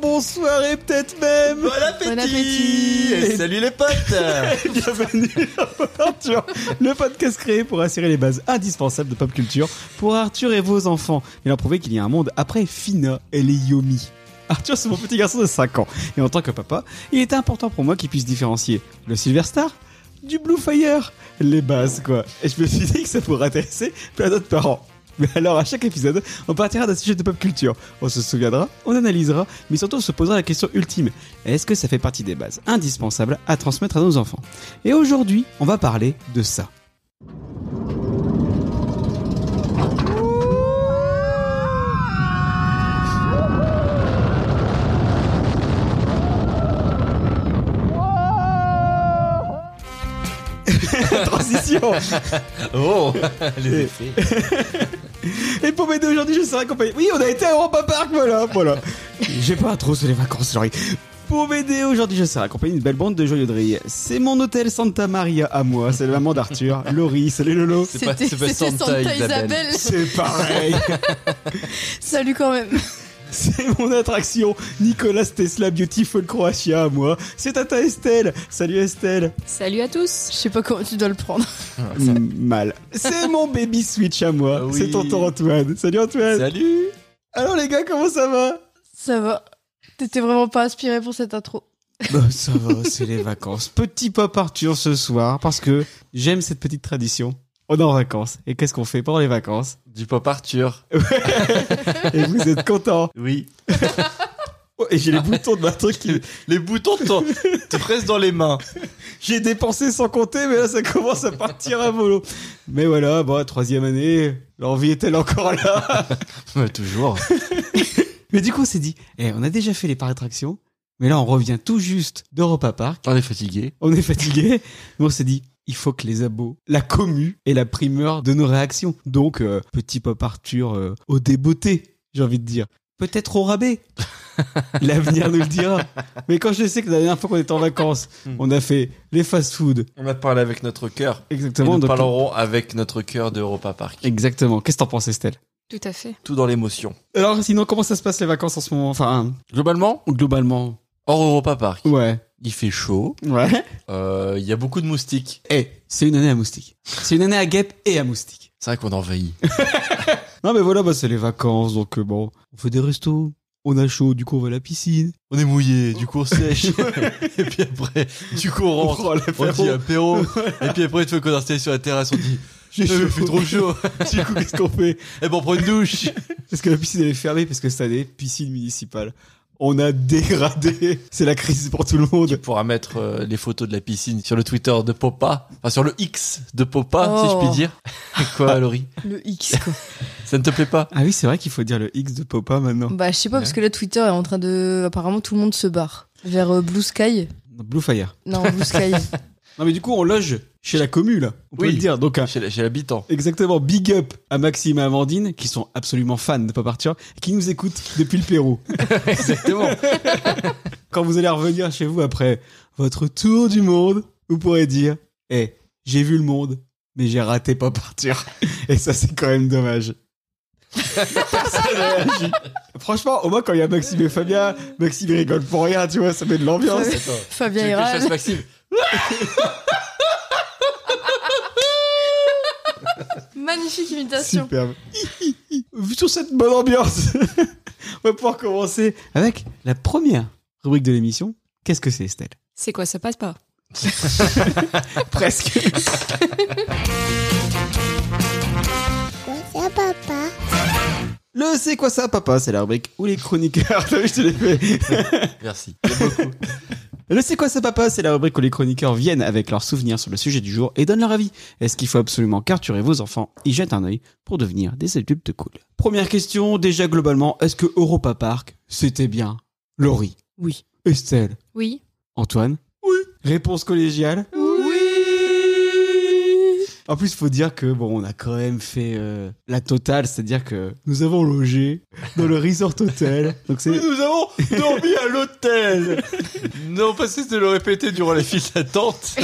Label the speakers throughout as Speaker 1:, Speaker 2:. Speaker 1: bonsoir et peut-être même.
Speaker 2: Bon appétit,
Speaker 3: Bon appétit.
Speaker 2: Et Salut les potes
Speaker 1: Bienvenue dans Arthur, le podcast créé pour assurer les bases indispensables de pop culture pour Arthur et vos enfants et leur prouver qu'il y a un monde après Fina et les Yomi. Arthur, c'est mon petit garçon de 5 ans et en tant que papa, il était important pour moi qu'il puisse différencier le Silver Star du Blue Fire, les bases quoi. Et je me suis dit que ça pourrait intéresser plein d'autres parents. Mais alors, à chaque épisode, on partira d'un sujet de pop culture. On se souviendra, on analysera, mais surtout on se posera la question ultime. Est-ce que ça fait partie des bases indispensables à transmettre à nos enfants Et aujourd'hui, on va parler de ça. Transition
Speaker 2: Oh Les effets
Speaker 1: Et pour m'aider aujourd'hui, je serai accompagné. Oui, on a été à Europa Park, voilà, voilà. J'ai pas trop, c'est les vacances, Laurie. Pour m'aider aujourd'hui, je serai accompagné d'une belle bande de joyeux de rire. C'est mon hôtel Santa Maria à moi, c'est la maman d'Arthur, Laurie, salut Lolo.
Speaker 2: C'est pas- c'est pas Santa Isabelle.
Speaker 1: C'est pareil.
Speaker 3: Salut quand même.
Speaker 1: C'est mon attraction, Nicolas Tesla Beautiful Croatia à moi. C'est Tata Estelle. Salut Estelle.
Speaker 3: Salut à tous. Je sais pas comment tu dois le prendre.
Speaker 1: Mm, Mal. C'est mon baby switch à moi.
Speaker 2: Ah oui.
Speaker 1: C'est tonton Antoine. Salut Antoine.
Speaker 2: Salut
Speaker 1: Alors les gars, comment ça va
Speaker 3: Ça va. T'étais vraiment pas inspiré pour cette intro.
Speaker 1: Bah, ça va, c'est les vacances. Petit pop Arthur ce soir parce que j'aime cette petite tradition. On est en vacances. Et qu'est-ce qu'on fait pendant les vacances
Speaker 2: Du pop Arthur
Speaker 1: Et vous êtes contents.
Speaker 2: Oui
Speaker 1: Oh, et j'ai les boutons de ma truc qui...
Speaker 2: Les boutons t'en- te pressent dans les mains
Speaker 1: J'ai dépensé sans compter, mais là, ça commence à partir à volo. Mais voilà, bon, troisième année, l'envie est-elle encore là
Speaker 2: Mais Toujours
Speaker 1: Mais du coup, on s'est dit, eh, on a déjà fait les parcs d'attractions, mais là, on revient tout juste d'Europa Park.
Speaker 2: On est fatigué
Speaker 1: On est fatigué, mais on s'est dit, il faut que les abos, la commu et la primeur de nos réactions. Donc, euh, petit pop Arthur euh, au débeauté, j'ai envie de dire. Peut-être au rabais. L'avenir nous le dira. Mais quand je sais que la dernière fois qu'on était en vacances, on a fait les fast-food.
Speaker 2: On a parlé avec notre cœur Et
Speaker 1: Exactement.
Speaker 2: nous
Speaker 1: donc-
Speaker 2: parlerons avec notre cœur d'Europa Park
Speaker 1: Exactement. Qu'est-ce que t'en penses, Estelle
Speaker 4: Tout à fait.
Speaker 2: Tout dans l'émotion
Speaker 1: Alors, sinon, comment ça se passe les vacances en ce moment Enfin,
Speaker 2: Globalement
Speaker 1: globalement.
Speaker 2: Hors Europa Park
Speaker 1: Ouais.
Speaker 2: Il fait chaud
Speaker 1: Ouais.
Speaker 2: Euh, Il y a beaucoup de moustiques
Speaker 1: Eh, c'est une année à moustique. C'est une année à guêpes et à moustique.
Speaker 2: C'est vrai qu'on est envahi
Speaker 1: Non, mais voilà, bah, c'est les vacances, donc euh, bon, on fait des restos, on a chaud, du coup, on va à la piscine.
Speaker 2: On est mouillé, du coup on sèche Et puis après, du coup on
Speaker 1: Oh, On euh,
Speaker 2: rentre
Speaker 1: prend
Speaker 2: On
Speaker 1: l'apéro.
Speaker 2: dit apéro, et puis après, une fois qu'on est installé sur la terrasse, on dit
Speaker 1: J'ai
Speaker 2: Eh, mais
Speaker 1: chaud.
Speaker 2: Il fait trop chaud,
Speaker 1: Du coup, qu'est-ce qu'on fait
Speaker 2: et ben on prend une douche.
Speaker 1: Parce que la piscine, elle est fermée, parce que cette année, piscine municipale. On a dégradé. C'est la crise pour tout le
Speaker 2: Tu
Speaker 1: monde.
Speaker 2: pourras mettre euh, les photos de la piscine sur le Twitter de Popa, enfin sur le X de Popa, si je
Speaker 3: Oh.
Speaker 2: puis dire. Quoi, Laurie
Speaker 3: Le X quoi.
Speaker 2: Ça ne te plaît pas
Speaker 1: Ah oui, c'est vrai qu'il faut dire le X de Popa maintenant.
Speaker 3: bah je sais pas parce que là Twitter est en train de. Apparemment tout le monde se barre vers euh, Blue Sky.
Speaker 1: Blue Fire.
Speaker 3: Non Blue Sky.
Speaker 1: Non, mais du coup, on loge chez la commu, là. On peut
Speaker 2: Oui.
Speaker 1: le dire. Donc, euh, un-
Speaker 2: Chez la- chez l'habitant.
Speaker 1: Exactement, big up à Maxime et Amandine, qui sont absolument fans de Pop Arthur, et qui nous écoutent depuis le Pérou.
Speaker 2: Exactement.
Speaker 1: Quand vous allez revenir chez vous après votre tour du monde, vous pourrez dire Eh, j'ai vu le monde, mais j'ai raté Pop Arthur. Et ça, c'est quand même dommage. Personne ne réagit. Franchement, au moins quand il y a Maxime et Fabien, Maxime il rigole pour rien, tu vois, ça met de l'ambiance.
Speaker 3: Fabien
Speaker 2: Tu veux que je
Speaker 3: Hérald.
Speaker 2: fasse Maxime.
Speaker 3: Magnifique imitation.
Speaker 1: Superbe. Hi, hi, hi. Sur cette bonne ambiance, on va pouvoir commencer avec la première rubrique de l'émission. Qu'est-ce que c'est, Estelle
Speaker 4: C'est quoi, ça passe pas
Speaker 1: Presque. Le C'est quoi ça, papa C'est la rubrique où les chroniqueurs. T'as vu, je te l'ai fait.
Speaker 2: Merci. J'aime beaucoup.
Speaker 1: Le C'est quoi ça, papa C'est la rubrique où les chroniqueurs viennent avec leurs souvenirs sur le sujet du jour et donnent leur avis. Est-ce qu'il faut absolument qu'Arthur et vos enfants y jettent un œil pour devenir des adultes cool Première question, déjà globalement, est-ce que Europa Park, c'était bien Laurie
Speaker 3: Oui.
Speaker 1: Estelle
Speaker 4: Oui.
Speaker 1: Antoine Oui. Réponse collégiale
Speaker 3: Oui.
Speaker 1: En plus, faut dire que bon, on a quand même fait euh, la totale, c'est-à-dire que nous avons logé dans le resort hôtel. Donc c'est
Speaker 2: Nous avons dormi à l'hôtel. Non, pas cessé de le répéter durant les files d'attente.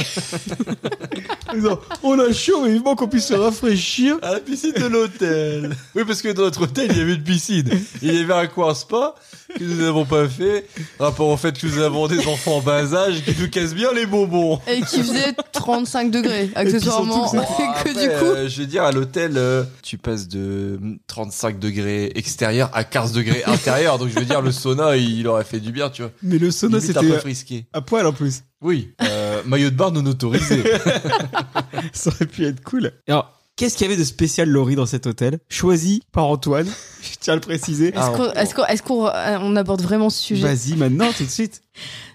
Speaker 1: Non, on a chaud, mais vivement qu'on puisse se rafraîchir.
Speaker 2: À la piscine de l'hôtel. Oui, parce que dans notre hôtel, il y avait une piscine. Il y avait un coin spa que nous n'avons pas fait. Rapport au fait que nous avons des enfants en bas âge qui nous cassent bien les bonbons.
Speaker 3: Et qui faisait 35 degrés, accessoirement.
Speaker 1: surtout
Speaker 3: Et
Speaker 1: que
Speaker 3: que
Speaker 2: Après,
Speaker 3: du coup,
Speaker 2: euh, je veux dire, à l'hôtel, euh, tu passes de 35 degrés extérieur à 15 degrés intérieur. Donc, je veux dire, le sauna, il, il aurait fait du bien, tu vois.
Speaker 1: Mais le sauna,
Speaker 2: Limite un peu
Speaker 1: c'était
Speaker 2: frisqué.
Speaker 1: à poil en plus.
Speaker 2: Oui, euh, maillot de bain non autorisé.
Speaker 1: Ça aurait pu être cool. Alors, qu'est-ce qu'il y avait de spécial, Laurie, dans cet hôtel Choisi par Antoine, je tiens à le préciser.
Speaker 3: est-ce qu'on est-ce qu'on- est-ce qu'on, euh, on aborde vraiment ce sujet
Speaker 1: Vas-y, maintenant, tout de suite.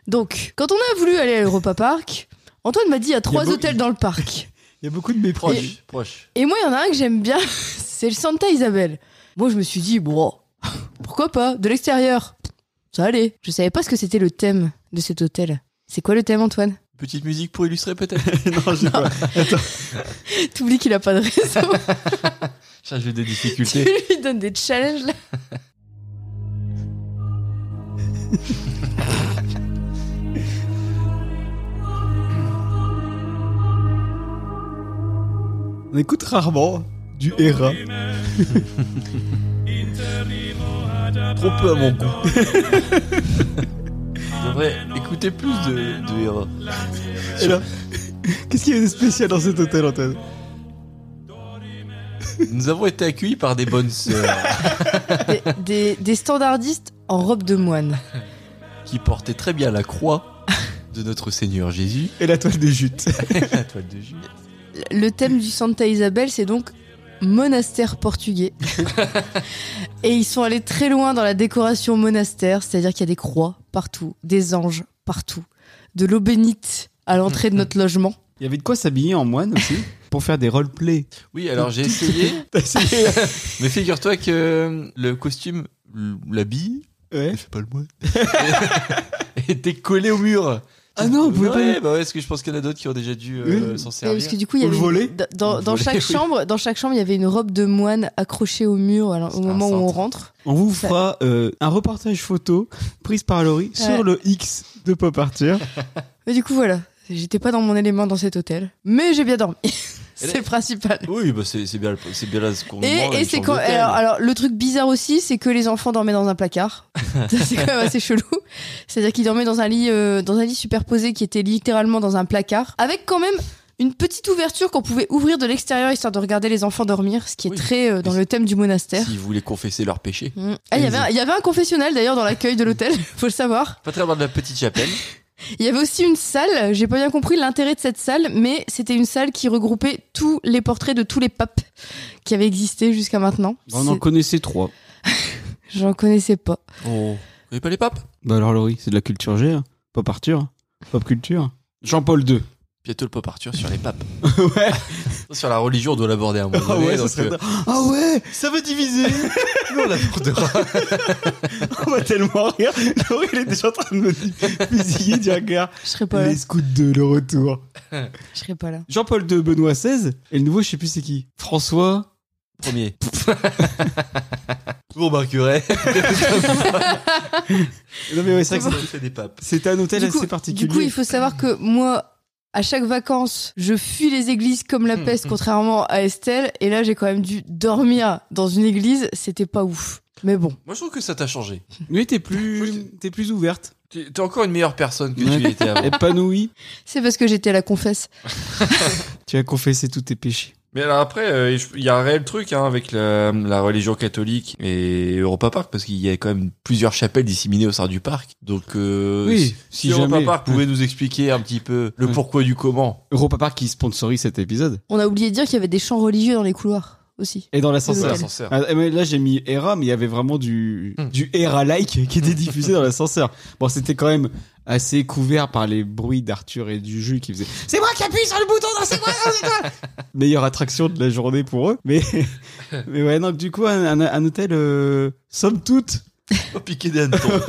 Speaker 3: Donc, quand on a voulu aller à l'Europa Park, Antoine m'a dit il y a trois
Speaker 1: beau-
Speaker 3: hôtels dans le parc.
Speaker 1: Il y a beaucoup de méproches.
Speaker 2: Proche, proche.
Speaker 3: Et moi, il y en a un que j'aime bien, c'est le Santa Isabel. Moi, je me suis dit, bon, pourquoi pas, de l'extérieur. Ça allait. Je savais pas ce que c'était le thème de cet hôtel. C'est quoi le thème, Antoine
Speaker 2: Petite musique pour illustrer, peut-être.
Speaker 1: non, j'ai pas.
Speaker 3: T'oublies qu'il a pas de réseau.
Speaker 2: Ça, j'ai des
Speaker 3: tu
Speaker 2: difficultés.
Speaker 3: lui donnes des challenges, là.
Speaker 1: On écoute rarement du Hera.
Speaker 2: Trop peu à mon goût. Je devrais écouter plus de, de Hera.
Speaker 1: Et là, qu'est-ce qu'il y avait de spécial dans cet hôtel, Antoine
Speaker 2: Nous avons été accueillis par des bonnes sœurs
Speaker 3: Des, des- des standardistes en robe de moine.
Speaker 2: qui portaient très bien la croix de notre Seigneur Jésus
Speaker 1: Et la toile de jute.
Speaker 2: et la toile de Jules.
Speaker 3: Le thème du Santa Isabel, c'est donc monastère portugais. Et ils sont allés très loin dans la décoration monastère, c'est-à-dire qu'il y a des croix partout, des anges partout, de l'eau bénite à l'entrée de notre logement.
Speaker 1: Il y avait de quoi s'habiller en moine aussi pour faire des roleplays.
Speaker 2: Oui, alors j'ai essayé,
Speaker 1: T'as essayé
Speaker 2: mais figure-toi que le costume, l'habit,
Speaker 1: Ouais.
Speaker 2: ne fait Eh, pas le moine, était collé au mur.
Speaker 1: Ah non, vous pouvez pas
Speaker 2: ouais,
Speaker 1: le-
Speaker 2: Bah ouais, parce que je pense qu'il y en a d'autres qui ont déjà dû euh,
Speaker 1: Oui.
Speaker 2: s'en
Speaker 3: Ouais,
Speaker 2: servir.
Speaker 3: parce que du coup, il y
Speaker 1: Ou le
Speaker 3: avait
Speaker 1: volet.
Speaker 3: dans- dans,
Speaker 2: Ou le
Speaker 3: dans
Speaker 2: volet,
Speaker 3: chaque
Speaker 2: oui.
Speaker 3: chambre, dans chaque chambre, il y avait une robe de moine accrochée au mur alors, au
Speaker 2: C'est
Speaker 3: moment où on
Speaker 2: enceinte.
Speaker 3: rentre.
Speaker 1: On vous
Speaker 3: Ça-
Speaker 1: fera euh, un reportage photo prise par Laurie
Speaker 3: Ouais.
Speaker 1: sur le X de Pop Arthur.
Speaker 3: Mais du coup, voilà, j'étais pas dans mon élément dans cet hôtel, mais j'ai bien dormi.
Speaker 2: Et
Speaker 3: c'est
Speaker 2: là-
Speaker 3: le principal.
Speaker 2: Oui, bah c'est c'est bien, le- c'est bien là ce qu'on demande,
Speaker 3: Et, et
Speaker 2: une
Speaker 3: c'est
Speaker 2: chambre
Speaker 3: quand
Speaker 2: d'hôtel.
Speaker 3: alors, alors, le truc bizarre aussi, c'est que les enfants dormaient dans un placard. Ça, c'est quand même assez chelou. C'est-à-dire qu'ils dormaient dans un lit, euh, dans un lit superposé qui était littéralement dans un placard, avec quand même une petite ouverture qu'on pouvait ouvrir de l'extérieur histoire de regarder les enfants dormir, ce qui est
Speaker 2: Oui.
Speaker 3: très euh, dans
Speaker 2: Et
Speaker 3: le thème du monastère.
Speaker 2: S'ils voulaient confesser leur péché.
Speaker 3: Mm. Ah, il y avait un- il y avait un confessionnal d'ailleurs dans l'accueil de l'hôtel, faut le savoir.
Speaker 2: Pas très loin de la petite chapelle.
Speaker 3: Il y avait aussi une salle, j'ai pas bien compris l'intérêt de cette salle, mais c'était une salle qui regroupait tous les portraits de tous les papes qui avaient existé jusqu'à maintenant.
Speaker 1: On en
Speaker 3: C'est-
Speaker 1: connaissait trois.
Speaker 3: J'en connaissais pas.
Speaker 2: Oh. Vous voyez pas les papes
Speaker 1: Bah alors Laurie, c'est de la culture G, hein. Pop Arthur, Pop Culture. Jean-Paul II.
Speaker 2: Bientôt le pop Arthur sur les papes.
Speaker 1: ouais.
Speaker 2: Sur la religion, on doit l'aborder à un moment
Speaker 1: Ah
Speaker 2: donné,
Speaker 1: ouais, ça,
Speaker 2: donc,
Speaker 1: serait...
Speaker 2: euh,
Speaker 1: ah ouais,
Speaker 2: ça veut diviser Nous, on l'abordera.
Speaker 1: on va tellement rire. Laurie, elle est déjà en train de me fusiller du regard.
Speaker 3: Je serais pas là.
Speaker 1: Les scouts de le retour.
Speaker 3: Je serais pas là.
Speaker 1: Jean-Paul II, Benoît XVI, et le nouveau, je sais plus c'est qui. François.
Speaker 2: Premier. Vous remarquerez.
Speaker 1: Non mais ouais, c'est vrai que
Speaker 2: On fait des papes.
Speaker 1: C'était un hôtel
Speaker 3: du, coup,
Speaker 1: assez particulier.
Speaker 3: du coup, il faut savoir que moi, à chaque vacances, je fuis les églises comme
Speaker 1: Hmm,
Speaker 3: la peste, contrairement à Estelle. Et là, j'ai quand même dû dormir dans une église. C'était pas ouf. Mais bon.
Speaker 2: Moi, je trouve que ça t'a changé.
Speaker 1: Mais t'es plus, t'es plus ouverte,
Speaker 2: T'es t'es encore une meilleure personne que
Speaker 1: Ouais.
Speaker 2: tu étais avant.
Speaker 1: épanouie.
Speaker 3: C'est parce que j'étais à la confesse.
Speaker 1: Tu as confessé tous tes péchés.
Speaker 2: Mais alors après, euh, je- il y a un réel truc hein, avec la, la religion catholique et Europa Park, parce qu'il y a quand même plusieurs chapelles disséminées au sein du parc. Donc, euh,
Speaker 1: Oui,
Speaker 2: si,
Speaker 1: si
Speaker 2: Europa
Speaker 1: jamais.
Speaker 2: Park pouvait nous expliquer un petit peu le
Speaker 1: Ouais.
Speaker 2: pourquoi du comment.
Speaker 1: Europa Park qui sponsorise cet épisode.
Speaker 3: On a oublié de dire qu'il y avait des chants religieux dans les couloirs aussi.
Speaker 1: Et dans
Speaker 2: C'est
Speaker 1: l'ascenseur.
Speaker 3: Hôtel.
Speaker 2: l'ascenseur.
Speaker 1: Ah, mais là, j'ai mis Hera, mais il y avait vraiment du,
Speaker 2: Hmm.
Speaker 1: du Hera-like qui était diffusé dans l'ascenseur. Bon, c'était quand même assez couvert par les bruits d'Arthur et du jus qui faisaient C'est moi qui appuie sur le bouton, non, c'est moi, non, c'est toi Meilleure attraction de la journée pour eux. Mais, mais ouais, donc du coup, un, un- un hôtel, euh, somme toute,
Speaker 2: Au piqué des hannetons.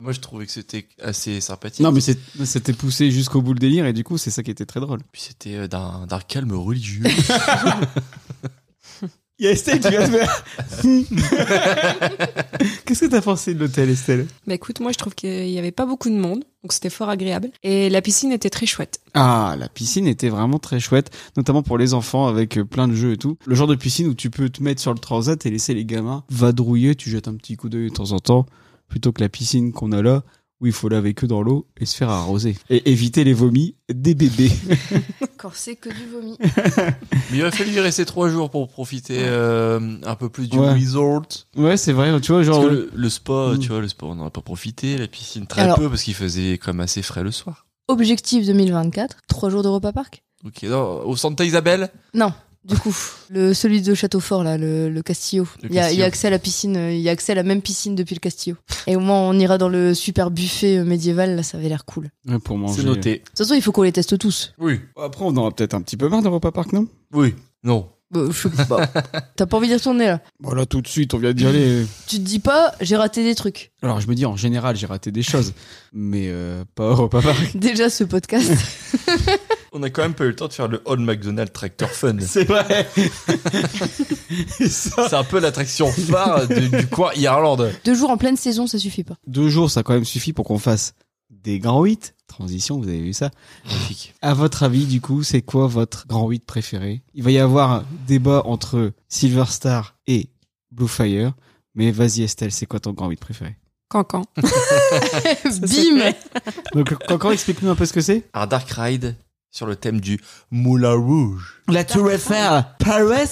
Speaker 2: Moi, je trouvais que c'était assez sympathique.
Speaker 1: Non, mais c'est- c'était poussé jusqu'au bout le délire et du coup, c'est ça qui était très drôle.
Speaker 2: Puis c'était euh, d'un d'un calme religieux.
Speaker 1: Il y a Estelle qui va se faire. Qu'est-ce que t'as pensé de l'hôtel, Estelle
Speaker 4: Bah écoute, moi je trouve qu'il y avait pas beaucoup de monde, donc c'était fort agréable. Et la piscine était très chouette.
Speaker 1: Ah, la piscine était vraiment très chouette, notamment pour les enfants avec euh, plein de jeux et tout. Le genre de piscine où tu peux te mettre sur le transat et laisser les gamins vadrouiller, tu jettes un petit coup d'œil de temps en temps, plutôt que la piscine qu'on a là, où il faut laver que dans l'eau et se faire arroser. Et éviter les vomis des bébés.
Speaker 3: Quand c'est que du vomi.
Speaker 2: mais il aurait fallu y rester trois jours pour profiter euh, un peu plus du
Speaker 1: Ouais.
Speaker 2: resort.
Speaker 1: ouais, c'est vrai, tu vois,
Speaker 2: Parce
Speaker 1: genre...
Speaker 2: que le, le spa,
Speaker 1: Mm.
Speaker 2: tu vois, le spa, on n'en a pas profité. La piscine, très
Speaker 3: Alors-
Speaker 2: peu, parce qu'il faisait quand même assez frais le soir.
Speaker 3: Objectif 2024, 3 jours d'Europa Park
Speaker 2: Ok, non, au Santa Isabelle
Speaker 3: Non, du coup, le, celui de Château-Fort, là, le, le Castillo.
Speaker 2: Le
Speaker 3: Il y, a- il y
Speaker 2: Castillo.
Speaker 3: a accès à la piscine, euh, il y a accès à la même piscine depuis le Castillo. Et au moins, on ira dans le super buffet euh, médiéval, là, ça avait l'air cool. De
Speaker 1: ouais, pour manger.
Speaker 2: C'est noté.
Speaker 3: toute façon, il faut qu'on les teste tous.
Speaker 2: Oui.
Speaker 1: Après, on en aura peut-être un petit peu marre d'Europa Park, non
Speaker 2: Oui. Non.
Speaker 3: Bah, je sais pas. T'as pas envie d'y retourner, là
Speaker 1: Bon, là, tout de suite, on vient d'y aller.
Speaker 3: Tu te dis pas, j'ai raté des trucs.
Speaker 1: Alors, je me dis, en général, j'ai raté des choses, mais euh, pas Europa Park.
Speaker 3: Déjà, ce podcast.
Speaker 2: On a quand même pas eu le temps de faire le Old McDonald's Tractor Fun.
Speaker 1: C'est vrai Ça,
Speaker 2: C'est un peu l'attraction phare de- du coin Irlande.
Speaker 3: Deux jours en pleine saison, ça suffit pas.
Speaker 1: Deux jours, ça quand même suffit pour qu'on fasse des grands 8. Transition, vous avez vu ça.
Speaker 2: Magnifique.
Speaker 1: À votre avis, du coup, c'est quoi votre grand 8 préféré Il va y avoir un débat entre Silver Star et Blue Fire. Mais vas-y, Estelle, c'est quoi ton grand 8 préféré
Speaker 4: Cancan.
Speaker 3: Bim
Speaker 1: Donc, encore explique-nous un peu ce que c'est.
Speaker 2: Un dark ride sur le thème du Moulin Rouge.
Speaker 1: La Tour Eiffel, Paris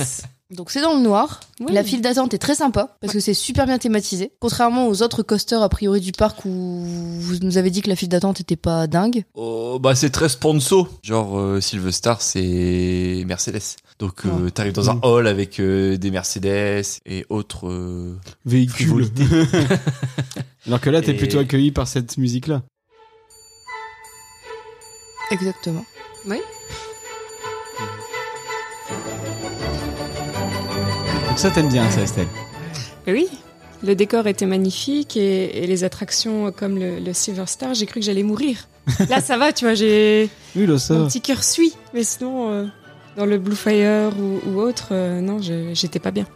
Speaker 3: Donc c'est dans le noir.
Speaker 4: Oui.
Speaker 3: La file d'attente est très sympa parce que c'est super bien thématisé. Contrairement aux autres coasters a priori du parc où vous nous avez dit que la file d'attente était pas dingue.
Speaker 2: Oh, bah c'est très sponsor. Genre euh, Silver Star, c'est Mercedes. Donc euh, t'arrives dans un hall avec euh, des Mercedes et autres. euh,
Speaker 1: Véhicule. Alors que là, t'es
Speaker 2: Et-
Speaker 1: plutôt accueilli par cette musique-là.
Speaker 3: Exactement.
Speaker 1: Donc ça, t'aimes bien, ça, Estelle.
Speaker 4: Mais oui, le décor était magnifique et, et les attractions euh, comme le, le Silver Star, j'ai cru que j'allais mourir. Là ça va, tu vois, j'ai
Speaker 1: Oui, le
Speaker 4: mon
Speaker 1: sort.
Speaker 4: petit cœur suit. Mais sinon, euh, dans le Blue Fire ou, ou autre, euh, non, je- j'étais pas bien.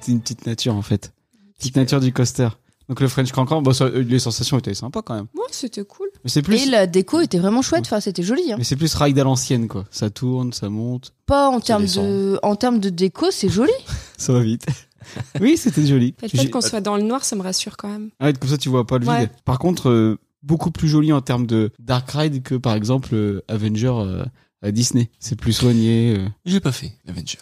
Speaker 1: C'est une petite nature, en fait. Petite nature du coaster. Donc le French Cancan, bon, ça, euh, les sensations étaient sympas quand même.
Speaker 4: Moi, c'était cool.
Speaker 1: Mais c'est plus,
Speaker 3: Et la déco était vraiment chouette. Enfin c'était joli. hein.
Speaker 1: mais c'est plus ride à l'ancienne quoi. Ça tourne, ça monte,
Speaker 3: Pas en termes
Speaker 2: descend.
Speaker 3: de en termes de déco c'est joli.
Speaker 1: ça va vite. oui, c'était joli.
Speaker 4: Le fait
Speaker 1: J'ai-
Speaker 4: qu'on soit dans le noir, ça me rassure quand même.
Speaker 1: Ah ouais, comme ça tu vois pas le
Speaker 4: Ouais.
Speaker 1: vide. Par contre, euh, beaucoup plus joli en termes de dark ride que par exemple euh, Avenger euh, à Disney. C'est plus soigné. euh.
Speaker 2: J'ai pas fait Avenger.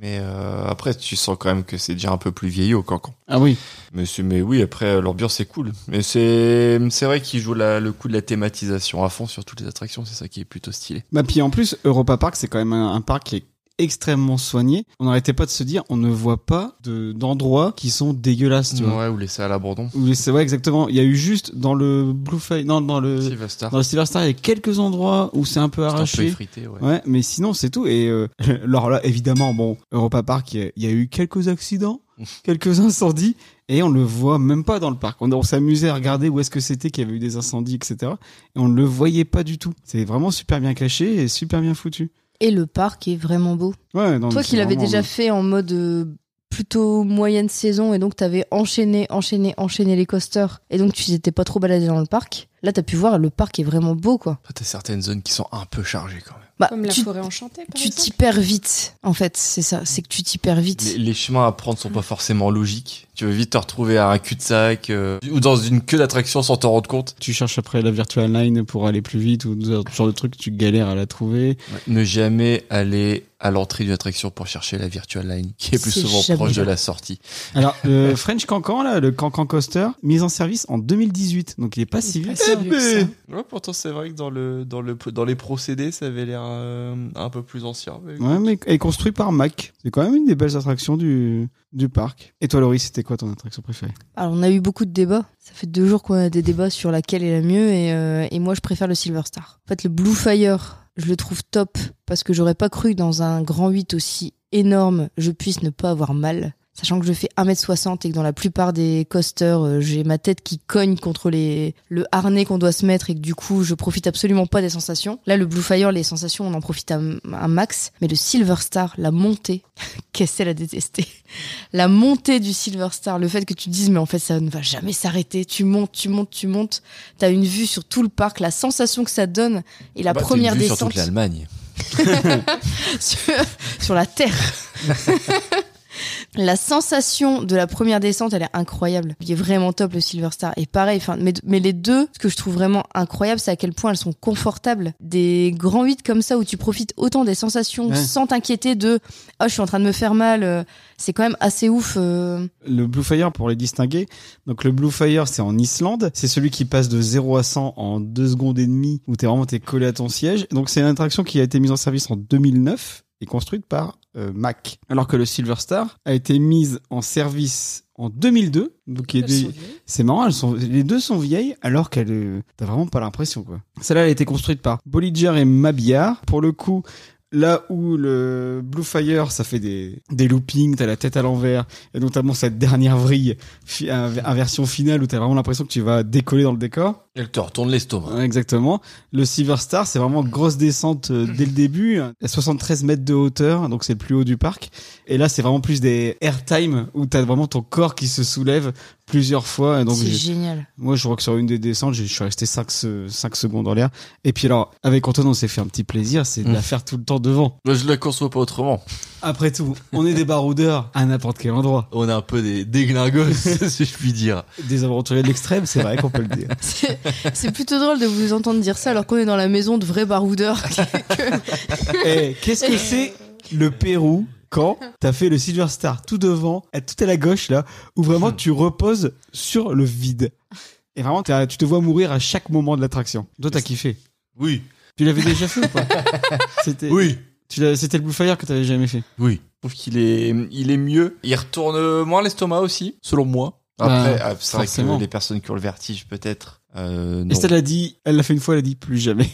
Speaker 2: Mais euh, après, tu sens quand même que c'est déjà un peu plus vieillot au cancan.
Speaker 1: Ah oui.
Speaker 2: Mais, c'est- mais oui, après, euh, l'ambiance est cool. Mais c'est c'est vrai qu'il joue la- le coup de la thématisation à fond sur toutes les attractions. C'est ça qui est plutôt stylé.
Speaker 1: Bah puis en plus, Europa Park c'est quand même un, un parc qui est extrêmement soigné. On n'arrêtait pas de se dire, on ne voit pas de d'endroits qui sont dégueulasses. Tu vois.
Speaker 2: Ouais, ou laissé à l'abandon.
Speaker 1: Oui, c'est vrai, exactement. Il y a eu juste dans le Blue Fire, non, dans le,
Speaker 2: Silver Star,
Speaker 1: dans le Silver Star, il y a quelques endroits où c'est un peu
Speaker 2: c'est un peu
Speaker 1: arraché.
Speaker 2: effrité, ouais.
Speaker 1: Ouais, mais sinon, c'est tout. Et euh, alors là, évidemment, bon, Europa Park, il y a- il y, a eu quelques accidents, quelques incendies, et on le voit même pas dans le parc. On, on s'amusait à regarder où est-ce que c'était qu'il y avait eu des incendies, etc. Et on ne le voyait pas du tout. C'est vraiment super bien caché et super bien foutu.
Speaker 3: Et le parc est vraiment beau.
Speaker 1: Ouais, non,
Speaker 3: Toi
Speaker 1: mais
Speaker 3: qui
Speaker 1: c'est
Speaker 3: l'avais
Speaker 1: vraiment-
Speaker 3: déjà fait en mode euh, plutôt moyenne saison et donc t'avais enchaîné, enchaîné, enchaîné les coasters et donc tu t'étais pas trop baladé dans le parc. Là t'as pu voir le parc est vraiment beau quoi.
Speaker 2: Après, T'as certaines zones qui sont un peu chargées quand même.
Speaker 3: Bah,
Speaker 4: Comme la
Speaker 3: tu,
Speaker 4: forêt enchantée, par
Speaker 3: tu t'y
Speaker 4: exemple.
Speaker 3: perds vite en fait c'est ça c'est que tu t'y perds vite.
Speaker 2: Les, les chemins à prendre sont pas forcément logiques. Tu vas vite te retrouver à un cul-de-sac euh, ou dans une queue d'attraction sans t'en rendre compte.
Speaker 1: Tu cherches après la virtual line pour aller plus vite ou ce genre de truc, tu galères à la trouver.
Speaker 2: Ne jamais aller à l'entrée d'une attraction pour chercher la Virtual Line, qui est plus
Speaker 3: C'est
Speaker 2: souvent
Speaker 3: jamais
Speaker 2: proche de
Speaker 3: là.
Speaker 2: la sortie.
Speaker 1: Alors, le French Cancan, là, le Cancan Coaster, mis en service en 2018, donc il est pas si vieux. Eh ben,
Speaker 4: Pas si vieux que ça.
Speaker 2: Ouais, pourtant c'est vrai que dans le dans le dans les procédés ça avait l'air euh, un peu plus ancien. mais-
Speaker 1: Ouais, mais elle est construite par Mac. C'est quand même une des belles attractions du, du parc. Et toi, Laurie, c'était quoi ton attraction préférée
Speaker 3: Alors on a eu beaucoup de débats. Ça fait deux jours qu'on a des débats sur laquelle est la mieux et, euh, et moi je préfère le Silver Star. En fait le Blue Fire, je le trouve top parce que j'aurais pas cru que dans un grand 8 aussi énorme, je puisse ne pas avoir mal. Sachant que je fais 1m60 et que dans la plupart des coasters, euh, j'ai ma tête qui cogne contre les, le harnais qu'on doit se mettre et que du coup, je profite absolument pas des sensations. Là, le Blue Fire, les sensations, on en profite un, un max. Mais le Silver Star, la montée, qu'est-ce qu'elle a détesté La montée du Silver Star, le fait que tu te dises, mais en fait, ça ne va jamais s'arrêter. Tu montes, tu montes, tu montes. T'as une vue sur tout le parc, la sensation que ça donne et la
Speaker 2: Bah, t'as une
Speaker 3: première
Speaker 2: vue sur
Speaker 3: descente
Speaker 2: toute l'Allemagne.
Speaker 3: sur, sur la terre. La sensation de la première descente, elle est incroyable. Il est vraiment top le Silver Star. Et pareil, enfin, mais, mais les deux, ce que je trouve vraiment incroyable, c'est à quel point elles sont confortables. Des grands 8 comme ça où tu profites autant des sensations
Speaker 1: Ouais.
Speaker 3: sans t'inquiéter de oh je suis en train de me faire mal. euh, C'est quand même assez ouf. euh.
Speaker 1: Le Blue Fire, pour les distinguer, donc le Blue Fire, c'est en Islande. C'est celui qui passe de 0 à 100 en 2 secondes et demie, où t'es vraiment t'es collé à ton siège. Donc c'est une attraction qui a été mise en service en 2009 et construite par euh, Mac. Alors que le Silver Star a été mise en service en 2002. Donc il y a des- c'est marrant, elles sont, les deux sont vieilles alors qu'elles, euh, t'as vraiment pas l'impression quoi. Celle-là, elle a été construite par Bollinger et Mabillard. Pour le coup, là où le Blue Fire, ça fait des, des loopings, t'as la tête à l'envers, et notamment cette dernière vrille, fi- un- inversion finale où t'as vraiment l'impression que tu vas décoller dans le décor.
Speaker 2: Elle te retourne l'estomac.
Speaker 1: Ouais, Exactement. Le Silver Star, c'est vraiment grosse descente euh, dès le début, à 73 mètres de hauteur, donc c'est le plus haut du parc. Et là, c'est vraiment plus des airtime où t'as vraiment ton corps qui se soulève plusieurs fois. Et donc,
Speaker 3: c'est
Speaker 1: j'ai-
Speaker 3: génial.
Speaker 1: moi, je crois que sur une des descentes, je je suis resté 5, secondes en l'air. Et puis alors, avec Antoine, on s'est fait un petit plaisir, c'est de
Speaker 2: Mm.
Speaker 1: la faire tout le temps devant.
Speaker 2: Moi, je la conçois pas autrement.
Speaker 1: Après tout, on est des baroudeurs à n'importe quel endroit.
Speaker 2: On est un peu des déglingos, si je puis dire.
Speaker 1: Des aventuriers de l'extrême, c'est vrai qu'on peut le dire.
Speaker 3: C'est c'est plutôt drôle de vous entendre dire ça alors qu'on est dans la maison de vrais baroudeurs.
Speaker 1: Eh, qu'est-ce que c'est le Pérou quand t'as fait le Silver Star tout devant, à- tout à la gauche là, où vraiment tu reposes sur le vide. Et vraiment, t'as- tu te vois mourir à chaque moment de l'attraction. Toi, t'as kiffé.
Speaker 2: Oui,
Speaker 1: Tu l'avais déjà fait ou pas C'était
Speaker 2: oui,
Speaker 1: tu l'as- c'était le Blue Fire que t'avais jamais fait.
Speaker 2: oui. Je trouve qu'il est, il est mieux. Il retourne moins l'estomac aussi, selon moi. Après,
Speaker 1: Bah,
Speaker 2: ah, c'est vrai
Speaker 1: forcément.
Speaker 2: que les personnes qui ont le vertige, peut-être. Euh, non.
Speaker 1: Estelle a dit, elle l'a fait une fois, elle a dit plus jamais.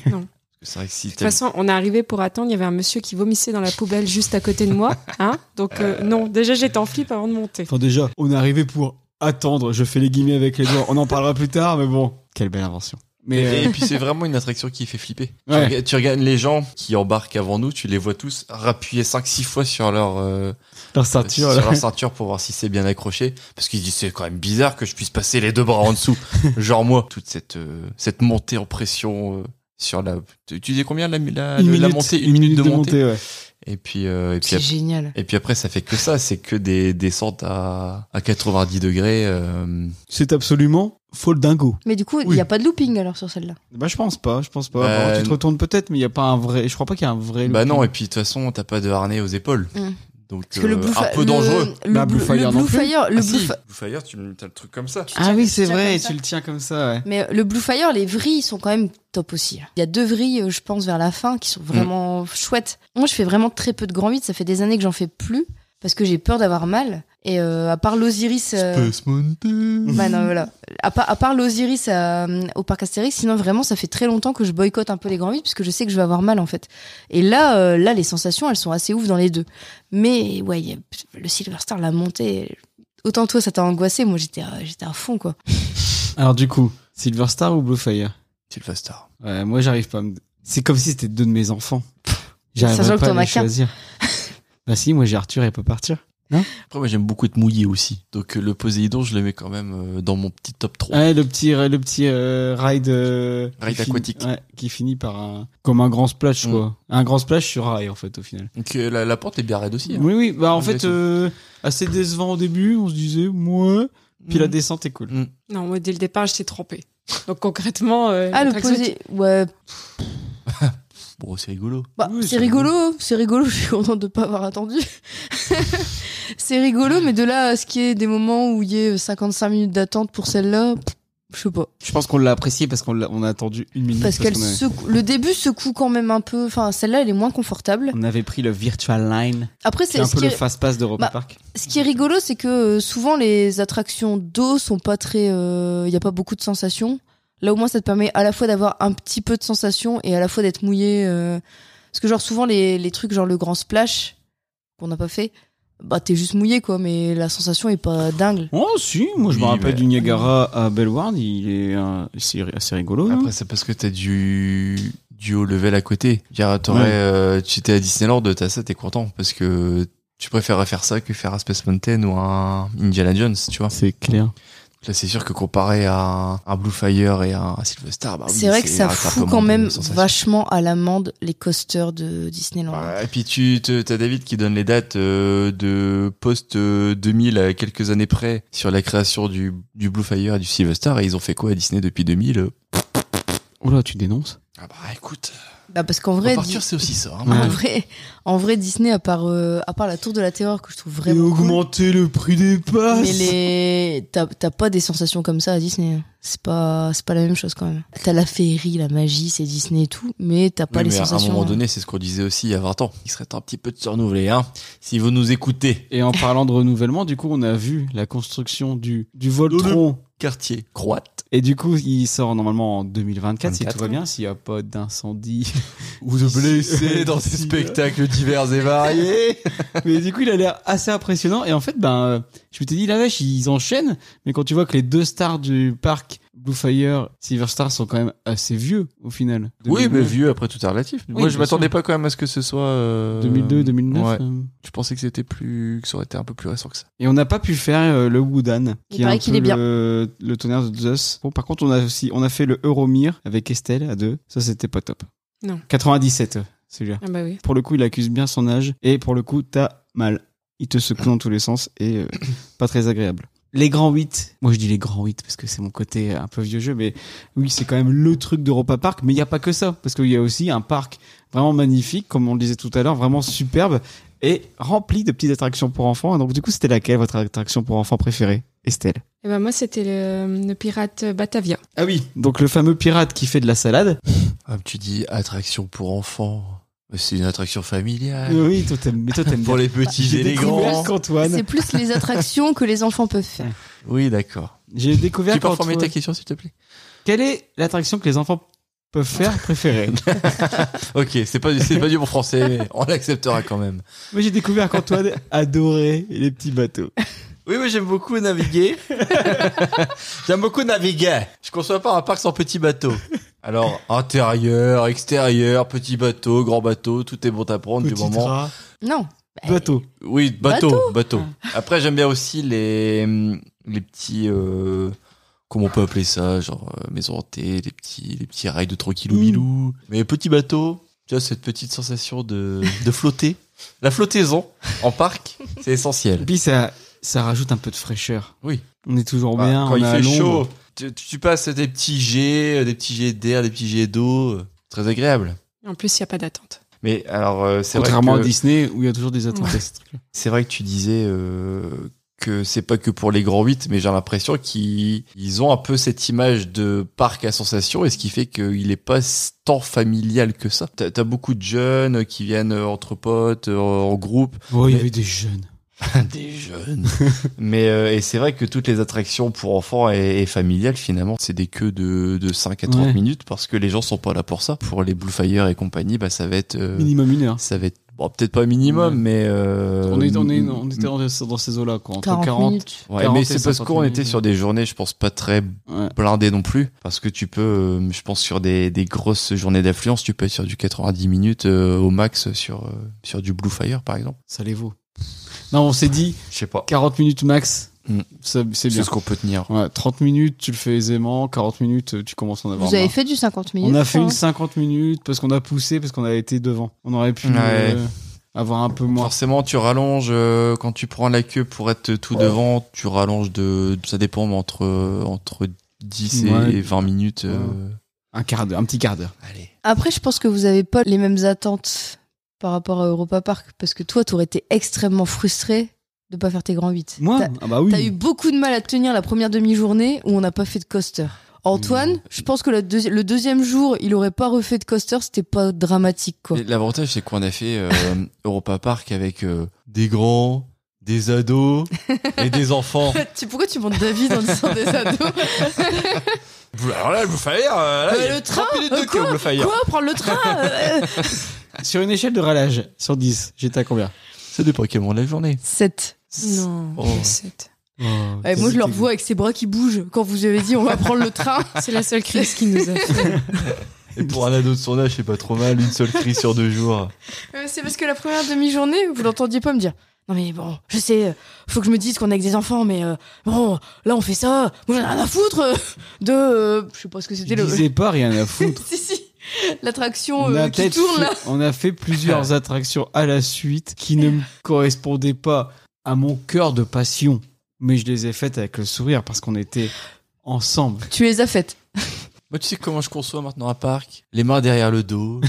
Speaker 2: C'est vrai que si
Speaker 4: De
Speaker 2: t'as-
Speaker 4: toute façon, on est arrivé pour attendre. Il y avait un monsieur qui vomissait dans la poubelle juste à côté de moi. Hein Donc, euh, non, déjà j'étais en flip avant de monter.
Speaker 1: Enfin déjà, on est arrivé pour attendre, je fais les guillemets avec les doigts, on en parlera plus tard, mais bon, quelle belle invention. Mais
Speaker 2: Et,
Speaker 1: euh,
Speaker 2: et puis c'est vraiment une attraction qui fait flipper. Tu
Speaker 1: Ouais.
Speaker 2: rega- Tu, regardes les gens qui embarquent avant nous, tu les vois tous rappuyer 5-6 fois sur leur, euh,
Speaker 1: leur ceinture, euh,
Speaker 2: sur
Speaker 1: là.
Speaker 2: leur ceinture pour voir si c'est bien accroché. Parce qu'ils se disent c'est quand même bizarre que je puisse passer les deux bras en dessous. Genre moi, toute cette, euh, cette montée en pression euh, sur la... Tu, tu disais combien la, la, la montée Une, minute, de, montée.
Speaker 1: ouais.
Speaker 2: Et puis, euh, et, puis
Speaker 3: C'est
Speaker 2: après,
Speaker 3: génial.
Speaker 2: et puis après, ça fait que ça. C'est que des descentes à, à 90 degrés. euh,
Speaker 1: C'est absolument faux le dingo.
Speaker 3: Mais du coup, il
Speaker 1: Oui.
Speaker 3: n'y a pas de looping alors sur celle-là.
Speaker 1: Bah je pense pas, je pense pas.
Speaker 2: Bah,
Speaker 1: Bon, tu te retournes peut-être, mais il y a pas un vrai, je crois pas qu'il y a un vrai. hein.
Speaker 2: Bah
Speaker 1: looping.
Speaker 2: non, et puis de toute façon, t'as pas de harnais aux épaules.
Speaker 3: Mm.
Speaker 2: Donc
Speaker 3: Parce que le
Speaker 2: euh,
Speaker 3: Blue
Speaker 2: un
Speaker 3: Fi-
Speaker 2: peu
Speaker 3: le-
Speaker 2: dangereux.
Speaker 3: Le,
Speaker 1: Bah, Blue
Speaker 3: Blue
Speaker 1: Fire
Speaker 3: Fire, le
Speaker 1: non
Speaker 3: Blue
Speaker 1: plus.
Speaker 3: Fire, le
Speaker 2: Ah
Speaker 3: Blue
Speaker 2: si,
Speaker 3: Fi-
Speaker 2: Blue Fire, tu as le truc comme ça.
Speaker 1: Ah oui, c'est
Speaker 3: Tu tiens
Speaker 1: vrai,
Speaker 3: comme ça.
Speaker 1: tu le tiens comme ça, ouais.
Speaker 3: Mais euh, le Blue Fire, les vrilles sont quand même top aussi. Il y a deux vrilles, euh, je pense, vers la fin qui sont
Speaker 2: Mm.
Speaker 3: vraiment chouettes. Moi, je fais vraiment très peu de grand 8. Ça fait des années que j'en fais plus parce que j'ai peur d'avoir mal. Et euh, à part l'Osiris. euh,
Speaker 2: Space Mountain.
Speaker 3: bah non, voilà. À, part- à part l'Osiris à- au parc Astérix, sinon vraiment, ça fait très longtemps que je boycotte un peu les grands vides parce que je sais que je vais avoir mal en fait. Et là, euh, là, les sensations, elles sont assez ouf dans les deux. Mais ouais, il y a- le Silver Star, la montée, autant toi, ça t'a angoissé. Moi, j'étais, à- j'étais à fond quoi.
Speaker 1: Alors du coup, Silver Star ou Blue Fire
Speaker 2: Sylvester.
Speaker 1: Ouais, moi j'arrive pas à me. C'est comme si c'était deux de mes enfants.
Speaker 3: Sachant
Speaker 1: J'arriverais
Speaker 3: que
Speaker 1: pas
Speaker 3: t'en
Speaker 1: à les
Speaker 3: as qu'un.
Speaker 1: choisir. bah si, moi j'ai Arthur, elle peut partir.
Speaker 2: Après, moi, j'aime beaucoup être mouillé aussi. Donc, euh, le Poséidon, je le mets quand même euh, dans mon petit top 3.
Speaker 1: Ouais, le petit, le petit euh, ride, euh,
Speaker 2: Ride
Speaker 1: qui finit-
Speaker 2: aquatique.
Speaker 1: ouais, qui finit par un comme un grand splash
Speaker 2: Mm.
Speaker 1: quoi, un grand splash sur rail en fait au final.
Speaker 2: Donc, euh, la, la porte est bien raide aussi. hein.
Speaker 1: Oui oui,
Speaker 3: Ah,
Speaker 1: bah en
Speaker 2: Malgré
Speaker 1: fait
Speaker 2: tout.
Speaker 1: euh, assez décevant au début, on se disait moi, puis la
Speaker 2: Mm.
Speaker 1: descente est cool.
Speaker 4: Non, moi, dès le départ, j'étais trompée. Donc, concrètement. euh,
Speaker 3: Ah, le
Speaker 4: l'attraction qui-
Speaker 3: posé, ouais.
Speaker 2: Bon, c'est rigolo.
Speaker 3: Bah,
Speaker 1: Oui,
Speaker 3: c'est
Speaker 1: c'est
Speaker 3: rigolo, c'est rigolo, je suis contente de pas avoir attendu. c'est rigolo, mais de là à ce qu'il y ait des moments où il y ait 55 minutes d'attente pour celle-là, pff, je sais pas.
Speaker 1: Je pense qu'on l'a apprécié parce qu'on l'a- on a attendu une minute
Speaker 3: Parce qu'elle
Speaker 1: Mm, qu'on avait-
Speaker 3: secoue, le début secoue quand même un peu, enfin celle-là elle est moins confortable.
Speaker 1: on avait pris le Virtual Line,
Speaker 3: Après,
Speaker 1: qui est
Speaker 3: c'est
Speaker 1: Mm. un
Speaker 3: ce,
Speaker 1: peu
Speaker 3: qui
Speaker 1: le
Speaker 3: est,
Speaker 1: fast pass d'Europa
Speaker 3: Bah,
Speaker 1: Park.
Speaker 3: ce qui est rigolo, c'est que euh, souvent les attractions d'eau sont pas très, il y a pas beaucoup de sensations. Là au moins ça te permet à la fois d'avoir un petit peu de sensation et à la fois d'être mouillé. euh, parce que genre souvent les, les trucs genre le grand splash qu'on n'a pas fait, bah t'es juste mouillé quoi, mais la sensation est pas dingue.
Speaker 1: Oh, si, moi je me
Speaker 2: Oui,
Speaker 1: rappelle
Speaker 2: mais-
Speaker 1: du Niagara à Bellward, il est euh, c'est assez
Speaker 3: Mmh.
Speaker 1: rigolo. hein. non
Speaker 2: Après, c'est parce que t'as du, du haut level à côté. Je veux dire, t'aurais,
Speaker 1: Ouais.
Speaker 2: euh, tu étais à Disneyland, t'as ça, t'es content. Parce que tu préférerais faire ça que faire un Space Mountain ou un Indiana Jones, tu vois.
Speaker 1: c'est clair.
Speaker 2: Là, c'est sûr que comparé à un, un Blue Fire et un Silver Star, bah oui,
Speaker 3: c'est vrai que ça
Speaker 2: un- t'as un peu
Speaker 3: fout
Speaker 2: moins
Speaker 3: quand
Speaker 2: de
Speaker 3: même
Speaker 2: sensations.
Speaker 3: vachement à l'amende les coasters de Disneyland.
Speaker 2: Ouais, et puis tu te- t'as David qui donne les dates euh, de post euh, 2000 à quelques années près sur la création du, du Blue Fire et du Silver Star et ils ont fait quoi à Disney depuis 2000 euh
Speaker 1: Oh là, tu dénonces
Speaker 2: Ah bah écoute,
Speaker 3: Bah parce qu'en vrai,
Speaker 2: repartir
Speaker 3: Di-
Speaker 2: c'est aussi ça. hein.
Speaker 1: Ouais.
Speaker 3: en vrai, en vrai Disney à part euh, à part la Tour de la Terreur que je trouve vraiment cool,
Speaker 1: augmenter le prix des passes
Speaker 3: mais les t'as t'as pas des sensations comme ça à Disney. hein. C'est pas c'est pas la même chose quand même. T'as la féerie, la magie, c'est Disney et tout, mais t'as pas
Speaker 2: Oui,
Speaker 3: les
Speaker 2: mais à un
Speaker 3: sensations. hein.
Speaker 2: moment donné, c'est ce qu'on disait aussi il y a 20 ans. Il serait temps un petit peu de se renouveler, hein. Si vous nous écoutez,
Speaker 1: Et en parlant de renouvellement, du coup, on a vu la construction du, du Voltron.
Speaker 2: quartier croate.
Speaker 1: Et du coup, il sort normalement en 2024, si
Speaker 2: 24.
Speaker 1: tout va bien, s'il n'y a pas d'incendie.
Speaker 2: Ou de
Speaker 1: blessés dans
Speaker 2: hein.
Speaker 1: ces
Speaker 2: euh.
Speaker 1: spectacles
Speaker 2: divers et variés.
Speaker 1: mais du coup, il a l'air assez impressionnant. Et en fait, ben, euh, je me suis dit, la vache, ils enchaînent. Mais quand tu vois que les deux stars du parc, Blue Fire, Silver Star, sont quand même assez vieux au final.
Speaker 2: Oui,
Speaker 1: 2009,
Speaker 2: mais vieux après tout est relatif. Moi, je
Speaker 1: bien
Speaker 2: m'attendais
Speaker 1: sûr.
Speaker 2: pas quand même à ce que ce soit. euh,
Speaker 1: 2002, 2009.
Speaker 2: ouais.
Speaker 1: euh.
Speaker 2: Je pensais que c'était plus, que ça aurait été un peu plus récent que ça.
Speaker 1: Et on n'a pas pu faire euh, le Woodan,
Speaker 3: Il
Speaker 1: qui est
Speaker 3: paraît
Speaker 1: un
Speaker 3: qu'il
Speaker 1: peu
Speaker 3: est bien.
Speaker 1: Le, le tonnerre de Zeus. Bon, par contre, on a aussi, on a fait le Euromir avec Estelle à deux. Ça, c'était pas top.
Speaker 4: Non.
Speaker 1: 97, euh, celui-là.
Speaker 4: Ah bah oui.
Speaker 1: Pour le coup, il accuse bien son âge. Et pour le coup, t'as mal. Il te secoue dans tous les sens et euh, pas très agréable. Les grands 8. Moi, je dis les grands 8 parce que c'est mon côté un peu vieux jeu, mais oui, c'est quand même le truc d'Europa Park. Mais il n'y a pas que ça, parce qu'il y a aussi un parc vraiment magnifique, comme on le disait tout à l'heure, vraiment superbe et rempli de petites attractions pour enfants. Donc, du coup, c'était laquelle votre attraction pour enfants préférée, Estelle
Speaker 4: Et ben moi, c'était le, le pirate Batavia.
Speaker 1: Ah oui. Donc, le fameux pirate qui fait de la salade.
Speaker 2: Ah, tu dis attraction pour enfants. Mais C'est une attraction familiale.
Speaker 1: Oui, toi, t'aimes, mais toi, t'aimes
Speaker 2: Euh, Pour
Speaker 1: bien.
Speaker 2: les petits
Speaker 1: J'ai
Speaker 2: et les
Speaker 1: découvert
Speaker 2: grands.
Speaker 1: qu'Antoine.
Speaker 3: C'est plus les attractions que les enfants peuvent faire.
Speaker 2: Oui, d'accord.
Speaker 1: J'ai découvert
Speaker 2: Tu peux reformuler ta
Speaker 1: qu'Antoine.
Speaker 2: question, s'il te plaît?
Speaker 1: Quelle est l'attraction que les enfants peuvent faire préférée
Speaker 2: Ok, c'est pas, c'est pas du bon français, mais on l'acceptera quand même.
Speaker 1: Moi, j'ai découvert qu'Antoine adorait les petits bateaux.
Speaker 2: Oui, mais j'aime beaucoup naviguer. j'aime beaucoup naviguer. Je conçois pas un parc sans petit bateau. Alors, intérieur, extérieur, petit bateau, grand bateau, tout est bon à prendre du
Speaker 1: Petit
Speaker 2: moment.
Speaker 1: rat,
Speaker 3: Non.
Speaker 1: bateau.
Speaker 2: Oui, bateau, bateau. Après, j'aime bien aussi les, les petits, euh, comment on peut appeler ça, genre euh, maison hantée, les petits, les petits rails de tranquillou bilou. Mm. Mais petit bateau, tu vois, cette petite sensation de, de flotter. La flottaison en parc, c'est
Speaker 1: Et
Speaker 2: essentiel.
Speaker 1: puis, ça, ça rajoute un peu de fraîcheur.
Speaker 2: Oui.
Speaker 1: On est toujours
Speaker 2: Bah,
Speaker 1: bien.
Speaker 2: quand
Speaker 1: on
Speaker 2: il
Speaker 1: est à
Speaker 2: fait
Speaker 1: l'ombre.
Speaker 2: chaud, tu, tu passes des petits jets, euh, des petits jets d'air, des petits jets d'eau, euh, très agréable.
Speaker 4: En plus, il n'y a pas d'attente.
Speaker 2: Mais alors, euh, c'est vrai
Speaker 1: Contrairement
Speaker 2: que-
Speaker 1: à Disney, où il y a toujours des attractions.
Speaker 2: C'est vrai que tu disais euh, que c'est pas que pour les grands 8, mais j'ai l'impression qu'ils ils ont un peu cette image de parc à sensation, et ce qui fait qu'il est pas tant familial que ça. T'as as beaucoup de jeunes qui viennent euh, entre potes, euh, en groupe.
Speaker 1: Oh, il y
Speaker 2: Mais-
Speaker 1: avait des jeunes.
Speaker 2: Des jeunes. mais euh, et c'est vrai que toutes les attractions pour enfants et, et familiales, finalement, c'est des queues de, de 5 à 30
Speaker 1: Ouais.
Speaker 2: minutes, parce que les gens sont pas là pour ça. Pour les Blue Fire et compagnie, bah ça va être... euh,
Speaker 1: Minimum une heure.
Speaker 2: ça va être... Bon, peut-être pas minimum,
Speaker 1: Ouais.
Speaker 2: mais... euh,
Speaker 1: on, est, on, est- on était dans, dans ces eaux-là, quoi. Entre
Speaker 3: 40,
Speaker 1: 40.
Speaker 3: minutes.
Speaker 2: Ouais,
Speaker 1: 40
Speaker 2: mais
Speaker 1: et
Speaker 2: c'est parce
Speaker 1: 50
Speaker 2: qu'on
Speaker 1: minutes.
Speaker 2: était sur des journées, je pense, pas très
Speaker 1: Ouais.
Speaker 2: blindées non plus. Parce que tu peux, euh, je pense, sur des, des grosses journées d'affluence, tu peux être sur du 90 minutes euh, au max sur, euh, sur du Blue Fire, par exemple.
Speaker 1: Ça les vaut. Non, on s'est dit
Speaker 2: Je sais pas.
Speaker 1: 40 minutes max.
Speaker 2: Mm.
Speaker 1: Ça, C'est
Speaker 2: C'est
Speaker 1: bien.
Speaker 2: ce qu'on peut tenir.
Speaker 1: Ouais, 30 minutes, tu le fais aisément. 40 minutes, tu commences à en avoir
Speaker 3: Vous avez
Speaker 1: marre.
Speaker 3: fait du 50 minutes.
Speaker 1: On a fait
Speaker 3: hein.
Speaker 1: une 50 minutes parce qu'on a poussé, parce qu'on a été devant. On aurait pu
Speaker 2: Ouais.
Speaker 1: euh, avoir un peu moins.
Speaker 2: Forcément, tu rallonges euh, quand tu prends la queue pour être tout devant. Tu rallonges de, ça dépend, mais entre, euh, entre 10 et
Speaker 1: Ouais.
Speaker 2: 20 minutes. euh,
Speaker 1: Un quart d'heure, un petit quart d'heure.
Speaker 2: Allez.
Speaker 3: Après, je pense que vous avez pas les mêmes attentes par rapport à Europa Park parce que toi, t'aurais été extrêmement frustré de pas faire tes grands 8.
Speaker 1: Moi
Speaker 3: T'as-
Speaker 1: Ah bah
Speaker 3: T'as eu
Speaker 1: oui.
Speaker 3: beaucoup de mal à tenir la première demi-journée où on n'a pas fait de coaster. Antoine, je pense que la deuxi- le deuxième jour, il aurait pas refait de coaster, c'était pas dramatique quoi.
Speaker 2: Et L'avantage, c'est qu'on a fait euh, Europa Park avec euh, des grands, des ados et des enfants.
Speaker 3: Tu- Pourquoi tu montes David en disant des ados
Speaker 2: Alors là, Blue Fire, euh, là,
Speaker 3: Euh,
Speaker 2: il y a
Speaker 3: le train,
Speaker 2: 30 minutes
Speaker 3: euh,
Speaker 2: de queue au Blue Fire.
Speaker 3: Quoi Prendre le train euh, euh,
Speaker 1: Sur une échelle de rallage, sur 10, j'étais à combien
Speaker 2: C'est des Pokémon de la journée.
Speaker 3: 7.
Speaker 4: Non,
Speaker 2: Oh.
Speaker 4: le sept.
Speaker 3: Ouais, Eh, moi, je le revois avec ses bras qui bougent quand vous avez dit on va prendre le train.
Speaker 4: C'est la seule crise qui nous a fait.
Speaker 2: Et pour un ado de son âge, c'est pas trop mal, une seule crise sur deux jours.
Speaker 3: Euh, C'est parce que la première demi-journée, vous l'entendiez pas me dire. Non mais bon, je sais, euh, faut que je me dise qu'on est avec des enfants, mais euh, bon, là on fait ça, moi j'en ai rien à foutre euh, de, euh, je sais pas ce que c'était
Speaker 1: Je
Speaker 3: le.
Speaker 1: disais pas rien à foutre.
Speaker 3: si si, l'attraction
Speaker 1: On
Speaker 3: euh,
Speaker 1: a,
Speaker 3: qui
Speaker 1: peut-être
Speaker 3: tourne
Speaker 1: fait-
Speaker 3: là.
Speaker 1: on a fait plusieurs attractions à la suite qui ne me correspondaient pas à mon cœur de passion, mais je les ai faites avec le sourire parce qu'on était ensemble.
Speaker 3: Tu les as faites.
Speaker 2: Moi, Bah, tu sais comment je conçois maintenant un parc Les mains derrière le dos,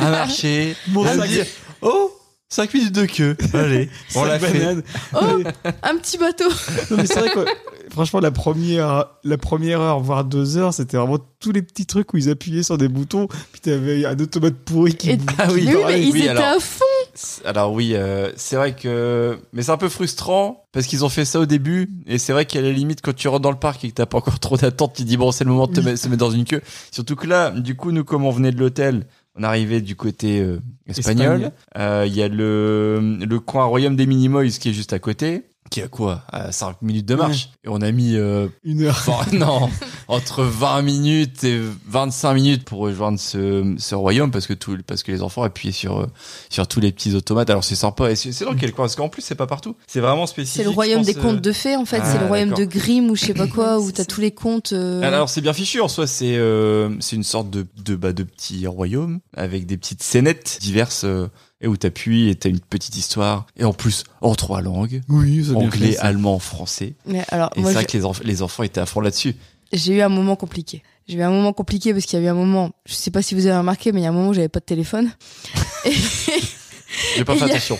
Speaker 2: à marcher,
Speaker 1: Mon
Speaker 2: à me
Speaker 1: sac-
Speaker 2: dire Oh 5 minutes de queue. Allez, on l'a
Speaker 1: Cinq
Speaker 2: fait.
Speaker 1: bananes.
Speaker 3: Oh, un petit bateau.
Speaker 1: Non, mais c'est vrai que franchement la première la première heure voire deux heures c'était vraiment tous les petits trucs où ils appuyaient sur des boutons puis t'avais un automate pourri qui
Speaker 3: Et-
Speaker 1: bou-
Speaker 2: Ah
Speaker 3: mais oui,
Speaker 2: pareil.
Speaker 3: mais ils étaient
Speaker 2: alors,
Speaker 3: à fond.
Speaker 2: C'est- Alors oui, euh, c'est vrai que... Mais c'est un peu frustrant, parce qu'ils ont fait ça au début, et c'est vrai qu'à la limite, quand tu rentres dans le parc et que t'as pas encore trop d'attente, tu te dis, bon, c'est le moment de te
Speaker 1: Oui.
Speaker 2: mettre- se mettre dans une queue. Surtout que là, du coup, nous, comme on venait de l'hôtel, on arrivait du côté euh, espagnol.
Speaker 1: Espagnol.
Speaker 2: Euh, Il y a le, le coin Royaume des Minimoys qui est juste à côté, qui est à quoi À 5 minutes de marche. Et on a mis... euh,
Speaker 1: une heure
Speaker 2: Bon, non, entre 20 minutes et 25 minutes pour rejoindre ce, ce royaume parce que tout, parce que les enfants appuyaient sur, euh, sur tous les petits automates. Alors c'est sympa. Et c'est c'est dans quel coin Parce qu'en plus, c'est pas partout. C'est vraiment spécifique.
Speaker 3: C'est le
Speaker 2: je
Speaker 3: royaume
Speaker 2: pense,
Speaker 3: des
Speaker 2: euh,
Speaker 3: contes de fées en fait,
Speaker 2: ah,
Speaker 3: c'est le royaume de
Speaker 2: d'accord. Ah,
Speaker 3: Grimm ou je sais pas quoi, où
Speaker 4: C'est
Speaker 3: t'as
Speaker 4: ça.
Speaker 3: tous les contes. euh,
Speaker 2: Alors c'est bien fichu en soi, c'est euh, c'est une sorte de de bah, de petit royaume avec des petites scénettes diverses euh, et où t'appuies et t'as une petite histoire et en plus en trois langues
Speaker 1: oui ça a bien fait,
Speaker 2: anglais,
Speaker 1: ça.
Speaker 2: allemand, français
Speaker 3: mais alors,
Speaker 2: et
Speaker 3: moi,
Speaker 2: c'est vrai
Speaker 3: je-
Speaker 2: que les, enf- les enfants étaient à fond là-dessus.
Speaker 3: j'ai eu un moment compliqué. J'ai eu un moment compliqué parce qu'il y a eu un moment, je sais pas si vous avez remarqué, mais il y a un moment où j'avais pas de téléphone. Et-
Speaker 2: J'ai pas
Speaker 3: Et
Speaker 2: fait
Speaker 3: il y a-
Speaker 2: attention.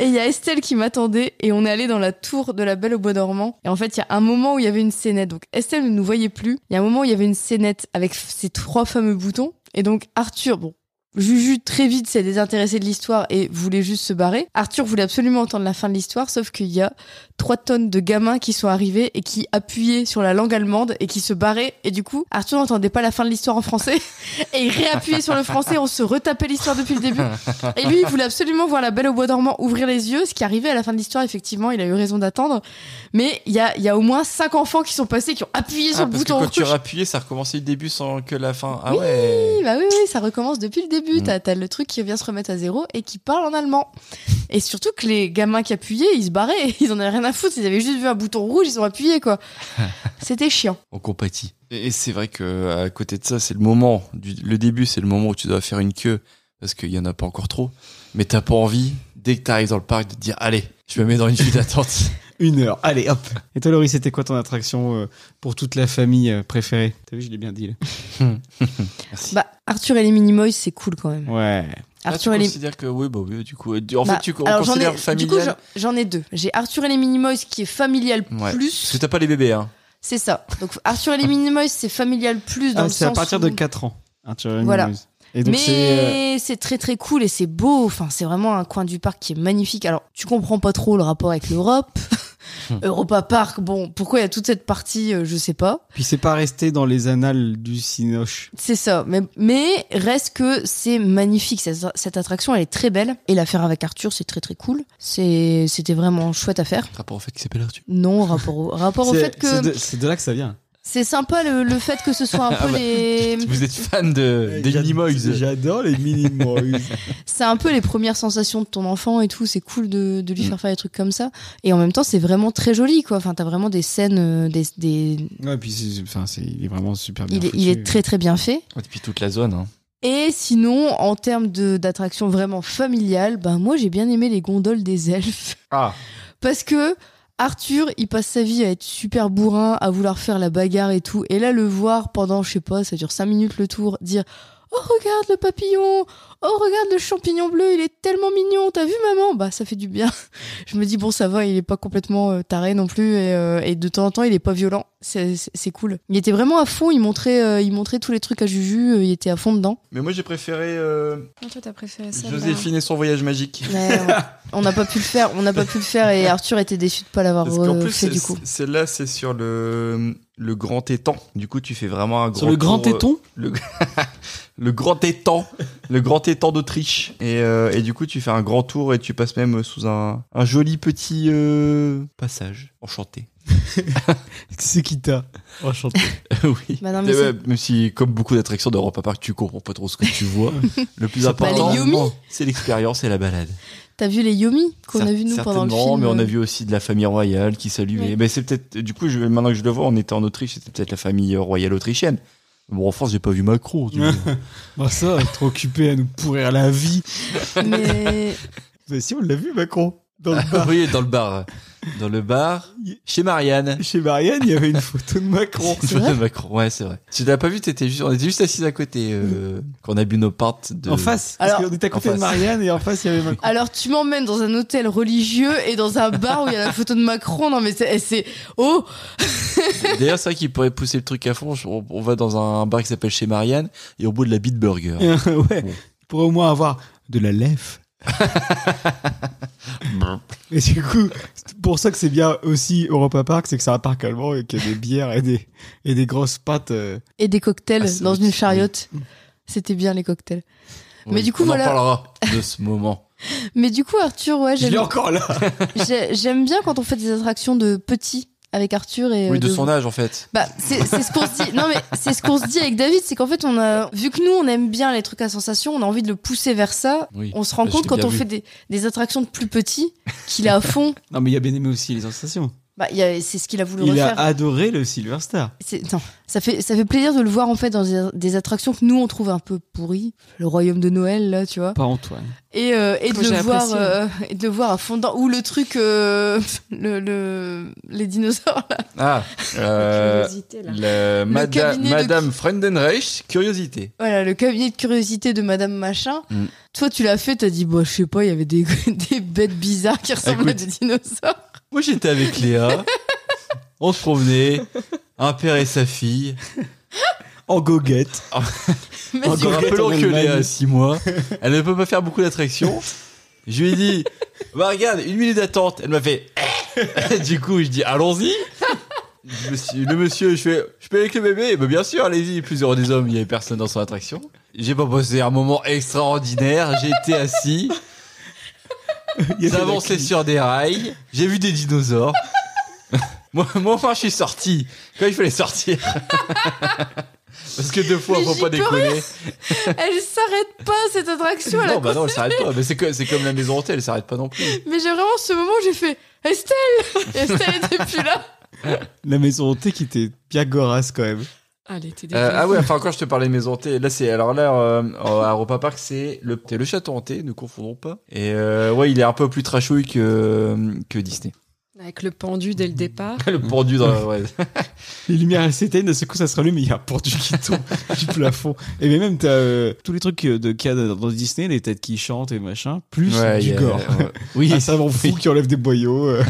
Speaker 3: Et il y a Estelle qui m'attendait et on est allé dans la tour de la Belle au Bois dormant. Et en fait, il y a un moment où il y avait une scénette. Donc Estelle ne nous voyait plus. Il y a un moment où il y avait une scénette avec f- ces trois fameux boutons. Et donc Arthur, bon, Juju très vite s'est désintéressé de l'histoire et voulait juste se barrer. Arthur voulait absolument entendre la fin de l'histoire, sauf qu'il y a trois tonnes de gamins qui sont arrivés et qui appuyaient sur la langue allemande et qui se barraient. Et du coup, Arthur n'entendait pas la fin de l'histoire en français et il réappuyait sur le français. On se retapait l'histoire depuis le début. Et lui, il voulait absolument voir la belle au bois dormant ouvrir les yeux, ce qui arrivait à la fin de l'histoire. Effectivement, il a eu raison d'attendre. Mais il y a, il y a au moins cinq enfants qui sont passés, qui ont appuyé sur
Speaker 2: Ah,
Speaker 3: le
Speaker 2: parce que
Speaker 3: bouton
Speaker 2: quand
Speaker 3: rouge.
Speaker 2: tu rappuyais, ça recommençait le début sans que la fin. Ah
Speaker 3: Oui,
Speaker 2: ouais.
Speaker 3: Oui, bah oui, oui, ça recommence depuis le début.
Speaker 2: Mm.
Speaker 3: T'as, t'as le truc qui vient se remettre à zéro et qui parle en allemand. Et surtout que les gamins qui appuyaient, ils se barraient. Ils en avaient rien à foutre. Ils avaient juste vu un bouton rouge, ils ont appuyé, quoi. C'était chiant.
Speaker 2: On compatit. Et et c'est vrai que euh, à côté de ça, c'est le moment. Du, le début, c'est le moment où tu dois faire une queue parce qu'il y en a pas encore trop. Mais t'as pas envie dès que t'arrives dans le parc de te dire allez, je me mets dans une file d'attente.
Speaker 1: une heure allez hop et toi Laurie c'était quoi ton attraction euh, pour toute la famille euh, préférée t'as vu je l'ai bien dit là
Speaker 2: Merci.
Speaker 3: Bah, Arthur et les Minimoys, c'est cool quand même.
Speaker 1: ouais
Speaker 2: Ah, tu
Speaker 3: Arthur et les.
Speaker 2: considères que oui, bah oui, du coup, du- en
Speaker 3: Bah,
Speaker 2: fait, tu on
Speaker 3: alors, j'en ai-
Speaker 2: considères
Speaker 3: du coup,
Speaker 2: familial.
Speaker 3: j'en- j'en ai deux. J'ai Arthur et les Minimoys qui est familial
Speaker 2: Ouais. Ah. Parce que
Speaker 3: plus.
Speaker 2: t'as pas les bébés, hein.
Speaker 3: C'est ça. Donc Arthur et les Minimoys, c'est familial plus dans
Speaker 1: Ah,
Speaker 3: le
Speaker 1: c'est à
Speaker 3: sens
Speaker 1: partir
Speaker 3: où-
Speaker 1: de 4 ans Arthur et
Speaker 3: Voilà.
Speaker 1: Minimoys. et donc c'est euh,
Speaker 3: mais c'est très très cool et c'est beau. Enfin, c'est vraiment un coin du parc qui est magnifique. Alors, tu comprends pas trop le rapport avec l'Europe.
Speaker 1: Hmm.
Speaker 3: Europa Park, bon, pourquoi il y a toute cette partie, euh, je sais pas.
Speaker 1: puis c'est pas resté dans les annales du Cinoche
Speaker 3: C'est ça, mais, mais reste que c'est magnifique. Cette, cette attraction, elle est très belle. Et la faire avec Arthur, c'est très très cool. C'est- C'était vraiment chouette à faire.
Speaker 2: Rapport au fait qu'il s'appelle Arthur.
Speaker 3: Non, rapport au, rapport au
Speaker 1: C'est-
Speaker 3: fait
Speaker 1: c'est
Speaker 3: que
Speaker 1: de- c'est de là que ça vient
Speaker 3: c'est sympa le, le fait que ce soit un
Speaker 2: Ah
Speaker 3: peu
Speaker 2: bah,
Speaker 3: les.
Speaker 2: Vous êtes fan de, Euh, des
Speaker 1: J'ad-
Speaker 2: Minimoys.
Speaker 1: J'adore les Minimoys.
Speaker 3: c'est un peu les premières sensations de ton enfant et tout. C'est cool de, de
Speaker 1: Mm.
Speaker 3: lui faire faire des trucs comme ça. Et en même temps, c'est vraiment très joli, quoi. Enfin, t'as vraiment des scènes, euh, des, des-
Speaker 1: ouais, puis c'est- enfin, c'est- il est vraiment super bien.
Speaker 3: Il, est,
Speaker 1: foutu.
Speaker 3: il est très très bien fait.
Speaker 2: Et puis toute la zone, hein.
Speaker 3: Et sinon, en termes de- d'attraction vraiment familiale, ben moi j'ai bien aimé les gondoles des elfes
Speaker 2: Ah.
Speaker 3: parce que Arthur, il passe sa vie à être super bourrin, à vouloir faire la bagarre et tout. Et là, le voir pendant, je sais pas, ça dure 5 minutes le tour, dire Oh, regarde le papillon Oh, regarde le champignon bleu, il est tellement mignon T'as vu, maman Bah, ça fait du bien. je me dis, bon, ça va, il est pas complètement euh, taré non plus. Et, euh, et de temps en temps, il est pas violent. C'est c'est- c'est cool. Il était vraiment à fond, il montrait, euh, il montrait tous les trucs à Juju, euh, il était à fond dedans.
Speaker 2: Mais moi, j'ai préféré euh,
Speaker 4: Non, toi, t'as préféré ça.
Speaker 2: Joséphine et son voyage magique.
Speaker 3: Ouais, on on n'a pas pu le faire, on n'a pas pu le faire et Arthur était déçu de pas l'avoir
Speaker 2: Parce qu'en
Speaker 3: euh,
Speaker 2: plus,
Speaker 3: fait
Speaker 2: c'est-
Speaker 3: du coup.
Speaker 2: c'est- celle-là, c'est sur le, le grand étang. Du coup, tu fais vraiment un grand
Speaker 1: Sur le grand
Speaker 2: tour, euh,
Speaker 1: téton
Speaker 2: le grand étang, le grand étang d'Autriche. Et, euh, et du coup, tu fais un grand tour et tu passes même sous un, un joli petit euh, passage enchanté.
Speaker 1: C'est qui t'a Enchanté.
Speaker 2: oui.
Speaker 3: Bah non, mais
Speaker 2: Et
Speaker 3: c'est-
Speaker 2: ouais, même si, comme beaucoup d'attractions d'Europa Park, tu comprends pas trop ce que tu vois. le plus
Speaker 1: pas
Speaker 2: important,
Speaker 3: Bah, les Yomi.
Speaker 2: c'est l'expérience et la balade.
Speaker 3: T'as vu les Yomi qu'on a
Speaker 2: Cer-
Speaker 3: vu nous pendant le
Speaker 2: certainement,
Speaker 3: film
Speaker 2: mais
Speaker 3: euh.
Speaker 2: on a vu aussi de la famille royale qui saluait.
Speaker 4: Ouais.
Speaker 2: Ben, c'est peut-être, du coup, je, maintenant que je le vois, on était en Autriche, c'était peut-être la famille euh, royale autrichienne. Bon, en France, j'ai pas vu Macron. tu vois.
Speaker 1: Bah ça, trop occupé à nous pourrir la vie.
Speaker 3: Mais
Speaker 1: Mais si, on l'a vu, Macron. Dans le bar.
Speaker 2: oui, dans le bar. Dans le bar, chez Marianne.
Speaker 1: Chez Marianne, il y avait une photo de Macron.
Speaker 2: Une photo de Macron, ouais, c'est vrai. Tu l'as pas vu, t'étais juste, on était juste assis à côté, euh, quand on a bu nos parts de.
Speaker 1: En face. Parce
Speaker 3: Alors-
Speaker 1: qu'on était à côté
Speaker 2: en
Speaker 1: de
Speaker 2: face.
Speaker 1: Marianne et en face, il y avait Macron.
Speaker 3: alors tu m'emmènes dans un hôtel religieux et dans un bar où il y a la photo de Macron. Non mais c'est c'est- oh
Speaker 2: D'ailleurs, c'est vrai qu'il pourrait pousser le truc à fond. Je- On, on va dans un bar qui s'appelle chez Marianne et au bout de la Beat Burger.
Speaker 1: ouais.
Speaker 2: Bon.
Speaker 1: Pour au moins avoir de la lèvre. Et du coup, c'est pour ça que c'est bien aussi Europa Park, c'est que c'est un parc allemand et qu'il y a des bières et des, et des grosses pâtes. euh.
Speaker 3: et des cocktails
Speaker 2: Ah, c'est
Speaker 3: dans
Speaker 2: vrai,
Speaker 3: une
Speaker 2: c'est-
Speaker 3: chariote. C'était bien les cocktails. Mais du coup,
Speaker 2: on
Speaker 3: voilà.
Speaker 2: On parlera de ce moment.
Speaker 3: Mais du coup Arthur ouais
Speaker 1: Je l'ai
Speaker 3: j'aime
Speaker 1: encore là.
Speaker 3: j'ai- j'aime bien quand on fait des attractions de petits avec Arthur et
Speaker 2: Oui,
Speaker 3: euh,
Speaker 2: de
Speaker 3: de-
Speaker 2: son âge, en fait.
Speaker 3: Bah, c'est c'est ce qu'on se dit. Non, mais c'est ce qu'on se dit avec David, c'est qu'en fait, on a vu que nous, on aime bien les trucs à sensation, on a envie de le pousser vers ça.
Speaker 2: Oui.
Speaker 3: On se rend
Speaker 2: Je
Speaker 3: compte
Speaker 2: l'ai
Speaker 3: quand
Speaker 2: bien
Speaker 3: on
Speaker 2: vu.
Speaker 3: fait des, des attractions de plus petits qu'il a à fond.
Speaker 1: Non, mais il a bien aimé aussi les sensations.
Speaker 3: Bah, il y a- c'est ce qu'il a voulu
Speaker 1: Il
Speaker 3: refaire.
Speaker 1: a adoré le Silver Star.
Speaker 3: C'est- non, ça fait ça fait plaisir de le voir en fait dans des, des attractions que nous on trouve un peu pourries, le royaume de Noël là, tu vois,
Speaker 1: Pas Antoine.
Speaker 3: et, euh, et de
Speaker 4: Que
Speaker 3: le
Speaker 4: j'ai
Speaker 3: voir
Speaker 4: apprécié.
Speaker 3: euh, et de le voir à fond dans ou le truc euh, le, le- les dinosaures là.
Speaker 2: Ah, euh,
Speaker 4: Curiosité, là.
Speaker 2: le Mada-
Speaker 3: cabinet de-
Speaker 2: Madame Frendenreich, curiosité.
Speaker 3: Voilà, le cabinet de curiosité de Madame Machin.
Speaker 2: Mm.
Speaker 3: Toi, tu l'as fait, t'as dit, bah, je sais pas, il y avait des, des bêtes bizarres qui ressemblaient à des dinosaures.
Speaker 2: Moi, j'étais avec Léa. on se promenait. Un père et sa fille.
Speaker 1: En goguette.
Speaker 3: Mais
Speaker 1: En
Speaker 3: du-
Speaker 1: Goguette,
Speaker 2: rappelons
Speaker 1: en
Speaker 2: que
Speaker 1: Allemagne.
Speaker 2: Léa a 6 mois. Elle ne peut pas faire beaucoup d'attractions. Je lui ai dit, bah regarde, une minute d'attente. Elle m'a fait, Eh du coup, je dis, allons-y. Je me suis- le monsieur, je fais, je peux avec le bébé Eh ben, Bien sûr, allez-y. Plusieurs des hommes, il n'y avait personne dans son attraction. J'ai pas passé un moment extraordinaire. J'étais assis,
Speaker 1: Il y avait la
Speaker 2: j'avançais
Speaker 1: clim.
Speaker 2: sur des rails. J'ai vu des dinosaures. moi, moi, enfin, je suis sorti quand il fallait sortir. Parce que deux fois,
Speaker 3: Mais
Speaker 2: faut
Speaker 3: j'y
Speaker 2: pas
Speaker 3: peux
Speaker 2: déconner.
Speaker 3: Elle s'arrête pas, cette attraction. elle a
Speaker 2: Non, bah non, elle s'arrête pas. Mais c'est que- c'est comme la maison hantée, elle s'arrête pas non plus.
Speaker 3: con- Mais j'ai vraiment ce moment où j'ai fait Estelle Et Estelle était plus là.
Speaker 1: La maison hantée qui était bien gorasse quand même.
Speaker 4: Ah, elle était
Speaker 2: Euh,
Speaker 4: dégueulasse.
Speaker 2: ah ouais, enfin quand je te parlais de maison hantée, là c'est alors là euh, euh, à Europa Park c'est le c'est le château hanté, ne confondons pas. Et euh, ouais, il est un peu plus trashouille que euh, que Disney.
Speaker 4: Avec le pendu dès le départ.
Speaker 2: Le pendu dans la ouais.
Speaker 1: Les lumières elles s'éteignent, d'un seul coup ça se rallume, et il y a un pendu qui tombe du plafond. Et mais même t'as euh, tous les trucs euh, de qu'il y a dans dans Disney, les têtes qui chantent et machin, plus
Speaker 2: Ouais, il
Speaker 1: du
Speaker 2: y a-
Speaker 1: gore.
Speaker 2: ouais. Oui.
Speaker 1: Un savant fou qui enlève des boyaux. euh.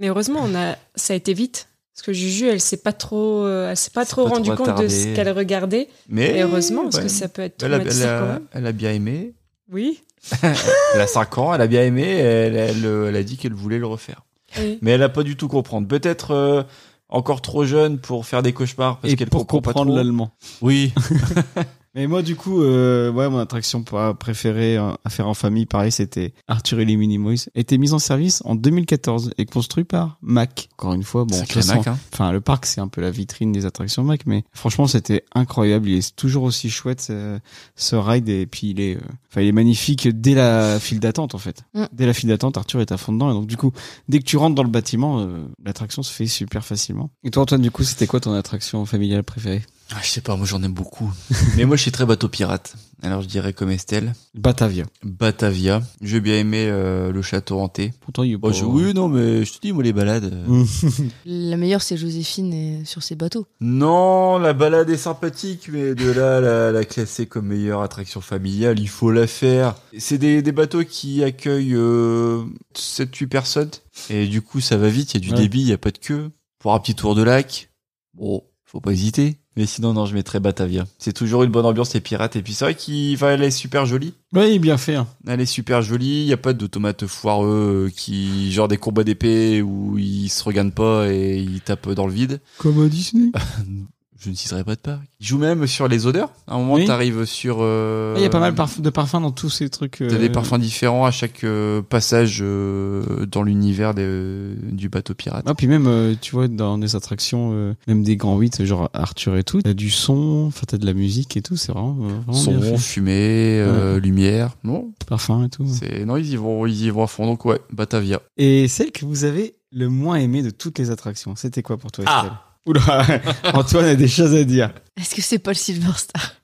Speaker 4: Mais heureusement, on a... ça a été vite. Parce que Juju, elle s'est pas trop, euh, elle s'est pas
Speaker 2: Elle s'est
Speaker 4: trop
Speaker 2: pas
Speaker 4: rendue
Speaker 2: trop
Speaker 4: compte de
Speaker 2: attardée.
Speaker 4: ce qu'elle regardait.
Speaker 2: Mais
Speaker 4: Et heureusement, parce
Speaker 2: ouais.
Speaker 4: que ça peut être
Speaker 2: elle a, elle,
Speaker 4: traumatisant quand
Speaker 2: a,
Speaker 4: même.
Speaker 2: elle a bien aimé.
Speaker 4: Oui.
Speaker 2: Elle a 5 ans, elle a bien aimé, elle, elle, elle a dit qu'elle voulait le refaire.
Speaker 4: Oui.
Speaker 2: Mais elle a pas du tout comprendre. Peut-être euh, encore trop jeune pour faire des cauchemars parce
Speaker 1: et
Speaker 2: qu'elle
Speaker 1: pour
Speaker 2: comprend pas
Speaker 1: comprendre
Speaker 2: trop.
Speaker 1: l'allemand.
Speaker 2: Oui.
Speaker 1: Mais moi du coup, euh, ouais, mon attraction pr- préférée hein, à faire en famille, pareil, c'était Arthur et les Minimoys. Était mise en service en 2014 et construit par Mac. Encore une fois, bon, de toute
Speaker 2: Sacré
Speaker 1: façon,
Speaker 2: Mac, hein.
Speaker 1: Enfin, le parc, c'est un peu la vitrine des attractions Mac, mais franchement, c'était incroyable. Il est toujours aussi chouette ce, ce ride et puis il est, euh, enfin, il est magnifique dès la file d'attente en fait.
Speaker 3: Mm.
Speaker 1: Dès la file d'attente, Arthur est à fond dedans et donc du coup, dès que tu rentres dans le bâtiment, euh, l'attraction se fait super facilement. Et toi, Antoine, du coup, c'était quoi ton attraction familiale préférée
Speaker 2: Ah, je sais pas, moi j'en aime beaucoup. Mais moi je suis très bateau pirate. Alors je dirais comme Estelle,
Speaker 1: Batavia.
Speaker 2: Batavia. J'ai bien aimé euh, le château hanté.
Speaker 1: Pourtant, il est
Speaker 2: Bon,
Speaker 1: pas-
Speaker 2: Bah, je- Oui, non, mais je te dis, moi les balades. euh,
Speaker 3: La meilleure, c'est Joséphine et- sur ses bateaux.
Speaker 2: Non, la balade est sympathique, mais de là à la, la classer comme meilleure attraction familiale, il faut la faire. C'est des, des bateaux qui accueillent euh, 7-8 personnes. Et du coup, ça va vite, il y a du
Speaker 1: Ouais.
Speaker 2: débit, il y a pas de queue. Pour un petit tour de lac, bon, faut pas hésiter. Mais sinon, non, je mettrais Batavia. C'est toujours une bonne ambiance, les pirates. Et puis c'est vrai qu'il va aller super jolie.
Speaker 1: Oui, bien fait. hein.
Speaker 2: Elle est super jolie, il n'y a pas de tomates foireux euh, qui, genre des combats d'épée où ils se regardent pas et ils tapent dans le vide.
Speaker 1: Comme à Disney.
Speaker 2: Je ne citerai pas de parc. Il joue même sur les odeurs. À un moment,
Speaker 1: Oui.
Speaker 2: t'arrives sur... euh,
Speaker 1: Il y a pas mal parf- de parfums dans tous ces trucs. euh,
Speaker 2: T'as des parfums différents à chaque euh, passage euh, dans l'univers des- du bateau pirate.
Speaker 1: Ah, puis même, euh, tu vois, dans des attractions, euh, même des grands 8, genre Arthur et tout, t'as du son, enfin t'as de la musique et tout, c'est vraiment, euh, vraiment bien
Speaker 2: Son,
Speaker 1: fait.
Speaker 2: fumée, euh, lumière. Non,
Speaker 1: Parfum et tout.
Speaker 2: c'est non, ils y vont, ils y vont à fond. Donc ouais, Batavia.
Speaker 1: Et celle que vous avez le moins aimée de toutes les attractions, c'était quoi pour toi,
Speaker 2: Ah.
Speaker 1: Estelle Oula, Antoine a des choses à dire.
Speaker 3: Est-ce que c'est pas le Silver Star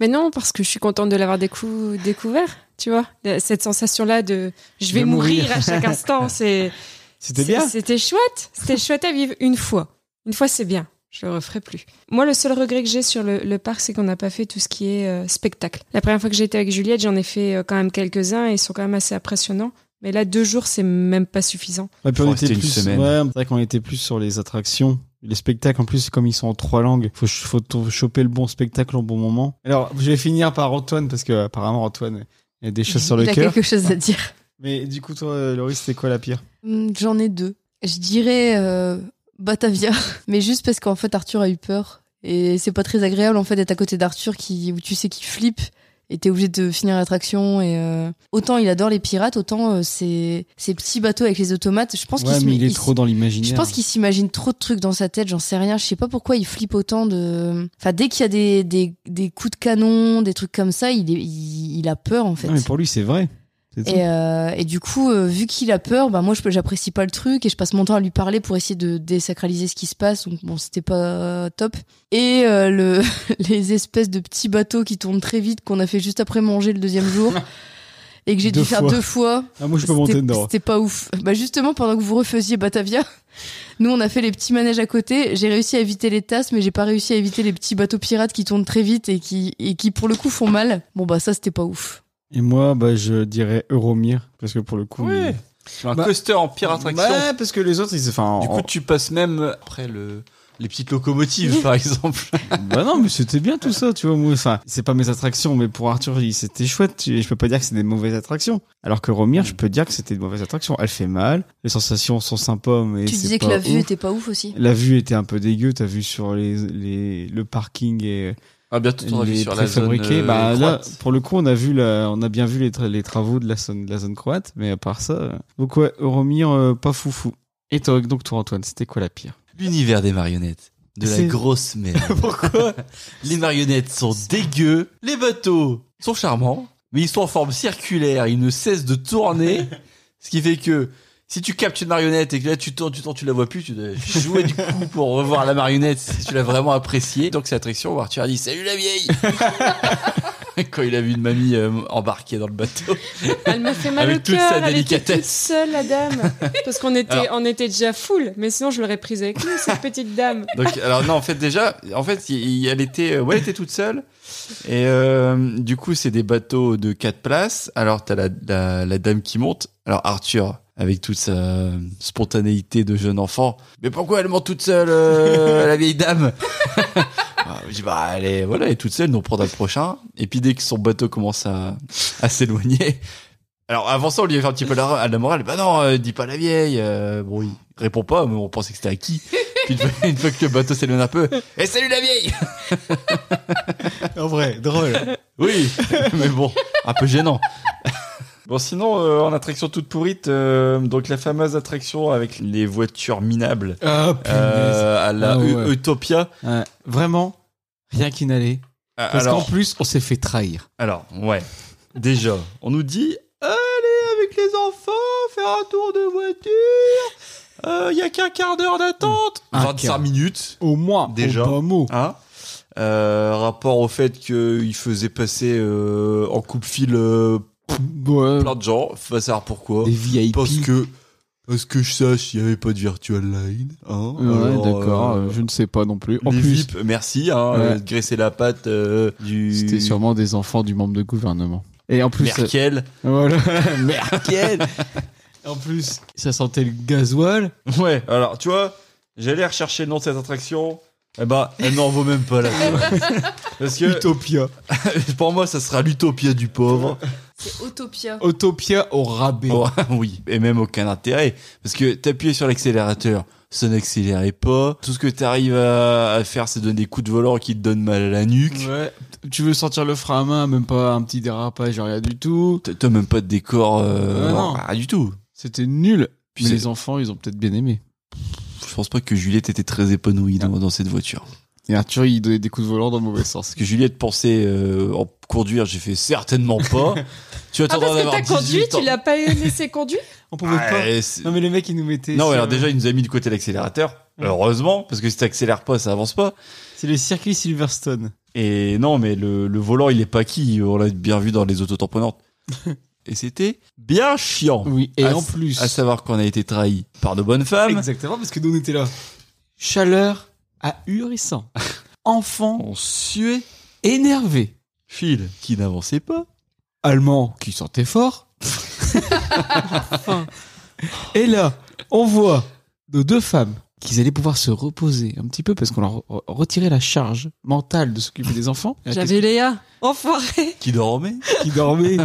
Speaker 4: Mais non, parce que je suis contente de l'avoir décou- découvert, tu vois. La- Cette sensation-là de je vais
Speaker 1: De
Speaker 4: mourir.
Speaker 1: mourir.
Speaker 4: à chaque instant, c'est
Speaker 1: C'était
Speaker 4: c'est-
Speaker 1: bien
Speaker 4: C'était chouette, c'était chouette à vivre une fois. Une fois, c'est bien. Je le referai plus. Moi, le seul regret que j'ai sur le, le parc, c'est qu'on n'a pas fait tout ce qui est euh, spectacle. La première fois que j'ai été avec Juliette, j'en ai fait euh, quand même quelques-uns et ils sont quand même assez impressionnants. Mais là, deux jours, c'est même pas suffisant.
Speaker 1: Ouais, puis on
Speaker 2: Faut
Speaker 1: était
Speaker 2: rester une
Speaker 1: plus,
Speaker 2: semaine.
Speaker 1: ouais, c'est vrai qu'on était plus sur les attractions. Les spectacles, en plus, comme ils sont en trois langues, faut, ch- faut t- choper le bon spectacle au bon moment. Alors, je vais finir par Antoine, parce que euh, apparemment Antoine, il y a des choses sur le
Speaker 3: Il a
Speaker 1: cœur.
Speaker 3: quelque chose à dire.
Speaker 1: Mais du coup, toi, euh, Laurie, c'était quoi la pire
Speaker 3: Hum, J'en ai deux. Je dirais euh, Batavia, mais juste parce qu'en fait Arthur a eu peur et c'est pas très agréable en fait d'être à côté d'Arthur qui où tu sais qu'il flippe et t'es obligé de finir l'attraction et euh, autant il adore les pirates autant euh, ces ces petits bateaux avec les automates je pense
Speaker 1: Ouais,
Speaker 3: qu'il se
Speaker 1: mais
Speaker 3: met-
Speaker 1: il est
Speaker 3: il
Speaker 1: trop dans l'imaginaire.
Speaker 3: Je pense qu'il s'imagine trop de trucs dans sa tête, j'en sais rien. Je sais pas pourquoi il flippe autant de. Enfin, dès qu'il y a des, des, des coups de canon, des trucs comme ça, il, est, il, il a peur en fait.
Speaker 1: Non, mais pour lui, c'est vrai. C'est tout.
Speaker 3: Et, euh, et du coup, euh, vu qu'il a peur, bah moi je peux- j'apprécie pas le truc et je passe mon temps à lui parler pour essayer de désacraliser ce qui se passe. Donc bon, c'était pas top. Et euh, le, les espèces de petits bateaux qui tournent très vite qu'on a fait juste après manger le deuxième jour et que j'ai dû
Speaker 1: Deux
Speaker 3: faire
Speaker 1: fois.
Speaker 3: deux fois.
Speaker 1: Ah, moi, je peux monter
Speaker 3: Bah, C'était-
Speaker 1: dedans.
Speaker 3: C'était pas ouf. Bah justement, pendant que vous refaisiez Batavia, nous on a fait les petits manèges à côté. J'ai réussi à éviter les tasses, mais j'ai pas réussi à éviter les petits bateaux pirates qui tournent très vite et qui, et qui pour le coup font mal. Bon bah ça c'était pas ouf.
Speaker 1: Et moi, bah, je dirais Euromir, parce que pour le coup.
Speaker 2: Ouais.
Speaker 1: il-
Speaker 2: Un
Speaker 1: Bah-
Speaker 2: coaster en pire attraction.
Speaker 1: Ouais, parce que les autres, ils se. Enfin,
Speaker 2: Du coup,
Speaker 1: en-
Speaker 2: tu passes même après le les petites locomotives, par exemple.
Speaker 1: bah non, mais c'était bien tout ça, tu vois. Moi, enfin, c'est pas mes attractions, mais pour Arthur, il- c'était chouette. tu- Et je peux pas dire que c'est des mauvaises attractions. Alors que Romir, je peux dire que c'était des mauvaises attractions. Elle fait mal, les sensations sont sympas, mais
Speaker 3: tu
Speaker 1: c'est
Speaker 3: disais que
Speaker 1: pas
Speaker 3: la vue
Speaker 1: ouf.
Speaker 3: était pas ouf aussi.
Speaker 1: La vue était un peu dégueu, t'as vu sur les, les, le parking et
Speaker 2: Ah, bientôt ton avis
Speaker 1: les
Speaker 2: sur la zone
Speaker 1: préfabriqués.
Speaker 2: euh,
Speaker 1: bah, là,
Speaker 2: croate.
Speaker 1: pour le coup, on a vu la, on a bien vu les, tra- les travaux de la zone, de la zone croate, mais à part ça, euh, donc ouais, Euromir, euh, pas foufou. Et toi, donc toi, Antoine, c'était quoi la pire
Speaker 2: L'univers des marionnettes. De la
Speaker 1: C'est-
Speaker 2: grosse merde. Pourquoi Les marionnettes sont dégueux. Les bateaux sont charmants. Mais ils sont en forme circulaire. Ils ne cessent de tourner. ce qui fait que si tu captes une marionnette et que là tu tournes, tu tournes, tu la vois plus, tu dois jouer du coup pour revoir la marionnette si tu l'as vraiment appréciée. Donc c'est l'attraction où Arthur a dit Salut la vieille Quand il a vu une mamie euh, embarquée dans le bateau.
Speaker 4: Elle m'a fait mal
Speaker 2: Avec
Speaker 4: au
Speaker 2: toute
Speaker 4: cœur.
Speaker 2: sa
Speaker 4: Elle était toute
Speaker 2: délicatesse.
Speaker 4: seule, la dame. Parce qu'on était,
Speaker 2: Alors-
Speaker 4: on était déjà full. Mais sinon, je l'aurais prise avec nous, cette petite dame.
Speaker 2: Donc, alors non, en fait déjà, en fait, il- il- elle était, euh, ouais, elle était toute seule. Et euh, du coup, c'est des bateaux de quatre places. Alors t'as la, la, la dame qui monte. Alors Arthur, avec toute sa spontanéité de jeune enfant, mais pourquoi elle monte toute seule, euh, la vieille dame Ah, Je dis bah allez, voilà, elle est toute seule, nous on prendra le prochain. Et puis dès que son bateau commence à, à s'éloigner. Alors avant ça, on lui a fait un petit peu la, à la morale. Bah non, euh, dis pas la vieille. euh, bon, il répond pas, mais on pensait que c'était acquis. Puis une fois, une fois que le bateau s'éloigne un peu, et Eh, salut la vieille
Speaker 1: En vrai, drôle.
Speaker 2: Oui, mais bon, un peu gênant. Bon, sinon, euh, en attraction toute pourrite, euh, donc la fameuse attraction avec les voitures minables
Speaker 1: Ah,
Speaker 2: euh, à la
Speaker 1: Ah ouais.
Speaker 2: Eu- Utopia.
Speaker 1: Ouais, Euh, vraiment, rien qui n'allait.
Speaker 2: Ah,
Speaker 1: Parce qu'en
Speaker 2: alors,
Speaker 1: plus, on s'est fait trahir.
Speaker 2: alors, ouais, déjà, on nous dit allez avec les enfants faire un tour de voiture. Il y a qu'un quart d'heure d'attente.
Speaker 1: Un
Speaker 2: 25
Speaker 1: quart.
Speaker 2: minutes.
Speaker 1: Au moins,
Speaker 2: Déjà.
Speaker 1: au bas mot.
Speaker 2: Hein Euh, rapport au fait qu'il faisait passer euh, en coupe-fil euh,
Speaker 1: Ouais,
Speaker 2: plein de gens, faut savoir pourquoi.
Speaker 1: des VIP.
Speaker 2: Parce que, parce que je sache, il n'y avait pas de virtual line. Hein
Speaker 1: Ouais,
Speaker 2: Alors,
Speaker 1: d'accord,
Speaker 2: euh,
Speaker 1: euh, je ne sais pas non plus. En
Speaker 2: les
Speaker 1: plus,
Speaker 2: VIP, merci, hein,
Speaker 1: Ouais.
Speaker 2: euh, de graisser la patte euh, du.
Speaker 1: c'était sûrement des enfants du membre de gouvernement. Et en plus,
Speaker 2: Merkel.
Speaker 1: euh, voilà, Merkel. en plus, ça sentait le gasoil.
Speaker 2: Ouais, alors tu vois, j'allais rechercher le nom de cette attraction. Eh ben, elle n'en vaut même pas la peine. Parce que
Speaker 1: Utopia.
Speaker 2: pour moi, ça sera l'utopia du pauvre.
Speaker 3: C'est Autopia.
Speaker 1: Utopia au rabais.
Speaker 2: Oh, oui, et même aucun intérêt. Parce que t'appuyer sur l'accélérateur, ça n'accélérait pas. Tout ce que t'arrives à, à faire, c'est donner des coups de volant qui te donnent mal à la nuque.
Speaker 1: Ouais. Tu veux sentir le frein à main, même pas un petit dérapage, rien du tout.
Speaker 2: T'as- T'as même pas de décor, euh,
Speaker 1: Ah, non.
Speaker 2: rien du tout.
Speaker 1: C'était nul.
Speaker 2: Puis
Speaker 1: Mais
Speaker 2: c'est-
Speaker 1: les enfants, ils ont peut-être bien aimé.
Speaker 2: Je pense pas que Juliette était très épanouie dans, dans cette voiture.
Speaker 1: Et Arthur, il donnait des coups de volant dans le mauvais sens.
Speaker 2: Parce que Juliette pensait euh, en conduire, j'ai fait certainement pas. tu
Speaker 4: Ah,
Speaker 2: attendras
Speaker 4: parce que
Speaker 2: d'avoir
Speaker 4: t'as
Speaker 2: 18
Speaker 4: conduit,
Speaker 2: ans.
Speaker 4: tu l'as pas laissé conduire
Speaker 1: On pouvait pas.
Speaker 2: Ouais, c'est-
Speaker 1: Non, mais les mecs, ils nous mettaient.
Speaker 2: Non,
Speaker 1: sur-
Speaker 2: alors déjà, il nous a mis de côté l'accélérateur. Heureusement, parce que si t'accélères pas, ça avance pas.
Speaker 1: C'est le circuit Silverstone.
Speaker 2: Et non, mais le, le volant, il est pas qui. On l'a bien vu dans les autotamponnantes. Et c'était bien chiant.
Speaker 1: Oui, et
Speaker 2: À-
Speaker 1: en plus.
Speaker 2: À savoir qu'on a été trahi par de bonnes femmes.
Speaker 1: Exactement, parce que nous, on était là. Chaleur ahurissant. Enfant
Speaker 2: On suait.
Speaker 1: énervé.
Speaker 2: Phil, qui n'avançait pas.
Speaker 1: Allemand qui sentait fort. Enfin. Et là, on voit nos deux femmes qu'ils allaient pouvoir se reposer un petit peu parce qu'on leur re- retirait la charge mentale de s'occuper des enfants. Et la
Speaker 4: J'avais Léa, enfoiré.
Speaker 2: Qui dormait.
Speaker 1: question qui dormait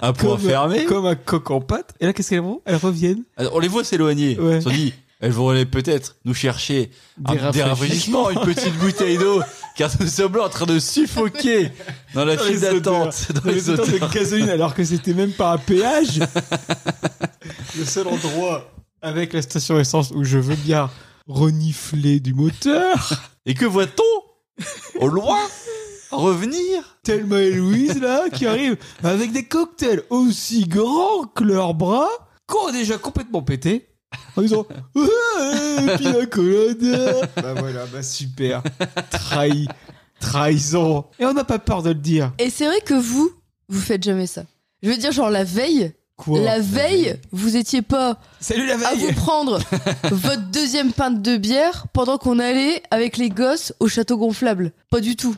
Speaker 2: Un point
Speaker 1: comme,
Speaker 2: fermé.
Speaker 1: comme un coq en pâte. Et là, qu'est-ce qu'elles vont Elles reviennent
Speaker 2: Alors, On les voit s'éloigner.
Speaker 1: Ouais.
Speaker 2: Ils se sont dit, elles vont aller peut-être nous chercher
Speaker 1: Ah,
Speaker 2: un dérafraîchissement, une petite bouteille d'eau, car nous sommes là en train de suffoquer dans la
Speaker 1: Dans
Speaker 2: file
Speaker 1: les odeurs.
Speaker 2: d'attente, dans
Speaker 1: Des
Speaker 2: les
Speaker 1: odeurs
Speaker 2: odeurs.
Speaker 1: de gasoline alors que c'était même pas un péage. Le seul endroit avec la station essence où je veux bien renifler du moteur.
Speaker 2: Et que voit-on au loin revenir
Speaker 1: Thelma et Louise là qui arrivent avec des cocktails aussi grands que leurs bras qu'on a déjà complètement pété en disant Ouais, pina colada. Bah voilà, bah super. Trahi. Trahison. Et on n'a pas peur de le dire.
Speaker 3: Et c'est vrai que vous, vous faites jamais ça. Je veux dire, genre la veille,
Speaker 1: Quoi
Speaker 3: la veille, vous étiez pas
Speaker 1: Salut la
Speaker 3: à vous
Speaker 1: veille
Speaker 3: prendre votre deuxième pinte de bière pendant qu'on allait avec les gosses au château gonflable. Pas du tout.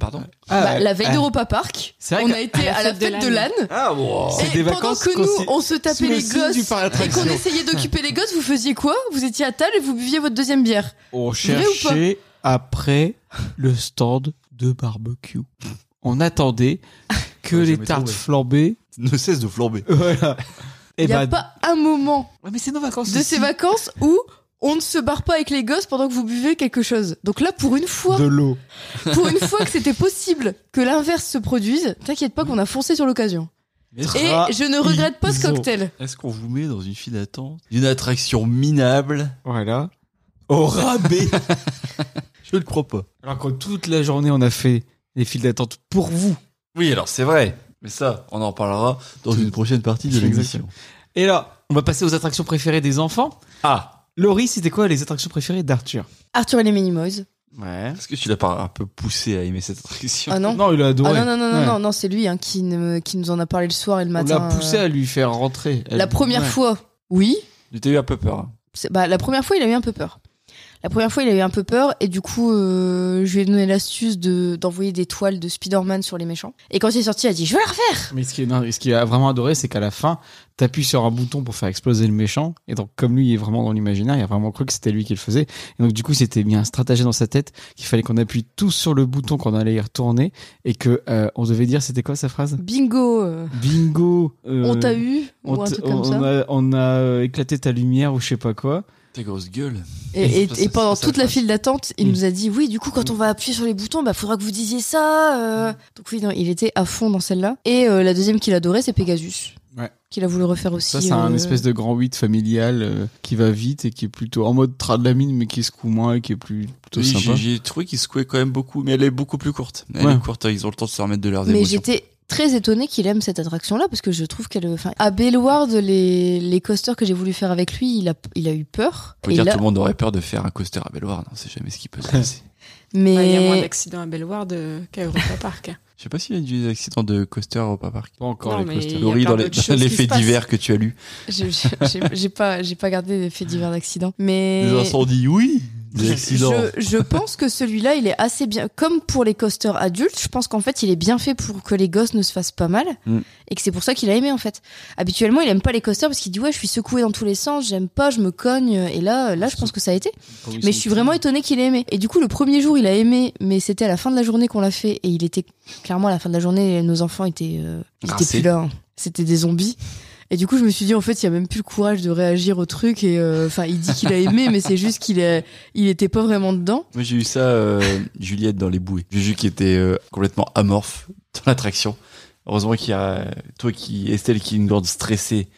Speaker 2: Pardon
Speaker 1: Ah,
Speaker 3: Bah, la veille
Speaker 1: ah.
Speaker 3: d'Europa Park,
Speaker 1: C'est vrai
Speaker 3: on
Speaker 1: que-
Speaker 3: a été
Speaker 4: la
Speaker 3: à la
Speaker 4: fête de
Speaker 3: fête de
Speaker 4: l'âne.
Speaker 3: l'âne.
Speaker 2: Ah, wow.
Speaker 1: C'est
Speaker 3: Et
Speaker 1: des
Speaker 3: pendant
Speaker 1: vacances
Speaker 3: que nous,
Speaker 1: consi-
Speaker 3: on se
Speaker 1: sous
Speaker 3: tapait
Speaker 1: le
Speaker 3: les
Speaker 1: signe du
Speaker 3: gosses
Speaker 1: parc
Speaker 3: et qu'on
Speaker 1: d'attractions.
Speaker 3: essayait d'occuper les gosses, vous faisiez quoi Vous étiez à table et vous buviez votre deuxième bière.
Speaker 1: On
Speaker 3: Vrai ou pas
Speaker 1: cherchait après le stand de barbecue. On attendait que
Speaker 2: Ouais, j'ai
Speaker 1: les
Speaker 2: jamais
Speaker 1: tartes Eh
Speaker 2: trouvé.
Speaker 1: flambées.
Speaker 2: Ne cesse de flamber.
Speaker 1: Voilà.
Speaker 3: Il
Speaker 1: Et
Speaker 3: n'y a pas un moment
Speaker 1: mais c'est nos vacances.
Speaker 3: de ces vacances où on ne se barre pas avec les gosses pendant que vous buvez quelque chose. Donc là, pour une fois,
Speaker 1: De l'eau.
Speaker 3: pour une fois que c'était possible que l'inverse se produise, t'inquiète pas qu'on a foncé sur l'occasion. Et
Speaker 1: Ah,
Speaker 3: je ne regrette pas ce
Speaker 1: Trahison.
Speaker 3: cocktail.
Speaker 2: Est-ce qu'on vous met dans une file d'attente d'une attraction minable
Speaker 1: Voilà. Au rabais.
Speaker 2: Je le crois pas.
Speaker 1: Alors que toute la journée, on a fait les files d'attente pour vous.
Speaker 2: Oui, alors c'est vrai. Mais ça, on en parlera dans une prochaine partie de l'émission.
Speaker 1: Et là, on va passer aux attractions préférées des enfants.
Speaker 2: Ah
Speaker 1: Laurie, c'était quoi les attractions préférées d'Arthur
Speaker 3: Arthur et les Minimoys.
Speaker 1: Ouais.
Speaker 2: Est-ce que tu l'as pas un peu poussé à aimer cette attraction
Speaker 3: Ah non.
Speaker 1: Non, il a
Speaker 3: Ah
Speaker 1: adoré.
Speaker 3: non, non, non, non,
Speaker 1: Ouais.
Speaker 3: non, non, c'est lui hein, qui, ne- qui nous en a parlé le soir et le
Speaker 1: On
Speaker 3: matin.
Speaker 1: l'a poussé
Speaker 3: euh,
Speaker 1: à lui faire rentrer.
Speaker 3: La
Speaker 1: Elle-
Speaker 3: première
Speaker 1: Ouais.
Speaker 3: fois, oui.
Speaker 2: Tu t'es eu un peu peur. hein.
Speaker 3: C'est- bah, la première fois, il a eu un peu peur. La première fois, il a eu un peu peur et du coup, euh, je lui ai donné l'astuce de- d'envoyer des toiles de Spider-Man sur les méchants. Et quand il est sorti, il a dit Je vais la refaire
Speaker 1: Mais ce qui est- non, ce qu'il a vraiment adoré, c'est qu'à la fin, t'appuies sur un bouton pour faire exploser le méchant. Et donc, comme lui, il est vraiment dans l'imaginaire, il a vraiment cru que c'était lui qui le faisait. Et donc, du coup, c'était mis un stratagème dans sa tête qu'il fallait qu'on appuie tous sur le bouton qu'on allait y retourner et que euh, on devait dire, c'était quoi sa phrase
Speaker 3: Bingo euh,
Speaker 1: Bingo euh,
Speaker 3: On t'a eu
Speaker 1: on
Speaker 3: Ou un
Speaker 1: t-
Speaker 3: truc comme
Speaker 1: on
Speaker 3: ça.
Speaker 1: a, on a, euh, éclaté ta lumière ou je sais pas quoi.
Speaker 2: T'es grosse gueule.
Speaker 3: Et, et-
Speaker 2: Ça, ça,
Speaker 3: et pendant
Speaker 2: ça, ça,
Speaker 3: toute
Speaker 2: ça.
Speaker 3: la file d'attente, il
Speaker 1: Mm.
Speaker 3: nous a dit oui, du coup, quand on va appuyer sur les boutons, bah faudra que vous disiez ça.
Speaker 1: Mm.
Speaker 3: euh. Donc oui, non, il était à fond dans celle-là. Et euh, la deuxième qu'il adorait, c'est Pegasus.
Speaker 1: Ouais.
Speaker 3: Qu'il a voulu refaire aussi.
Speaker 1: Ça, c'est un
Speaker 3: euh,
Speaker 1: espèce de grand 8 familial euh, qui va vite et qui est plutôt en mode trad la mine, mais qui se coud moins et qui est plus, plutôt
Speaker 2: Oui,
Speaker 1: sympa.
Speaker 2: j'ai- J'ai trouvé qu'ils secouaient quand même beaucoup, mais elle est beaucoup plus courte. Elle
Speaker 1: Ouais.
Speaker 2: est courte, hein. ils ont le temps de se remettre de leurs
Speaker 3: Mais
Speaker 2: émotions.
Speaker 3: j'étais très étonnée qu'il aime cette attraction-là parce que je trouve qu'elle. Enfin, à Bellward, les, les coasters que j'ai voulu faire avec lui, il a, il a eu peur.
Speaker 2: Faut
Speaker 3: Et
Speaker 2: dire,
Speaker 3: là-
Speaker 2: tout le monde aurait peur de faire un coaster à Belvoir. Non, c'est jamais ce qui peut se passer.
Speaker 3: mais
Speaker 4: Ah, Il y a moins d'accidents à Belward euh, qu'à Europa Park. hein.
Speaker 2: Je sais pas s'il y a eu des accidents de coaster au Park.
Speaker 1: Pas encore
Speaker 4: Non,
Speaker 1: les
Speaker 4: mais-
Speaker 1: coasters.
Speaker 4: Il y a
Speaker 2: Laurie,
Speaker 4: plein
Speaker 2: dans les,
Speaker 4: d'autres choses
Speaker 2: les
Speaker 4: qui
Speaker 2: faits
Speaker 4: se passent.
Speaker 2: divers que tu as lus.
Speaker 3: Je- je- J'ai j'ai pas, j'ai pas gardé les faits divers d'accident. Mais.
Speaker 2: Des incendies, oui.
Speaker 5: Des accidents.
Speaker 3: Je, je pense que celui-là, il est assez bien. Comme pour les coasters adultes, je pense qu'en fait, il est bien fait pour que les gosses ne se fassent pas mal.
Speaker 2: Mm.
Speaker 3: Et que c'est pour ça qu'il a aimé, en fait. Habituellement, il aime pas les coasters parce qu'il dit Ouais, je suis secoué dans tous les sens, j'aime pas, je me cogne. Et là, là, je pense que ça a été. Mais je suis vraiment étonnée qu'il ait aimé. Et du coup, le premier jour, il a aimé, mais c'était à la fin de la journée qu'on l'a fait. Et il était clairement à la fin de la journée, nos enfants étaient, euh, ils étaient
Speaker 2: Rincés.
Speaker 3: plus là. hein. C'était des zombies. Et du coup, je me suis dit, en fait, il y a même plus le courage de réagir au truc. Et euh, enfin, il dit qu'il a aimé, mais c'est juste qu'il a- il était pas vraiment dedans.
Speaker 2: Moi, j'ai eu ça, euh, Juliette, dans les bouées. Juju qui était euh, complètement amorphe dans l'attraction. Heureusement qu'il y a euh, toi qui, Estelle, qui est une grande stressée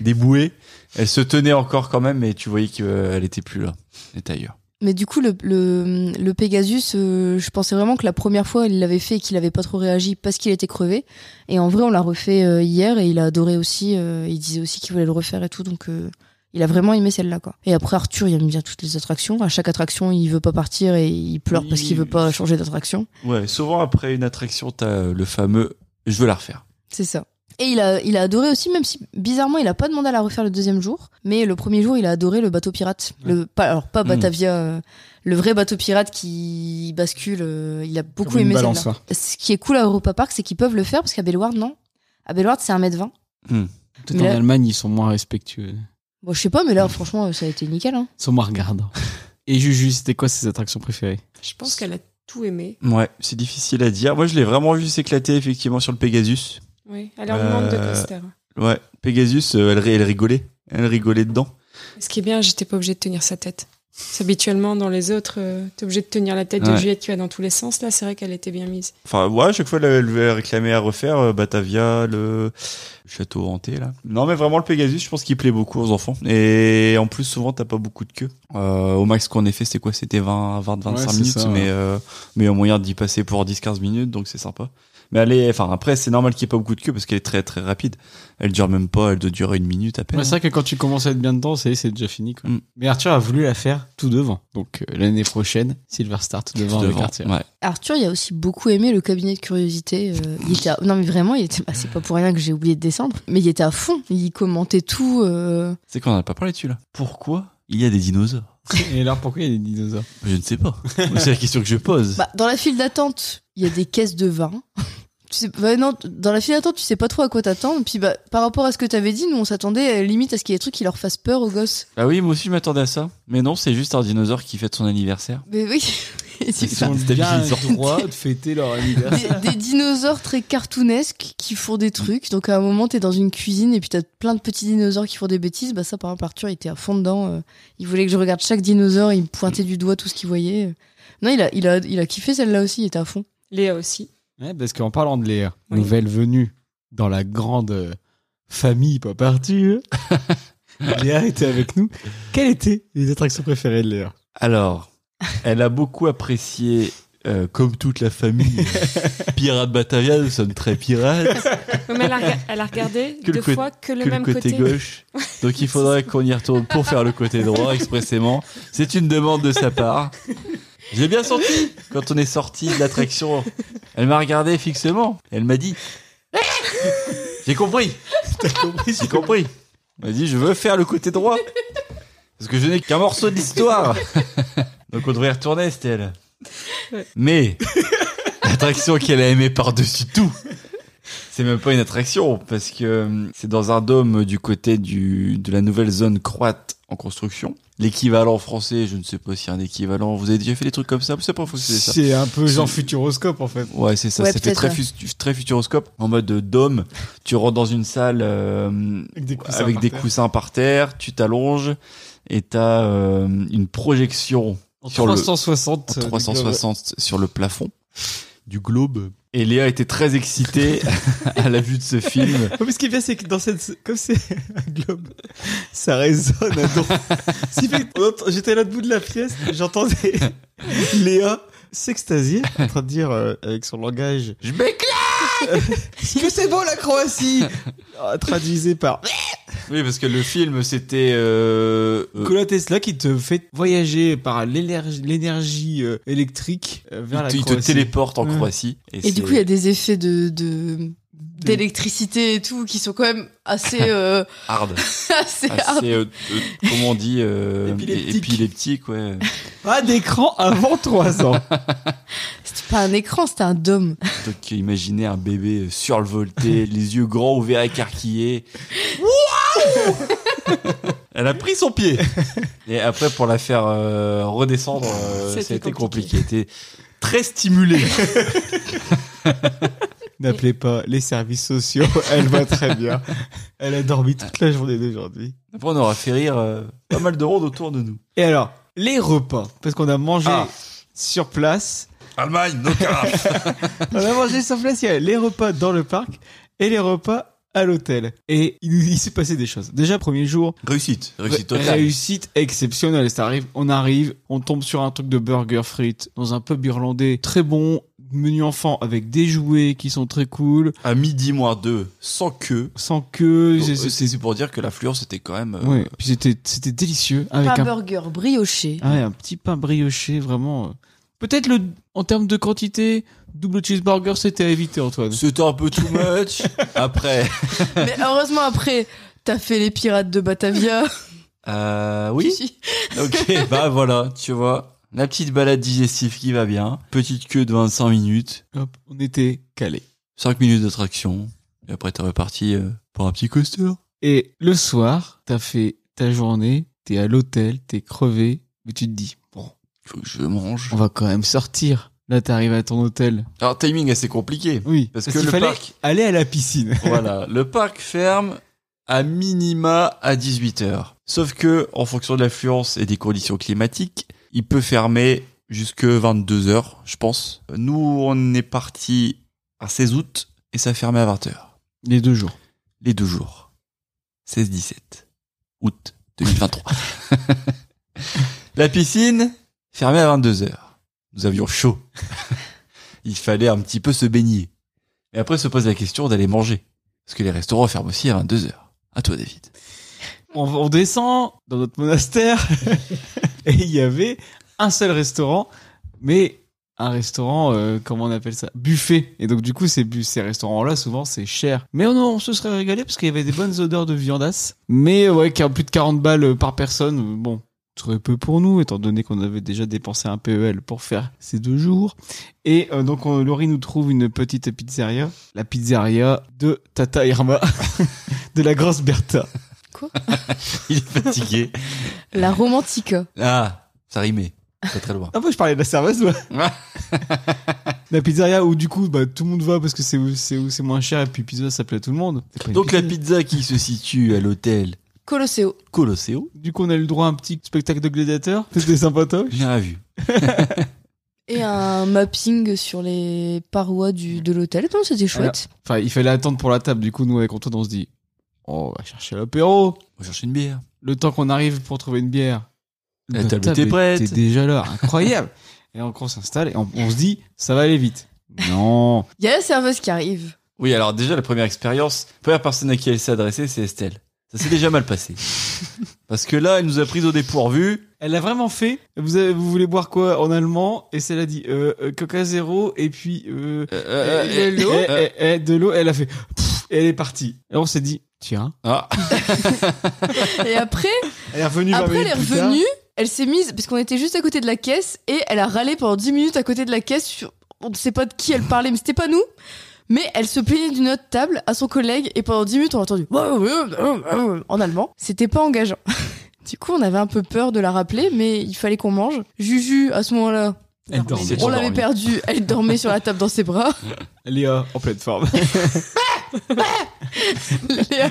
Speaker 2: des bouées. Elle se tenait encore quand même, mais tu voyais qu'elle était plus là. Elle était ailleurs.
Speaker 3: Mais du coup, le, le, le Pegasus, euh, je pensais vraiment que la première fois, il l'avait fait et qu'il avait pas trop réagi parce qu'il était crevé. Et en vrai, on l'a refait euh, hier et il a adoré aussi. euh, il disait aussi qu'il voulait le refaire et tout. Donc, euh, il a vraiment aimé celle-là, quoi. Et après, Arthur, il aime bien toutes les attractions. À chaque attraction, il veut pas partir et il pleure parce qu'il veut pas changer d'attraction.
Speaker 2: Ouais, souvent après une attraction, t'as euh, le fameux je veux la refaire.
Speaker 3: C'est ça. Et il a, il a adoré aussi, même si bizarrement il a pas demandé à la refaire le deuxième jour, mais le premier jour il a adoré le bateau pirate. Le, pas, alors pas
Speaker 1: Hmm.
Speaker 3: Batavia, euh, le vrai bateau pirate qui bascule, euh, il a beaucoup
Speaker 1: Comme une
Speaker 3: aimé celle-là.
Speaker 1: balançoire.
Speaker 3: Ce qui est cool à Europa Park, c'est qu'ils peuvent le faire parce qu'à Bellward, non. À Bellward, c'est 1m20.
Speaker 5: Peut-être
Speaker 3: Mais
Speaker 5: en
Speaker 3: là-
Speaker 5: Allemagne, ils sont moins respectueux.
Speaker 3: Bon, je sais pas, mais là franchement euh, ça a été nickel. Hein.
Speaker 5: Ils sont moins regardants. Et Juju, c'était quoi ses attractions préférées
Speaker 4: Je pense qu'elle a tout aimé.
Speaker 2: Ouais, c'est difficile à dire. Moi, je l'ai vraiment vu s'éclater effectivement sur le Pegasus.
Speaker 4: Oui, elle est en manque de
Speaker 2: Euh,
Speaker 4: coaster.
Speaker 2: Ouais, Pegasus, euh, elle, ri- elle rigolait. Elle rigolait dedans.
Speaker 4: Ce qui est bien, j'étais pas obligée de tenir sa tête. Parce Habituellement, dans les autres, euh, t'es obligée de tenir la tête de
Speaker 2: Ouais.
Speaker 4: Juliette qui va dans tous les sens. Là, c'est vrai qu'elle était bien mise.
Speaker 2: Enfin, ouais, à chaque fois, elle, elle veut réclamer à refaire euh, Batavia, le château hanté, là. Non, mais vraiment, le Pegasus, je pense qu'il plaît beaucoup aux enfants. Et en plus, souvent, t'as pas beaucoup de queue. Euh, au max qu'on ait fait, c'était quoi C'était 20, 20, 25
Speaker 5: Ouais, c'est
Speaker 2: minutes,
Speaker 5: ça, ouais.
Speaker 2: mais, euh, mais au moyen d'y passer pour 10, 15 minutes, donc c'est sympa. Mais elle est, enfin, après, c'est normal qu'il n'y ait pas beaucoup de queue parce qu'elle est très, très rapide. Elle dure même pas, elle doit durer une minute à peine.
Speaker 5: Ouais, C'est vrai que quand tu commences à être bien dedans, c'est c'est déjà fini. Quoi.
Speaker 2: Mm.
Speaker 5: Mais Arthur a voulu la faire tout devant. Donc euh, l'année prochaine, Silver Star tout devant,
Speaker 2: Tout
Speaker 5: avec
Speaker 2: devant,
Speaker 5: Arthur.
Speaker 2: ouais.
Speaker 3: Arthur, il a aussi beaucoup aimé le cabinet de curiosité. euh, il était à- Non mais vraiment, il était... bah, c'est pas pour rien que j'ai oublié de descendre, mais il était à fond. Il commentait tout. euh,
Speaker 2: C'est qu'on n'en a pas parlé dessus, là. Pourquoi il y a des dinosaures
Speaker 5: Et alors pourquoi il y a des dinosaures
Speaker 2: Je ne sais pas. C'est la question que je pose.
Speaker 3: Bah, dans la file d'attente, il y a des caisses de vin. Tu sais, bah non, t- dans la file d'attente, tu sais pas trop à quoi t'attendre. Puis bah, par rapport à ce que t'avais dit, nous on s'attendait euh, limite à ce qu'il y ait des trucs qui leur fassent peur aux gosses.
Speaker 2: Bah oui, moi aussi je m'attendais à ça. Mais non, c'est juste un dinosaure qui fête son anniversaire.
Speaker 3: Mais oui, Et tu-
Speaker 5: Ils sont bien droits de fêter leur anniversaire.
Speaker 3: des, des dinosaures très cartoonesques qui font des trucs. Donc à un moment, t'es dans une cuisine et puis t'as plein de petits dinosaures qui font des bêtises. Bah ça, par exemple, Arthur il était à fond dedans. euh, il voulait que je regarde chaque dinosaure, il me pointait du doigt tout ce qu'il voyait. Non, il a, il a, il a kiffé celle-là aussi, il était à fond.
Speaker 4: Léa aussi.
Speaker 5: Ouais, parce qu'en parlant de Léa,
Speaker 4: Oui.
Speaker 5: nouvelle venue dans la grande euh, famille Pop Arthur, Léa était avec nous. Quelles étaient les attractions préférées de Léa
Speaker 2: Alors, elle a beaucoup apprécié, euh, comme toute la famille, Pirate Batavia, nous sommes très pirates,
Speaker 4: Ouais, mais elle, a, rega- elle a regardé
Speaker 2: Que le
Speaker 4: deux
Speaker 2: côté-
Speaker 4: fois que le
Speaker 2: que
Speaker 4: même
Speaker 2: le côté, gauche. Donc il faudrait qu'on y retourne pour faire le côté droit expressément. C'est une demande de sa part. J'ai bien senti quand on est sorti de l'attraction. Elle m'a regardé fixement. Elle m'a dit J'ai compris. J'ai compris. Elle m'a dit Je veux faire le côté droit. Parce que je n'ai qu'un morceau d'histoire. Donc on devrait y retourner, Estelle.
Speaker 4: Ouais.
Speaker 2: Mais l'attraction qu'elle a aimée par-dessus tout, c'est même pas une attraction parce que euh, c'est dans un dôme du côté du, de la nouvelle zone croate en construction. L'équivalent français, je ne sais pas s'il y a un équivalent. Vous avez déjà fait des trucs comme ça Vous savez pas fonctionner ça
Speaker 5: C'est un peu genre
Speaker 2: C'est-
Speaker 5: futuroscope en fait.
Speaker 2: Ouais, c'est ça.
Speaker 3: Ouais,
Speaker 2: C'était
Speaker 3: peut-être,
Speaker 2: très,
Speaker 3: ouais.
Speaker 2: fus- très futuroscope. En mode dôme, tu rentres dans une salle euh,
Speaker 5: Avec des coussins
Speaker 2: avec
Speaker 5: par
Speaker 2: des
Speaker 5: terre.
Speaker 2: coussins par terre, tu t'allonges et t'as euh, une projection
Speaker 5: En
Speaker 2: sur le-
Speaker 5: 360. euh,
Speaker 2: 360 sur le plafond du globe. Et Léa était très excitée à la vue de ce film.
Speaker 1: Ouais, mais ce qui est bien, c'est que dans cette. Comme c'est un globe, ça résonne à don. Ce qui fait que l'autre- J'étais à l'autre bout de la pièce, j'entendais Léa s'extasier, en train de dire euh, avec son langage
Speaker 2: Je m'éclate
Speaker 1: Est-ce que c'est beau la Croatie Ah, Traduisé par
Speaker 2: Euh. Oui, parce que le film, c'était... euh, euh,
Speaker 5: Nikola Tesla qui te fait voyager par l'énergie- l'énergie euh, électrique euh, vers
Speaker 2: il
Speaker 5: la
Speaker 2: te, il te
Speaker 5: Croatie.
Speaker 2: téléporte en
Speaker 5: Ouais.
Speaker 2: Croatie.
Speaker 3: Et
Speaker 2: c'est-
Speaker 3: du coup, il y a des effets de, de, d'électricité et tout, qui sont quand même assez, euh,
Speaker 2: Hard.
Speaker 3: assez hard.
Speaker 2: Assez, euh, euh, comment on dit euh,
Speaker 1: Épileptique.
Speaker 2: épileptique, ouais.
Speaker 1: Pas d'écran avant 3 ans.
Speaker 3: C'était pas un écran, c'était un dôme.
Speaker 2: Donc imaginez un bébé survolté, les yeux grands ouverts écarquillés. Elle a pris son pied. Et après, pour la faire euh, redescendre, euh,
Speaker 4: C'était
Speaker 2: ça a été
Speaker 4: compliqué.
Speaker 2: compliqué. C'était très stimulé.
Speaker 1: N'appelez pas les services sociaux, elle va très bien. Elle a dormi toute la journée d'aujourd'hui.
Speaker 2: Après, on aura fait rire euh, pas mal de rondes autour de nous.
Speaker 1: Et alors, les repas, parce qu'on a mangé
Speaker 2: Ah.
Speaker 1: sur place.
Speaker 2: Allemagne, no
Speaker 1: On a mangé sur place, il y a les repas dans le parc et les repas à l'hôtel. Et il, il s'est passé des choses. Déjà, premier jour,
Speaker 2: Réussite, réussite
Speaker 1: ré-
Speaker 2: totale.
Speaker 1: réussite exceptionnelle. Ça arrive, on arrive, on tombe sur un truc de burger frites dans un pub irlandais très bon, menu enfant avec des jouets qui sont très cool,
Speaker 2: À midi moins deux, sans queue.
Speaker 1: sans queue.
Speaker 2: Donc,
Speaker 1: c'est-
Speaker 2: euh,
Speaker 1: c'est-
Speaker 2: C'est pour dire que l'affluence était quand même. euh,
Speaker 1: Ouais, puis c'était c'était délicieux avec
Speaker 3: Pas
Speaker 1: un
Speaker 3: burger, brioché.
Speaker 1: Ah ouais, un petit pain brioché, vraiment. euh. Peut-être le en termes de quantité, double cheeseburger, c'était à éviter, Antoine.
Speaker 2: C'était un peu too much. Après,
Speaker 3: Mais heureusement, après, t'as fait les pirates de Batavia.
Speaker 2: euh, oui.
Speaker 3: Si.
Speaker 2: Ok, bah voilà, tu vois. La petite balade digestive qui va bien. Petite queue de 25 minutes.
Speaker 1: Hop, on était calé.
Speaker 2: 5 minutes de traction. Et après, t'es reparti euh, pour un petit coaster.
Speaker 1: Et le soir, t'as fait ta journée, t'es à l'hôtel, t'es crevé, mais tu te dis bon,
Speaker 2: Faut que je mange.
Speaker 1: on va quand même sortir. Là, t'arrives à ton hôtel.
Speaker 2: Alors, timing assez compliqué.
Speaker 1: Oui,
Speaker 2: Parce que
Speaker 1: qu'il
Speaker 2: le
Speaker 1: fallait
Speaker 2: parc-
Speaker 1: aller à la piscine.
Speaker 2: voilà, le parc ferme à minima à 18h. Sauf que, en fonction de l'affluence et des conditions climatiques, il peut fermer jusque 22h, je pense. Nous, on est parti à 16 août et ça fermait à 20h.
Speaker 1: Les deux jours.
Speaker 2: Les deux jours. 16-17 août 2023. La piscine fermée à 22h. Nous avions chaud. Il fallait un petit peu se baigner. Et après se pose la question d'aller manger. Parce que les restaurants ferment aussi à 22h. À toi, David.
Speaker 1: On, on descend dans notre monastère et il y avait un seul restaurant, mais un restaurant, euh, comment on appelle ça Buffet. Et donc du coup, ces, bu- ces restaurants-là, souvent, c'est cher. Mais on, on se serait régalé parce qu'il y avait des bonnes odeurs de viandasse. Mais euh, ouais, qui a plus de 40 balles euh, par personne, bon, très peu pour nous, étant donné qu'on avait déjà dépensé un PEL pour faire ces deux jours. Et euh, donc, on- Laurie nous trouve une petite pizzeria, la pizzeria de Tata Irma, de la grosse Bertha.
Speaker 2: Il est fatigué.
Speaker 3: La Romantica.
Speaker 2: Ah, ça rimait. Pas très loin.
Speaker 1: Ah, moi, je parlais de la serveuse, moi. la pizzeria où, du coup, bah, tout le monde va parce que c'est où c'est où c'est moins cher et puis pizza, ça plaît à tout le monde. C'est pas une
Speaker 2: Donc la
Speaker 1: pizza.
Speaker 2: pizza qui se situe à l'hôtel
Speaker 3: Colosseo.
Speaker 2: Colosseo,
Speaker 1: Du coup, on a eu le droit à un petit spectacle de gladiateurs. C'était sympatoche.
Speaker 2: j'ai rien vu.
Speaker 3: Et un mapping sur les parois du, de l'hôtel. Non, c'était chouette.
Speaker 1: Enfin, il fallait attendre pour la table. Du coup, nous, avec Antoine, on se dit, oh, on va chercher l'apéro.
Speaker 2: On cherche une bière.
Speaker 1: Le temps qu'on arrive pour trouver une bière.
Speaker 2: La
Speaker 1: notre
Speaker 2: table était prête.
Speaker 1: était déjà là. Incroyable. et donc, on s'installe et on, on se dit, ça va aller vite. Non.
Speaker 3: Il y a la serveuse qui arrive.
Speaker 2: Oui, alors déjà, la première expérience, première personne à qui elle s'est adressée, c'est Estelle. Ça s'est déjà mal passé. Parce que là, elle nous a pris au dépourvu.
Speaker 1: Elle l'a vraiment fait. Vous, avez- vous voulez boire quoi en allemand Et celle a dit euh, euh, Coca Zéro et puis euh,
Speaker 2: Euh, euh, euh,
Speaker 1: de l'eau.
Speaker 2: euh, euh,
Speaker 1: de l'eau. Elle a fait. Pff, et elle est partie. Et on s'est dit tiens.
Speaker 2: ah,
Speaker 3: Et après,
Speaker 1: Elle est revenue. vingt
Speaker 3: après elle est
Speaker 1: minutes plus tard.
Speaker 3: revenue, elle s'est mise, parce qu'on était juste à côté de la caisse, et elle a râlé pendant 10 minutes à côté de la caisse. sur- On ne sait pas de qui elle parlait, mais c'était pas nous. Mais elle se plaignait d'une autre table à son collègue, et pendant 10 minutes, on a entendu en allemand. C'était pas engageant. Du coup, on avait un peu peur de la rappeler, mais il fallait qu'on mange. Juju, à ce moment-là,
Speaker 1: Elle
Speaker 4: dormait.
Speaker 1: dormait.
Speaker 2: Elle
Speaker 3: on
Speaker 2: dormait.
Speaker 3: l'avait perdue. Elle dormait sur la table dans ses bras.
Speaker 1: Léa euh, en pleine forme.
Speaker 3: Léa,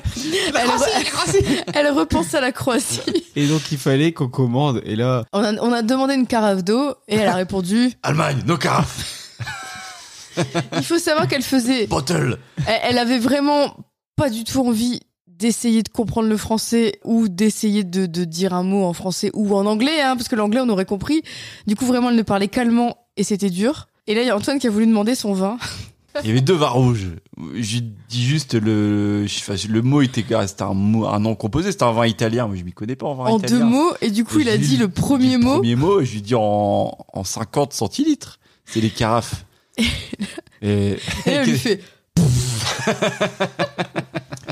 Speaker 3: elle, elle repense à la Croatie.
Speaker 1: et donc il fallait qu'on commande. Et là,
Speaker 3: On a, on a demandé une carafe d'eau et elle a répondu.
Speaker 2: Allemagne, no carafe,
Speaker 3: Il faut savoir qu'elle faisait.
Speaker 2: bottle.
Speaker 3: Elle, elle avait vraiment pas du tout envie d'essayer de comprendre le français ou d'essayer de, de dire un mot en français ou en anglais, hein, parce que l'anglais on aurait compris. Du coup, vraiment, elle ne parlait qu'allemand et c'était dur. Et là, il y a Antoine qui a voulu demander son vin.
Speaker 2: Il y avait deux vins rouges. J'ai dit juste le, je sais pas, le mot était, ah, c'était un mot, un nom composé, c'était un vin italien. Moi, je m'y connais pas en vin
Speaker 3: en
Speaker 2: italien.
Speaker 3: deux mots. Et du coup,
Speaker 2: Et
Speaker 3: il
Speaker 2: j'ai
Speaker 3: a dit le premier
Speaker 2: le
Speaker 3: mot.
Speaker 2: Premier mot, je lui dis en, en 50 centilitres. C'est les carafes. Et,
Speaker 3: Et elle lui fait. Pouf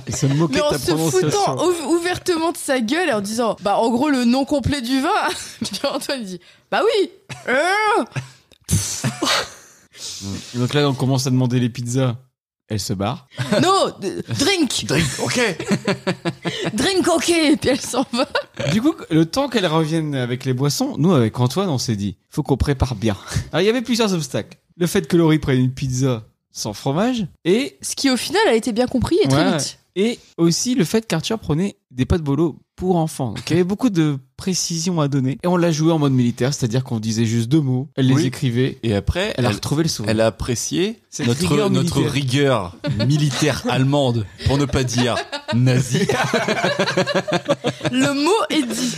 Speaker 1: Et se moquer
Speaker 3: Mais
Speaker 1: de
Speaker 3: en
Speaker 1: ta
Speaker 3: se foutant
Speaker 1: prononciation.
Speaker 3: ouv- ouvertement de sa gueule et en disant, bah en gros le nom complet du vin, Puis Antoine dit, bah oui, euh,
Speaker 1: Et donc là, on commence à demander les pizzas. Elle se barre.
Speaker 3: no, d- drink,
Speaker 2: Drink, ok.
Speaker 3: drink ok, et puis elle s'en va.
Speaker 1: Du coup, le temps qu'elle revienne avec les boissons, nous, avec Antoine, on s'est dit, faut qu'on prépare bien. Alors, il y avait plusieurs obstacles. Le fait que Laurie prenne une pizza sans fromage et,
Speaker 3: Ce qui au final a été bien compris et très
Speaker 1: Ouais.
Speaker 3: vite.
Speaker 1: et aussi le fait qu'Arthur prenait des pâtes bolo pour enfants. Donc, il y avait beaucoup de précisions à donner. Et on l'a joué en mode militaire, c'est-à-dire qu'on disait juste deux mots, elle les
Speaker 2: Oui.
Speaker 1: écrivait,
Speaker 2: Et après,
Speaker 1: elle a
Speaker 2: elle,
Speaker 1: retrouvé le sourire.
Speaker 2: elle a apprécié
Speaker 1: Cette
Speaker 2: notre
Speaker 1: rigueur
Speaker 2: notre
Speaker 1: militaire.
Speaker 2: rigueur militaire allemande, pour ne pas dire nazie.
Speaker 3: Le mot est dit.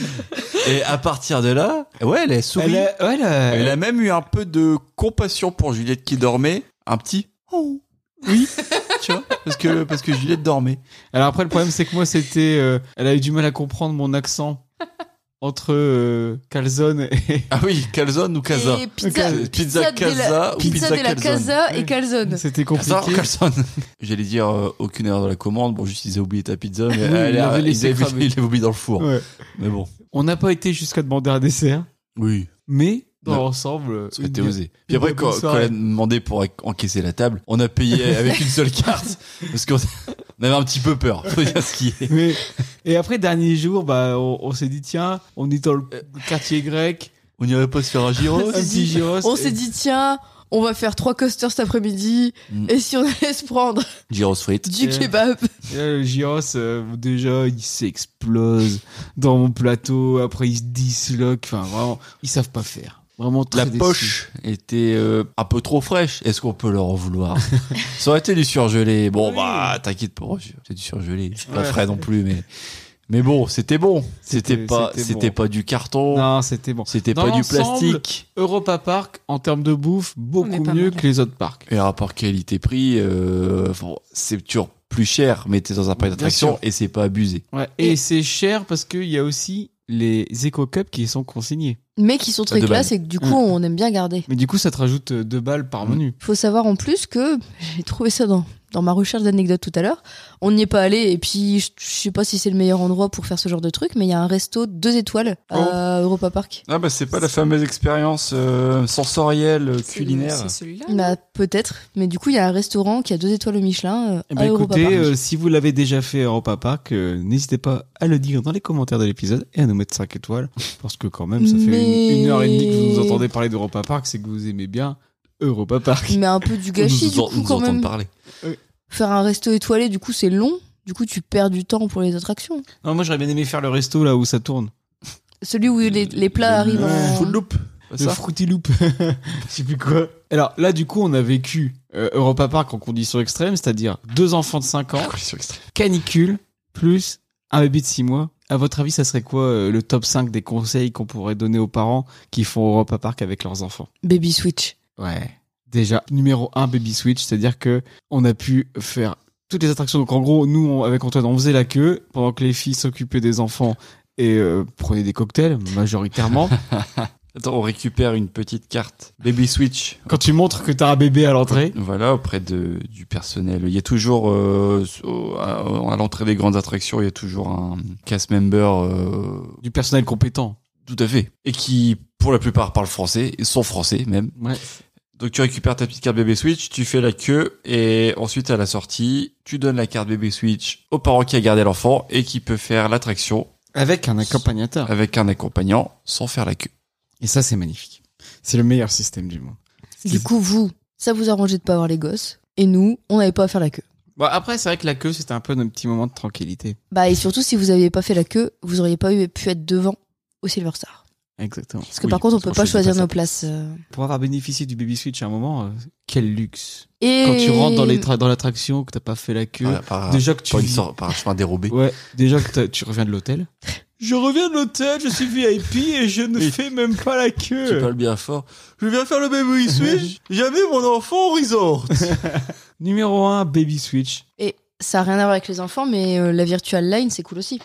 Speaker 2: Et à partir de là, ouais, elle a souri.
Speaker 1: Elle a- ouais, elle a-
Speaker 2: Elle a même eu un peu de compassion pour Juliette qui dormait, un petit oh oui, tu vois, parce que parce que Juliette dormait.
Speaker 1: Alors après, le problème, c'est que moi, c'était. euh, elle a eu du mal à comprendre mon accent entre euh, calzone et.
Speaker 2: Ah oui, calzone ou casa. Euh,
Speaker 3: Et bah, pizza,
Speaker 1: Ok.
Speaker 2: Pizza
Speaker 3: de la-
Speaker 2: casa ou
Speaker 3: pizza
Speaker 2: pizza
Speaker 3: de la
Speaker 2: calzone.
Speaker 3: casa et calzone.
Speaker 1: C'était
Speaker 2: Casa ou
Speaker 1: compliqué.
Speaker 2: calzone J'allais dire euh, aucune erreur dans la commande. Bon, juste ils avaient oublié ta pizza, mais
Speaker 1: Oui,
Speaker 2: elle
Speaker 1: ils
Speaker 2: a-
Speaker 1: l'avaient
Speaker 2: ils
Speaker 1: laissé
Speaker 2: avaient-
Speaker 1: cramer.
Speaker 2: ils l'avaient oublié dans le four.
Speaker 1: Ouais.
Speaker 2: Mais bon,
Speaker 1: On n'a pas été jusqu'à demander un dessert,
Speaker 2: oui.
Speaker 1: mais dans
Speaker 2: Non.
Speaker 1: l'ensemble.
Speaker 2: Ça aurait été
Speaker 1: une-
Speaker 2: osé. Puis après,
Speaker 1: bonne
Speaker 2: quand, quand
Speaker 1: soirée.
Speaker 2: elle a demandé pour encaisser la table, on a payé avec une seule carte. Parce qu'on on avait un petit peu peur. Faut dire ce qui est.
Speaker 1: Mais- et après, dernier jour, bah, on, on s'est dit, tiens, on est dans le quartier grec,
Speaker 2: On irait pas se faire un gyro
Speaker 1: un petit gyros.
Speaker 3: On s'est dit, tiens, on va faire trois coasters cet après-midi.
Speaker 2: Mm.
Speaker 3: Et si on allait se prendre
Speaker 2: Gyros frites.
Speaker 3: du
Speaker 1: Euh.
Speaker 3: kebab
Speaker 1: Et là, le gyros, euh, déjà, il s'explose dans mon plateau, après, il se disloque, enfin, vraiment, ils savent pas faire. Vraiment très
Speaker 2: La
Speaker 1: déçus.
Speaker 2: poche était euh, un peu trop fraîche. Est-ce qu'on peut leur en vouloir Ça aurait été du surgelé. Bon,
Speaker 1: Oui.
Speaker 2: bah, t'inquiète pas. C'est du surgelé. C'est pas
Speaker 1: Ouais.
Speaker 2: frais non plus, mais. Mais bon, c'était bon. C'était
Speaker 1: C'était-
Speaker 2: pas,
Speaker 1: c'était
Speaker 2: c'était
Speaker 1: bon.
Speaker 2: pas du carton.
Speaker 1: Non, c'était bon.
Speaker 2: C'était
Speaker 1: Dans
Speaker 2: pas du
Speaker 1: l'ensemble,
Speaker 2: plastique.
Speaker 1: Europa Park, en termes de bouffe,
Speaker 4: On
Speaker 1: beaucoup
Speaker 4: est pas
Speaker 1: mieux
Speaker 4: mal.
Speaker 1: que les autres parcs.
Speaker 2: Et rapport qualité-prix, euh, bon, c'est toujours plus cher, mais t'es dans un parc
Speaker 1: Bien
Speaker 2: d'attraction
Speaker 1: sûr.
Speaker 2: et c'est pas abusé.
Speaker 1: Ouais. Et, c'est cher parce qu'il y a aussi les Eco Cup qui sont consignés.
Speaker 3: Mais qui sont très
Speaker 2: De
Speaker 3: classe et que du coup,
Speaker 1: Mm.
Speaker 3: on aime bien garder.
Speaker 1: Mais du coup, ça te rajoute euh, deux balles par
Speaker 2: Mm.
Speaker 1: menu.
Speaker 3: Faut savoir en plus que j'ai trouvé ça dans, dans ma recherche d'anecdotes tout à l'heure. On n'y est pas allé et puis je, je sais pas si c'est le meilleur endroit pour faire ce genre de truc, mais il y a un resto deux étoiles
Speaker 1: Oh.
Speaker 3: à Europa Park.
Speaker 2: Ah bah c'est pas la fameuse expérience euh, sensorielle
Speaker 4: C'est- C'est celui-là.
Speaker 3: Bah peut-être, mais du coup il y a un restaurant qui a deux étoiles au Michelin euh,
Speaker 1: Eh
Speaker 3: à
Speaker 1: ben,
Speaker 3: Europa
Speaker 1: écoutez,
Speaker 3: Park.
Speaker 1: euh, si vous l'avez déjà fait à Europa Park, euh, n'hésitez pas à le dire dans les commentaires de l'épisode et à nous mettre 5 étoiles. Parce que quand même, ça fait
Speaker 3: Mais-
Speaker 1: une, une heure et demie que vous nous entendez parler d'Europa Park, c'est que vous aimez bien Europa Park.
Speaker 3: Mais un peu du gâchis du coup quand même.
Speaker 2: parler.
Speaker 3: Faire un resto étoilé du coup c'est long, du coup tu perds du temps pour les attractions.
Speaker 1: Non, moi j'aurais bien aimé faire le resto là où ça tourne.
Speaker 3: Celui où les, les plats
Speaker 2: Euh,
Speaker 3: arrivent en...
Speaker 2: Full loop.
Speaker 1: Le Fruity Loop. Je sais plus quoi. Alors là, du coup, on a vécu euh, Europa Park en conditions extrêmes, c'est-à-dire deux enfants de 5 ans, canicule plus un bébé de 6 mois. À votre avis, ça serait quoi euh, le top 5 des conseils qu'on pourrait donner aux parents qui font Europa Park avec leurs enfants
Speaker 3: Baby Switch.
Speaker 1: Ouais. Déjà, numéro 1, Baby Switch, c'est-à-dire que on a pu faire toutes les attractions. Donc en gros, nous, on- avec Antoine, on faisait la queue pendant que les filles s'occupaient des enfants et euh, prenaient des cocktails, majoritairement.
Speaker 2: Attends, on récupère une petite carte. Baby Switch.
Speaker 1: Quand tu montres que t'as un bébé à l'entrée,
Speaker 2: Voilà, auprès de, du personnel. Il y a toujours, euh, au- à, à l'entrée des grandes attractions, il y a toujours un cast member euh,
Speaker 1: du personnel compétent.
Speaker 2: Tout à fait. Et qui, pour la plupart, parlent français, et sont français même.
Speaker 1: Ouais.
Speaker 2: Donc tu récupères ta petite carte bébé Switch, tu fais la queue, et ensuite à la sortie, tu donnes la carte bébé Switch au parent qui a gardé l'enfant et qui peut faire l'attraction
Speaker 1: Avec un accompagnateur.
Speaker 2: avec un accompagnant sans faire la queue.
Speaker 1: Et ça, c'est magnifique. C'est le meilleur système du monde.
Speaker 3: Du coup vous, ça vous arrangeait de pas avoir les gosses et nous on n'avait pas à faire la queue.
Speaker 1: Bon, Bah, après, c'est vrai que la queue, c'était un peu notre petit moment de tranquillité.
Speaker 3: Bah et surtout si vous aviez pas fait la queue, vous auriez pas eu- pu être devant au Silver Star.
Speaker 1: Exactement.
Speaker 3: Parce que
Speaker 2: Oui,
Speaker 3: par contre on
Speaker 2: parce
Speaker 3: peut
Speaker 2: qu'on
Speaker 3: pas
Speaker 2: choisit
Speaker 3: choisir
Speaker 2: pas ça.
Speaker 3: nos places. euh.
Speaker 1: Pour avoir bénéficié du Baby Switch à un moment, euh, quel luxe.
Speaker 3: Et
Speaker 1: Quand tu rentres dans les tra- dans l'attraction, que t'as pas fait la queue,
Speaker 2: Voilà, par,
Speaker 1: déjà que tu
Speaker 2: par Ah, une
Speaker 1: vis-
Speaker 2: sorte- par un chemin dérobé.
Speaker 1: Ouais, déjà que t'as- tu reviens de l'hôtel. Je reviens de l'hôtel, je suis VIP et je ne
Speaker 2: Oui.
Speaker 1: fais même pas la
Speaker 2: Tu
Speaker 1: queue.
Speaker 2: parles bien fort. Je viens faire le baby Switch, j'avais mon enfant au resort.
Speaker 1: Numéro 1, Baby Switch.
Speaker 3: Et ça a rien à voir avec les enfants, mais euh, la virtual line, c'est cool aussi.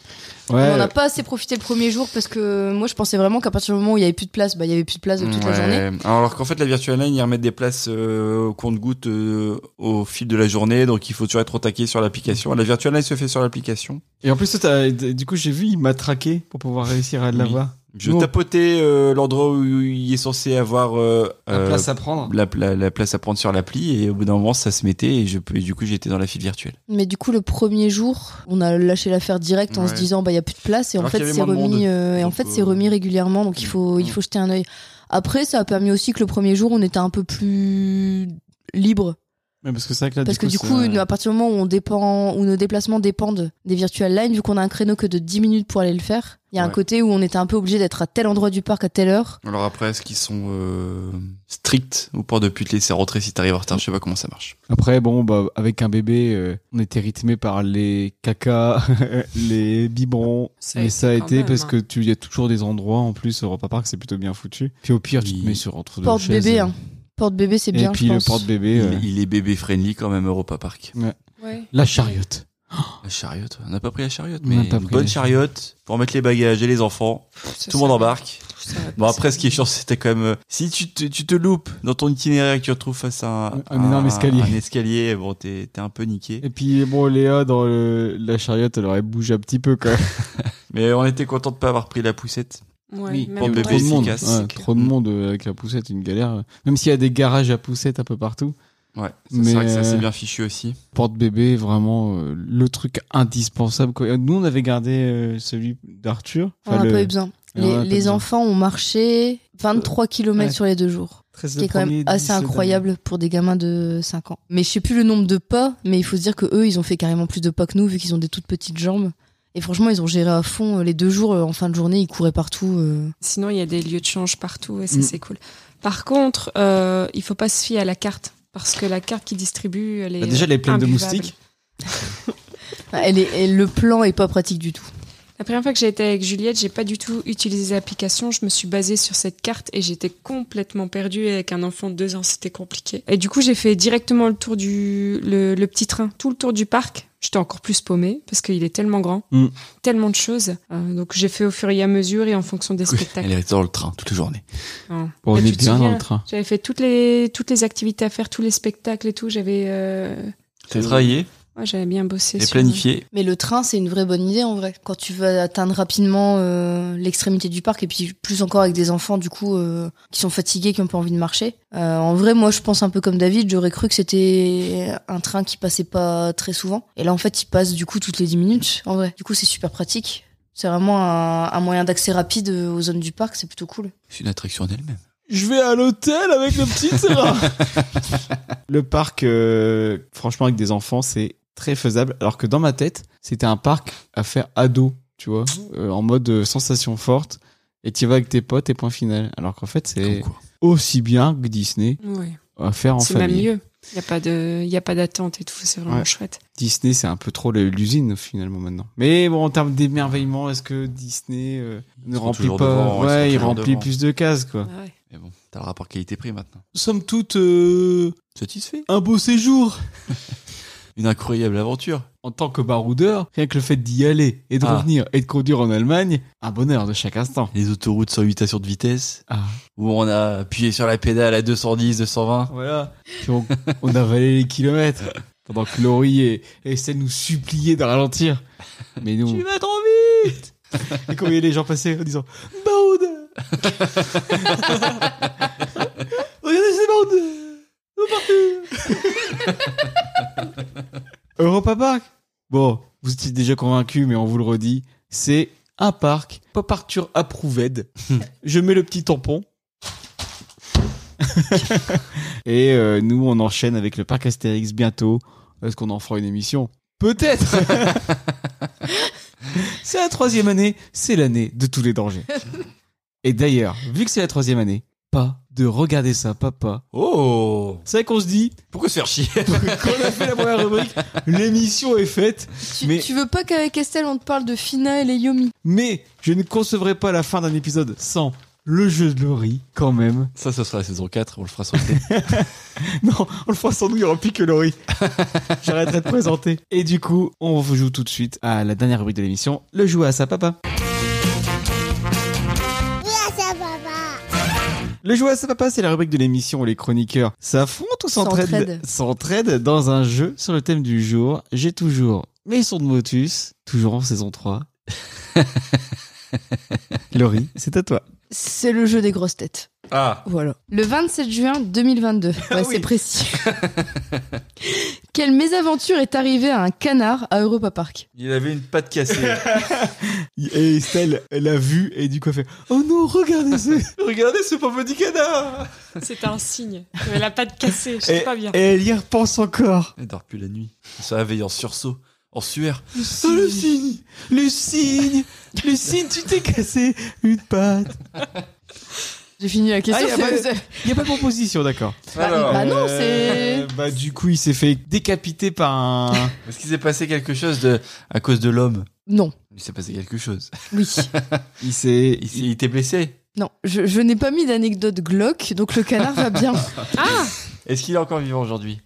Speaker 3: On n'en a pas assez profité le premier jour parce que moi, je pensais vraiment qu'à partir du moment où il y avait plus de place, bah, il y avait plus de place de toute la
Speaker 2: Ouais.
Speaker 3: journée.
Speaker 2: Alors qu'en fait, la Virtual Line, ils remettent des places euh, au compte-goutte euh, au fil de la journée, donc il faut toujours être au taquet sur l'application. La Virtual Line se fait sur l'application.
Speaker 1: Et en plus, toi, t'as- du coup, j'ai vu, il m'a traqué pour pouvoir réussir à l'avoir.
Speaker 2: Je
Speaker 1: Non.
Speaker 2: tapotais euh, l'endroit où il est censé avoir euh,
Speaker 1: La
Speaker 2: euh,
Speaker 1: place à prendre.
Speaker 2: la, la- la place à prendre sur l'appli, et au bout d'un moment, ça se mettait, et, je, et du coup, j'étais dans la file virtuelle.
Speaker 3: Mais du coup, le premier jour, on a lâché l'affaire direct en
Speaker 2: Ouais.
Speaker 3: se disant, bah, il y a plus de place. Et
Speaker 2: Alors
Speaker 3: en fait,
Speaker 2: qu'il y avait
Speaker 3: c'est
Speaker 2: moins de monde.
Speaker 3: remis, euh, et en
Speaker 2: Donc,
Speaker 3: fait,
Speaker 2: euh,
Speaker 3: c'est remis régulièrement. Donc, il faut, il
Speaker 2: Mm.
Speaker 3: faut jeter un œil. Après, ça a permis aussi que le premier jour, on était un peu plus libre.
Speaker 1: Ouais, parce que c'est vrai que là,
Speaker 3: Parce que du
Speaker 1: ça-
Speaker 3: coup, nous, à partir du moment où on dépend, où nos déplacements dépendent des virtual lines, vu qu'on a un créneau que de 10 minutes pour aller le faire, il y a un
Speaker 2: Ouais.
Speaker 3: côté où on était un peu obligé d'être à tel endroit du parc à telle heure.
Speaker 2: Alors après, est-ce qu'ils sont euh, stricts ou pas de te laisser rentrer si t'arrives en retard Je sais pas comment ça marche.
Speaker 1: Après, bon, bah, avec un bébé, euh, on était rythmé par les cacas, les biberons.
Speaker 4: Ça a
Speaker 1: Mais
Speaker 4: été
Speaker 1: ça a
Speaker 4: quand
Speaker 1: été
Speaker 4: même,
Speaker 1: parce
Speaker 4: hein.
Speaker 1: que tu il y a toujours des endroits en plus au repas parc, c'est plutôt bien foutu. Puis au pire, tu
Speaker 2: Oui.
Speaker 1: te mets sur entre deux
Speaker 3: Porte
Speaker 1: chaises. euh,
Speaker 3: bébé, hein. Porte-bébé, c'est
Speaker 1: Et
Speaker 3: bien,
Speaker 1: puis
Speaker 3: je
Speaker 1: le euh,
Speaker 3: pense.
Speaker 1: porte bébé,
Speaker 2: Il, il est bébé friendly quand même, Europa Park.
Speaker 4: Ouais.
Speaker 1: la chariote.
Speaker 2: La chariote, on n'a pas pris la chariote,
Speaker 1: On
Speaker 2: mais
Speaker 1: n'a pas
Speaker 2: une
Speaker 1: pris
Speaker 2: bonne
Speaker 1: la
Speaker 2: chariote pour mettre les bagages et les enfants. Tout le monde embarque. Bon, après, ce qui est chiant, c'était quand même. euh, Si tu te, tu te loupes dans ton itinéraire et que tu te retrouves face à un,
Speaker 1: Un énorme escalier.
Speaker 2: un escalier, bon, t'es t'es un peu niqué.
Speaker 1: Et puis bon, Léa dans le- la chariote, elle aurait bougé un petit peu quand même.
Speaker 2: Mais on était content de pas avoir pris la poussette.
Speaker 4: Ouais,
Speaker 1: Oui,
Speaker 4: même
Speaker 2: pour
Speaker 4: en
Speaker 2: bébé,
Speaker 1: trop
Speaker 4: vrai,
Speaker 1: de
Speaker 2: c'est
Speaker 1: monde,
Speaker 2: efficace,
Speaker 1: ouais,
Speaker 2: c'est clair.
Speaker 1: trop de monde euh, avec la poussette, une galère. Même s'il y a des garages à poussette un peu partout,
Speaker 2: Ouais, ça,
Speaker 1: Mais,
Speaker 2: c'est vrai que ça c'est
Speaker 1: euh,
Speaker 2: bien fichu aussi.
Speaker 1: porte bébé vraiment euh, le truc indispensable. Quoi. Nous, on avait gardé euh, celui d'Arthur.
Speaker 3: On n'a
Speaker 1: Enfin, le-
Speaker 3: pas eu besoin.
Speaker 1: on
Speaker 3: Les,
Speaker 1: en a pas
Speaker 3: les
Speaker 1: besoin.
Speaker 3: enfants ont marché 23 km
Speaker 1: Ouais.
Speaker 3: sur les deux jours. Ce qui est quand même assez incroyable pour des gamins de 5 ans. Mais je sais plus le nombre de pas, mais il faut se dire que eux, ils ont fait carrément plus de pas que nous, vu qu'ils ont des toutes petites jambes. Et franchement, ils ont géré à fond. Les deux jours, euh, en fin de journée, ils couraient partout. euh.
Speaker 4: Sinon, il y a des lieux de change partout et ça,
Speaker 1: Mm.
Speaker 4: c'est cool. Par contre, euh, il faut pas se fier à la carte parce que la carte qui distribue, elle est.
Speaker 1: Bah, déjà, elle est pleine de
Speaker 4: imbuvable.
Speaker 1: moustiques.
Speaker 3: Ah, Elle est, elle- le plan est pas pratique du tout.
Speaker 4: La première fois que j'ai été avec Juliette, j'ai pas du tout utilisé l'application. Je me suis basée sur cette carte et j'étais complètement perdue. Et avec un enfant de deux ans, c'était compliqué. Et du coup, j'ai fait directement le tour du le, le petit train, tout le tour du parc. J'étais encore plus paumée parce qu'il est tellement grand,
Speaker 1: Mm.
Speaker 4: tellement de choses. Euh, donc j'ai fait au fur et à mesure et en fonction des spectacles.
Speaker 2: Elle est dans le train toute la journée.
Speaker 4: Hein.
Speaker 1: Bon,
Speaker 4: Et
Speaker 1: on
Speaker 4: tu
Speaker 1: est
Speaker 4: te
Speaker 1: bien dans
Speaker 4: souviens,
Speaker 1: le train.
Speaker 4: J'avais fait toutes les toutes les activités à faire, tous les spectacles et tout. J'avais euh,
Speaker 2: T'as travaillé
Speaker 4: ouais, j'avais bien bossé.
Speaker 2: et
Speaker 4: sur-
Speaker 2: planifié.
Speaker 3: Mais le train, c'est une vraie bonne idée en vrai. Quand tu veux atteindre rapidement euh, l'extrémité du parc, et puis plus encore avec des enfants du coup euh, qui sont fatigués, qui ont pas envie de marcher. Euh, en vrai, moi, je pense un peu comme David. J'aurais cru que c'était un train qui passait pas très souvent. Et là, en fait, il passe du coup toutes les 10 minutes. En vrai, du coup, c'est super pratique. C'est vraiment un, un moyen d'accès rapide euh, aux zones du parc. C'est plutôt cool.
Speaker 2: C'est une attraction en elle-même.
Speaker 1: Je vais à l'hôtel avec le petit train. le parc, euh, franchement, avec des enfants, c'est très faisable. Alors que dans ma tête, c'était un parc à faire ado, tu vois, euh, en mode euh, sensation forte. Et tu y vas avec tes potes et point final. Alors qu'en fait,
Speaker 2: Comme
Speaker 1: c'est
Speaker 2: quoi.
Speaker 1: aussi bien que Disney
Speaker 4: euh, Ouais.
Speaker 1: à faire en
Speaker 4: C'est même
Speaker 1: famille.
Speaker 4: mieux. Il y a pas de il y a pas d'attente et tout. C'est vraiment
Speaker 1: Ouais.
Speaker 4: chouette.
Speaker 1: Disney, c'est un peu trop le- l'usine finalement maintenant. Mais bon, en termes d'émerveillement, est-ce que Disney euh, ne
Speaker 2: sont
Speaker 1: remplit
Speaker 2: toujours
Speaker 1: pas
Speaker 2: devant, ils sont
Speaker 1: Ouais, il
Speaker 2: toujours
Speaker 1: remplit
Speaker 2: devant.
Speaker 1: plus de cases quoi.
Speaker 4: Ah ouais.
Speaker 2: Mais bon, t'as le rapport qualité-prix maintenant.
Speaker 1: Somme toute, euh,
Speaker 2: Satisfait
Speaker 1: un beau séjour.
Speaker 2: Une incroyable aventure.
Speaker 1: en tant que baroudeur, rien que le fait d'y aller et de
Speaker 2: Ah.
Speaker 1: revenir et de conduire en Allemagne, un bonheur de chaque instant.
Speaker 2: Les autoroutes sans limitation de vitesse.
Speaker 1: Ah,
Speaker 2: où on a appuyé sur la pédale à 210, 220.
Speaker 1: voilà. Puis on, on avalait les kilomètres pendant que Laurie et, essaie de nous supplier de ralentir. Mais nous. Tu vas trop vite Et quand on voyait les gens passer en disant Baroudeur Regardez ces baroudeurs Ils sont partout. Europa Park Bon, vous étiez déjà convaincu, mais on vous le redit, c'est un parc, Pop Arthur Approved. Je mets le petit tampon. Et euh, nous, on enchaîne avec le parc Astérix bientôt. Est-ce qu'on en fera une émission Peut-être C'est la troisième année, c'est l'année de tous les dangers. Et d'ailleurs, vu que c'est la troisième année, pas de regarder ça, papa.
Speaker 2: Oh
Speaker 1: C'est vrai qu'on se dit,
Speaker 2: Pourquoi se faire chier
Speaker 1: quand on a fait la première rubrique, l'émission est faite,
Speaker 3: Tu,
Speaker 1: Mais-
Speaker 3: tu veux pas qu'avec Estelle on te parle de Fina et les Yomi
Speaker 1: mais je ne concevrai pas la fin d'un épisode sans le jeu de Laurie, quand même.
Speaker 2: Ça, ça sera la saison 4, on le fera sauter.
Speaker 1: Non, on le fera sans nous, il n'y aura plus que Laurie. J'arrêterai de présenter. Et du coup, on vous joue tout de suite à la dernière rubrique de l'émission, le jouet à sa papa. Le jouet à sa papa, c'est la rubrique de l'émission où les chroniqueurs s'affrontent ou s'entraident
Speaker 3: S'entraident.
Speaker 1: s'entraident dans un jeu sur le thème du jour. J'ai toujours mes sons de Motus, toujours en saison 3. Laurie, c'est à toi.
Speaker 3: C'est le jeu des grosses têtes.
Speaker 2: ah,
Speaker 3: Voilà. Le 27 juin 2022. Ouais,
Speaker 1: Ah
Speaker 2: oui.
Speaker 3: c'est précis. Quelle mésaventure est arrivée à un canard à Europa Park
Speaker 2: il avait une patte cassée.
Speaker 1: Et Estelle, elle a vu et du coup elle fait Oh non, regardez ce
Speaker 2: Regardez ce pauvre petit canard
Speaker 4: C'est un signe. Mais la patte cassée, je sais pas bien.
Speaker 1: Et elle y repense encore.
Speaker 2: Elle dort plus la nuit. Elle se réveille en sursaut, en sueur.
Speaker 1: Oh, le signe Le signe Le signe, tu t'es cassé une patte.
Speaker 3: J'ai fini la question.
Speaker 1: Ah, y a
Speaker 3: c'est-
Speaker 1: Il n'y a pas de proposition, d'accord.
Speaker 3: Bah, bah non, c'est.
Speaker 1: Euh, bah du coup, il s'est fait décapiter par un...
Speaker 2: Est-ce qu'il s'est passé quelque chose de... à cause de l'homme
Speaker 3: Non,
Speaker 2: Il s'est passé quelque chose.
Speaker 3: oui.
Speaker 1: Il s'est...
Speaker 2: Il s'est- il était blessé.
Speaker 3: Non, je, je n'ai pas mis d'anecdote glauque, donc le canard va bien.
Speaker 4: Ah
Speaker 2: Est-ce qu'il est encore vivant aujourd'hui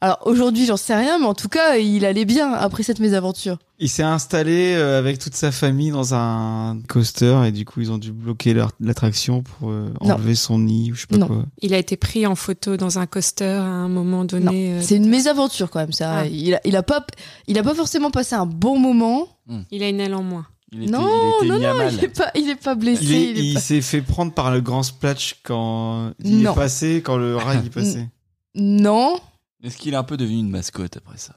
Speaker 3: Alors aujourd'hui, j'en sais rien, mais en tout cas, il allait bien après cette mésaventure.
Speaker 1: Il s'est installé euh, avec toute sa famille dans un coaster et du coup, ils ont dû bloquer leur- l'attraction pour euh,
Speaker 3: Non.
Speaker 1: enlever son nid ou je sais pas
Speaker 3: Non.
Speaker 1: quoi.
Speaker 4: Il a été pris en photo dans un coaster à un moment
Speaker 3: Non,
Speaker 4: donné. euh,
Speaker 3: c'est une mésaventure quand même. Ça,
Speaker 4: Ah.
Speaker 3: il, a, il a pas, il a pas forcément passé un bon moment.
Speaker 4: il a une aile en moins.
Speaker 2: il était,
Speaker 3: Non,
Speaker 2: il était
Speaker 3: non,
Speaker 2: mis à mal.
Speaker 3: Il est pas, il est pas blessé.
Speaker 1: Ah, Il, est-
Speaker 3: il est
Speaker 1: il
Speaker 3: pas-
Speaker 1: s'est fait prendre par le grand splash quand il
Speaker 3: Non. Mm.
Speaker 1: est passé, quand le rail est passé.
Speaker 3: Non,
Speaker 2: Est-ce qu'il est un peu devenu une mascotte après ça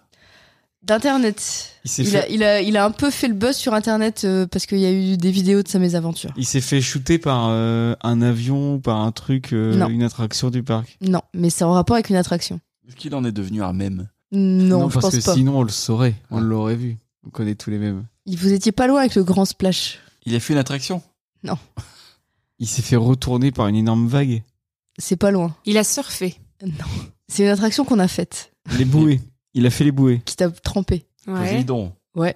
Speaker 3: d'internet.
Speaker 1: Il s'est
Speaker 3: Il
Speaker 1: fait,
Speaker 3: a, il, a, il a un peu fait le buzz sur internet euh, parce qu'il y a eu des vidéos de sa mésaventure.
Speaker 1: il s'est fait shooter par euh, un avion ou par un truc, euh,
Speaker 3: Non.
Speaker 1: une attraction du parc.
Speaker 3: Non, mais c'est en rapport avec une attraction.
Speaker 2: Est-ce qu'il en est devenu un mème
Speaker 3: Non, je
Speaker 1: parce
Speaker 3: pense
Speaker 1: que
Speaker 3: pas.
Speaker 1: sinon on le saurait, on
Speaker 2: Ah.
Speaker 1: l'aurait vu. On connaît tous les mêmes.
Speaker 3: Il Vous étiez pas loin avec le grand splash.
Speaker 2: Il a fait une attraction
Speaker 1: Il s'est fait retourner par une énorme vague.
Speaker 3: C'est pas loin.
Speaker 4: Il a surfé.
Speaker 3: Non. C'est une attraction qu'on a faite,
Speaker 1: Les bouées. Il a fait les bouées.
Speaker 3: qui t'a trempé.
Speaker 4: Ouais.
Speaker 2: Poséidon.
Speaker 4: Ouais.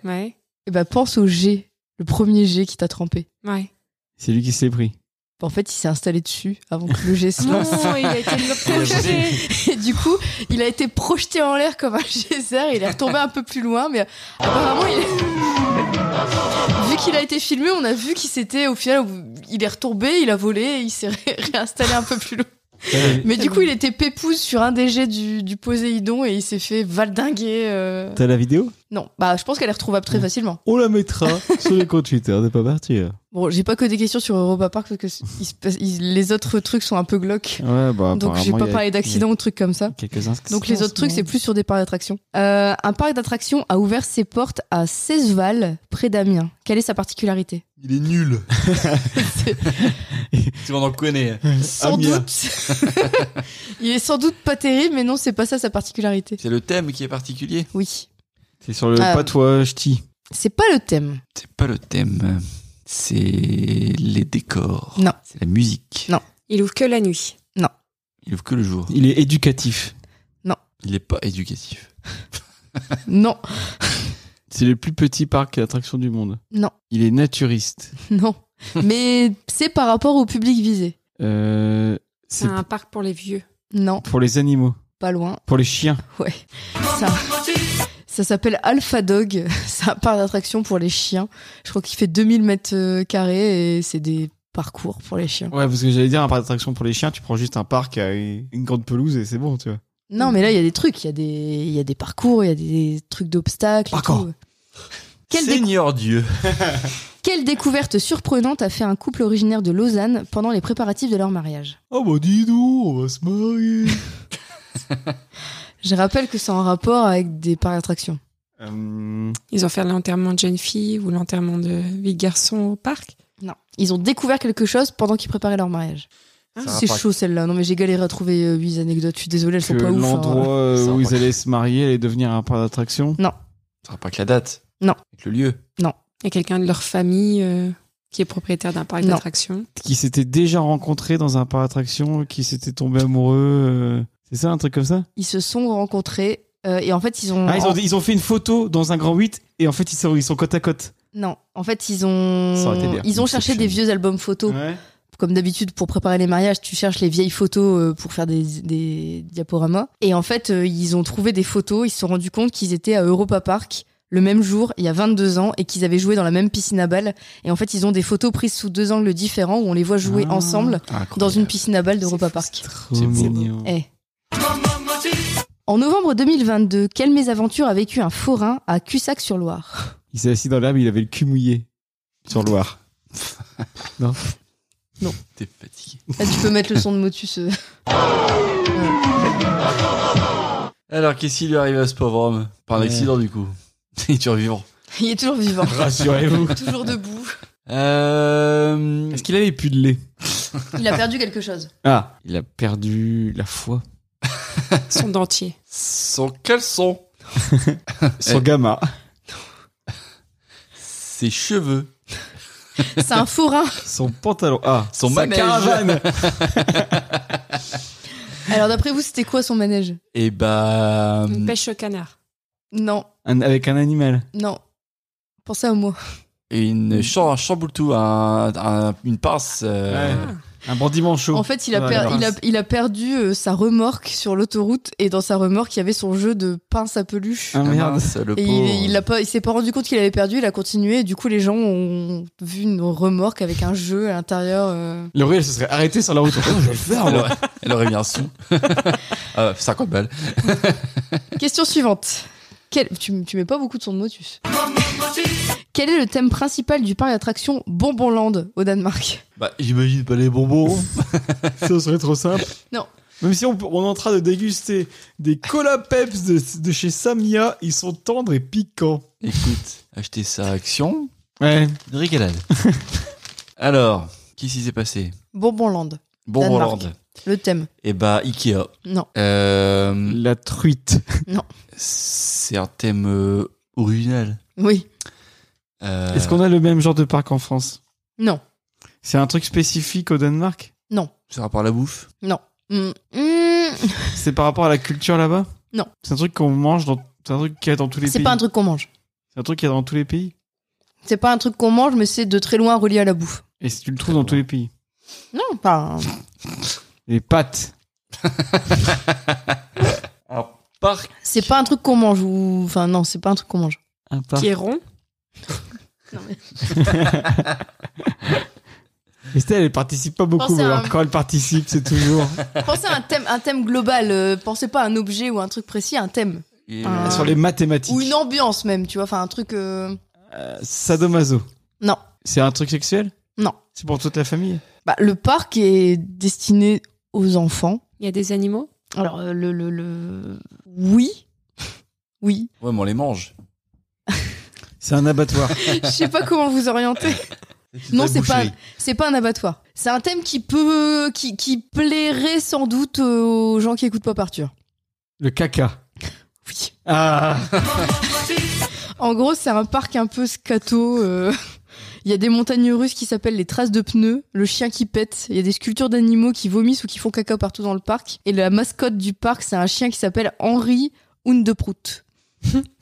Speaker 3: Et bah pense au G, le premier G qui t'a trempé.
Speaker 4: Ouais.
Speaker 1: C'est lui qui s'est pris.
Speaker 3: En fait, il s'est installé dessus avant que le G se lance.
Speaker 4: Non, il a été projeté.
Speaker 3: Et du coup, il a été projeté en l'air comme un geyser. Il est retombé un peu plus loin, mais apparemment, il est- vu qu'il a été filmé, on a vu qu'il s'était au final, il est retombé, il a volé, et il s'est ré- réinstallé un peu plus loin. Mais du coup, il était pépouze sur un des jets du, du Poséidon et il s'est fait valdinguer. euh.
Speaker 1: T'as la vidéo
Speaker 3: Non, bah je pense qu'elle est retrouvable très facilement.
Speaker 1: On la mettra sur les comptes Twitter de pas hein. partir.
Speaker 3: Bon, j'ai pas que des questions sur Europa Park parce que c- il se passe- il- les autres trucs sont un peu glauques.
Speaker 1: Ouais, bah,
Speaker 3: Donc j'ai pas parlé d'accident ou de trucs comme ça.
Speaker 1: Quelques
Speaker 3: Donc les autres trucs, c'est plus sur des parcs d'attractions. Euh, un parc d'attractions a ouvert ses portes à Sesval, près d'Amiens. Quelle est sa particularité
Speaker 2: Il est nul.
Speaker 3: C'est-
Speaker 2: Tout le monde en connaît.
Speaker 3: Euh, Sans
Speaker 1: Amiens.
Speaker 3: doute. Il est sans doute pas terrible, mais non, c'est pas ça sa particularité.
Speaker 2: C'est le thème qui est particulier
Speaker 3: Oui.
Speaker 1: C'est sur le
Speaker 3: Ah.
Speaker 1: patois ch'ti.
Speaker 3: C'est pas le thème.
Speaker 2: C'est pas le thème. C'est les décors.
Speaker 3: Non.
Speaker 2: C'est la musique.
Speaker 3: Non.
Speaker 4: Il ouvre que la nuit.
Speaker 2: Il ouvre que le jour.
Speaker 1: Il est éducatif.
Speaker 2: Il est pas éducatif.
Speaker 3: Non,
Speaker 1: C'est le plus petit parc d'attractions du monde.
Speaker 3: non,
Speaker 1: Il est naturiste.
Speaker 3: non. Mais c'est par rapport au public visé.
Speaker 1: Euh,
Speaker 4: C'est
Speaker 1: c'est
Speaker 4: un parc pour les vieux.
Speaker 3: Non,
Speaker 1: pour les animaux.
Speaker 3: pas loin.
Speaker 1: Pour les chiens.
Speaker 3: Ouais. Ça, ça s'appelle Alpha Dog. C'est un parc d'attraction pour les chiens. Je crois qu'il fait 2000 mètres euh, carrés et c'est des parcours pour les chiens.
Speaker 1: Ouais, parce que j'allais dire un parc d'attraction pour les chiens, tu prends juste un parc à une une grande pelouse et c'est bon, tu vois.
Speaker 3: Non, mais là, il y a des trucs. Il y, a des- il y a des parcours, il y a des trucs d'obstacles. et
Speaker 1: Parcours.
Speaker 3: tout. Quelle, décou-
Speaker 2: Seigneur Dieu.
Speaker 3: quelle découverte surprenante a fait un couple originaire de Lausanne pendant les préparatifs de leur mariage
Speaker 1: Oh bah dis donc, on va se marier.
Speaker 3: Je rappelle que c'est en rapport avec des parcs d'attractions.
Speaker 1: Euh,
Speaker 4: Ils ont fait l'enterrement de jeune fille ou l'enterrement de vie de garçon au parc.
Speaker 3: Non. Ils ont découvert quelque chose pendant qu'ils préparaient leur mariage.
Speaker 2: Ça va
Speaker 3: c'est
Speaker 2: pas-
Speaker 3: chaud celle-là. Non, mais j'ai galéré à trouver euh, huit anecdotes. Je suis désolée, elles
Speaker 1: que
Speaker 3: sont pas ouf. hein.
Speaker 1: l'endroit euh,
Speaker 2: Ça
Speaker 1: où
Speaker 2: va
Speaker 1: ils
Speaker 2: pas.
Speaker 1: allaient se marier allait devenir un parc d'attraction.
Speaker 2: Ça sera pas que la date.
Speaker 3: Non.
Speaker 2: Avec le lieu.
Speaker 4: Il y a quelqu'un de leur famille euh, qui est propriétaire d'un parc
Speaker 3: Non.
Speaker 4: d'attractions.
Speaker 1: Qui s'étaient déjà rencontrés dans un parc d'attraction, qui s'étaient tombés amoureux. euh, C'est ça, un truc comme ça
Speaker 3: Ils se sont rencontrés euh, et en fait, ils ont.
Speaker 1: ah, ils, ont, ils ont fait une photo dans un grand 8 et en fait ils sont, ils sont côte à côte.
Speaker 3: Non, en fait, ils
Speaker 1: Ça aurait été
Speaker 3: ont.
Speaker 1: bien.
Speaker 3: Ils ont cherché
Speaker 1: Inception.
Speaker 3: des vieux albums photos.
Speaker 1: Ouais.
Speaker 3: comme d'habitude, pour préparer les mariages, tu cherches les vieilles photos euh, pour faire des, des diaporamas. Et en fait, euh, ils ont trouvé des photos, ils se sont rendus compte qu'ils étaient à Europa Park le même jour, il y a 22 ans, et qu'ils avaient joué dans la même piscine à balles. Et en fait, ils ont des photos prises sous deux angles différents où on les voit jouer
Speaker 1: Ah.
Speaker 3: ensemble dans une piscine à balles d'Europa
Speaker 4: fou,
Speaker 3: Park.
Speaker 1: C'est
Speaker 6: C'est beau.
Speaker 1: mignon.
Speaker 3: Eh. En novembre 2022, quelle mésaventure a vécu un forain à Cussac-sur-Loire
Speaker 1: Il s'est assis dans l'herbe, il avait le cul mouillé. Sur Loire.
Speaker 2: T'es fatigué.
Speaker 3: Là, Ah, tu peux mettre le son de Motus. euh.
Speaker 2: Alors, qu'est-ce qui lui arrive à ce pauvre homme Par un
Speaker 1: Ouais.
Speaker 2: accident, du coup. Il est toujours vivant.
Speaker 3: Il est toujours vivant,
Speaker 1: Rassurez-vous.
Speaker 3: toujours debout.
Speaker 2: Euh...
Speaker 1: Est-ce qu'il avait plus de lait
Speaker 3: Il a perdu quelque chose.
Speaker 1: Ah, il a perdu la foi.
Speaker 4: Son dentier.
Speaker 2: Son caleçon,
Speaker 1: Son
Speaker 2: Eh.
Speaker 1: gamin.
Speaker 2: ses cheveux,
Speaker 3: C'est un forain.
Speaker 1: Son pantalon. Ah,
Speaker 2: son
Speaker 1: sa
Speaker 2: manège.
Speaker 1: caravane.
Speaker 3: Alors d'après vous, c'était quoi son manège
Speaker 2: Et
Speaker 1: Euh,
Speaker 2: bah...
Speaker 4: Une pêche au canard.
Speaker 3: Non,
Speaker 1: Un- avec un animal.
Speaker 3: non. Pensez au mot.
Speaker 2: Une champ, un chamboultou, un, un- une pince. euh,
Speaker 1: Ouais. Un bandit manchot.
Speaker 3: En fait, il a,
Speaker 1: Ouais,
Speaker 3: per-
Speaker 1: la
Speaker 3: il a-
Speaker 1: pince.
Speaker 3: il a perdu euh, sa remorque sur l'autoroute et dans sa remorque, il y avait son jeu de pince à peluche.
Speaker 1: Ah
Speaker 2: ah,
Speaker 1: merde.
Speaker 2: mince, le
Speaker 3: Et
Speaker 2: pauvre.
Speaker 3: il, il, a pas, il s'est pas rendu compte qu'il avait perdu, il a continué. Et du coup, les gens ont vu une remorque avec un jeu à l'intérieur. euh.
Speaker 1: L'Oréal se serait arrêté sur la route. Oh, je vais le faire,
Speaker 2: Elle
Speaker 1: moi.
Speaker 2: aurait, elle aurait mis un sou. Ah, 50 balles.
Speaker 3: Question suivante. Quel- Tu, tu mets pas beaucoup de son de motus. Quel est le thème principal du parc d'attractions Bonbonland au Danemark
Speaker 2: Bah, j'imagine pas les bonbons.
Speaker 1: Ça serait trop simple.
Speaker 3: Non.
Speaker 1: Même si on, peut- on est en train de déguster des cola peps de, de chez Samia, ils sont tendres et piquants.
Speaker 2: Écoute, acheter sa action,
Speaker 1: Ouais.
Speaker 2: une régalade. Alors, qu'est-ce qui s'est passé
Speaker 3: Bonbonland,
Speaker 2: Bon
Speaker 3: Danemark.
Speaker 2: Roland.
Speaker 3: le thème.
Speaker 2: Et bah, Ikea.
Speaker 3: Non. Mm.
Speaker 2: Euh,
Speaker 1: La truite.
Speaker 2: c'est un thème euh, original.
Speaker 3: Oui.
Speaker 2: Euh,
Speaker 1: Est-ce qu'on a le même genre de parc en France
Speaker 3: Non.
Speaker 1: C'est un truc spécifique au Danemark
Speaker 2: C'est un par la bouffe
Speaker 3: Mm. Mm.
Speaker 1: C'est par rapport à la culture là-bas
Speaker 3: Non.
Speaker 1: C'est un truc qu'on mange dans. C'est un truc qu'il y a dans tous les
Speaker 3: C'est
Speaker 1: pays.
Speaker 3: pas un truc qu'on mange.
Speaker 1: C'est un truc qu'il y a dans tous les pays.
Speaker 3: C'est pas un truc qu'on mange, mais c'est de très loin relié à la bouffe.
Speaker 1: Et si tu le trouves dans tous les pays.
Speaker 3: Non, pas.
Speaker 1: Les pâtes.
Speaker 2: Parc
Speaker 3: C'est pas un truc qu'on mange ou. Enfin, non, c'est pas un truc qu'on mange.
Speaker 1: Un parc.
Speaker 4: Qui est rond.
Speaker 1: Estelle, elle participe pas beaucoup,
Speaker 3: Pensez
Speaker 1: mais
Speaker 3: à
Speaker 1: alors
Speaker 3: un-
Speaker 1: quand elle participe, c'est toujours.
Speaker 3: Pensez à un thème, un thème global. euh, pensez pas à un objet ou à un truc précis, un thème.
Speaker 2: et, euh,
Speaker 3: Ah.
Speaker 1: Sur les mathématiques.
Speaker 3: Ou une ambiance même, tu vois. Enfin, un truc. euh,
Speaker 1: Euh, Sadomaso.
Speaker 3: Non.
Speaker 1: C'est un truc sexuel
Speaker 3: Non.
Speaker 1: C'est pour toute la famille
Speaker 3: Bah, le parc est destiné aux enfants.
Speaker 4: Il y a des animaux.
Speaker 3: Alors, euh, le, le, le- Oui. Oui.
Speaker 2: Ouais, mais on les mange.
Speaker 1: C'est un abattoir.
Speaker 3: Je sais pas comment vous orienter. Non, c'est pas, c'est pas un abattoir. C'est un thème qui peut, qui, qui plairait sans doute aux gens qui écoutent Pop Arthur.
Speaker 1: Le caca.
Speaker 3: Oui.
Speaker 1: Ah
Speaker 3: En gros, c'est un parc un peu scato. euh, Il y a des montagnes russes qui s'appellent les traces de pneus, le chien qui pète, il y a des sculptures d'animaux qui vomissent ou qui font caca partout dans le parc. Et la mascotte du parc, c'est un chien qui s'appelle Henri Hundeprout.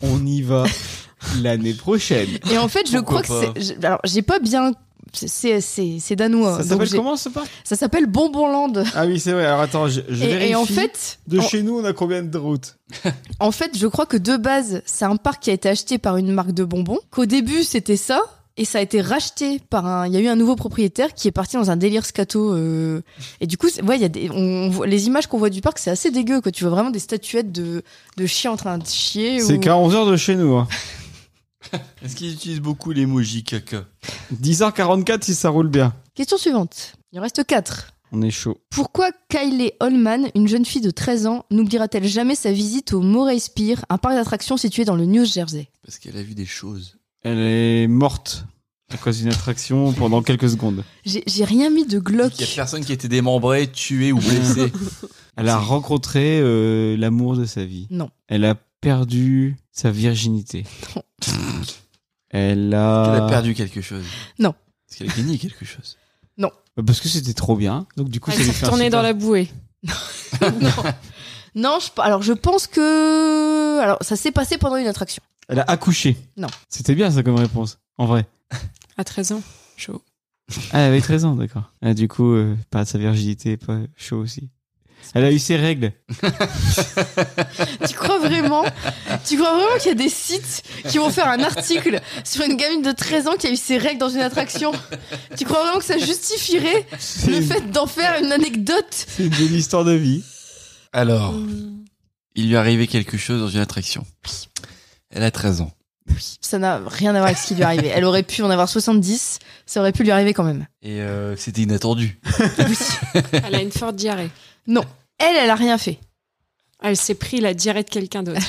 Speaker 1: On y va l'année prochaine.
Speaker 3: Et en fait, je
Speaker 2: Pourquoi
Speaker 3: crois que c'est. je- Alors, j'ai pas bien. c'est- C'est c'est- c'est danois. hein,
Speaker 1: Ça
Speaker 3: donc
Speaker 1: s'appelle
Speaker 3: j'ai-
Speaker 1: comment ce parc
Speaker 3: Ça s'appelle Bonbonland.
Speaker 1: Ah oui, c'est vrai. Alors attends, je, je
Speaker 3: Et,
Speaker 1: vérifie.
Speaker 3: et en fait,
Speaker 1: de
Speaker 3: en-
Speaker 1: chez nous, on a combien de routes
Speaker 3: En fait, je crois que de base, c'est un parc qui a été acheté par une marque de bonbons, qu'au début, c'était ça. Et ça a été racheté par un. Il y a eu un nouveau propriétaire qui est parti dans un délire scato. euh, Et du coup, c'est- ouais, il y a des. on- on voit- les images qu'on voit du parc, c'est assez dégueu. Quoi. Tu vois vraiment des statuettes de, de chiens en train de chier.
Speaker 1: C'est
Speaker 3: ou-
Speaker 1: 41 heures de chez nous. hein.
Speaker 2: Est-ce qu'ils utilisent beaucoup l'emoji caca
Speaker 1: 10h44 si ça roule bien.
Speaker 3: Question suivante. Il en reste quatre.
Speaker 1: On est chaud.
Speaker 3: Pourquoi Kylie Holman, une jeune fille de 13 ans, n'oubliera-t-elle jamais sa visite au Moray Pier, un parc d'attractions situé dans le New Jersey
Speaker 2: Parce qu'elle a vu des choses.
Speaker 1: Elle est morte à cause d'une attraction pendant quelques secondes.
Speaker 3: J'ai j'ai rien mis de glauque.
Speaker 2: Il y a personne qui a été démembré, tué ou blessé.
Speaker 1: Elle a rencontré euh, l'amour de sa vie.
Speaker 3: Non.
Speaker 1: Elle a perdu sa virginité.
Speaker 3: Non.
Speaker 1: Elle
Speaker 2: Elle
Speaker 1: a...
Speaker 2: a perdu quelque chose.
Speaker 3: Non.
Speaker 2: Parce qu'elle a gagné quelque chose.
Speaker 1: Bah, Parce que c'était trop bien. Donc du coup,
Speaker 4: Elle
Speaker 1: ça lui
Speaker 4: s'est
Speaker 1: fait un
Speaker 4: retournée
Speaker 1: super-
Speaker 4: dans la bouée.
Speaker 3: non. Non, je- alors je pense que. Alors ça s'est passé pendant une attraction.
Speaker 1: Elle a accouché.
Speaker 3: Non.
Speaker 1: C'était bien ça comme réponse. En vrai.
Speaker 4: À 13 ans. Chaud.
Speaker 1: Ah, elle avait 13 ans, d'accord. Ah, du coup, euh, pas de sa virginité, pas chaud aussi. Elle a eu ses règles.
Speaker 3: Tu crois vraiment Tu crois vraiment qu'il y a des sites qui vont faire un article sur une gamine de 13 ans qui a eu ses règles dans une attraction Tu crois vraiment que ça justifierait
Speaker 1: C'est
Speaker 3: le
Speaker 1: une,
Speaker 3: fait d'en faire une anecdote
Speaker 1: c'est une belle histoire de vie.
Speaker 2: Alors,
Speaker 1: Oh.
Speaker 2: il lui est arrivé quelque chose dans une attraction. Elle a 13 ans.
Speaker 3: Ça n'a rien à voir avec ce qui lui est arrivé. Elle aurait pu en avoir 70, ça aurait pu lui arriver quand même.
Speaker 2: Et euh, c'était inattendu.
Speaker 3: Oui.
Speaker 4: Elle a une forte diarrhée.
Speaker 3: Elle, elle a rien fait.
Speaker 4: Elle s'est pris la diarrhée de quelqu'un d'autre.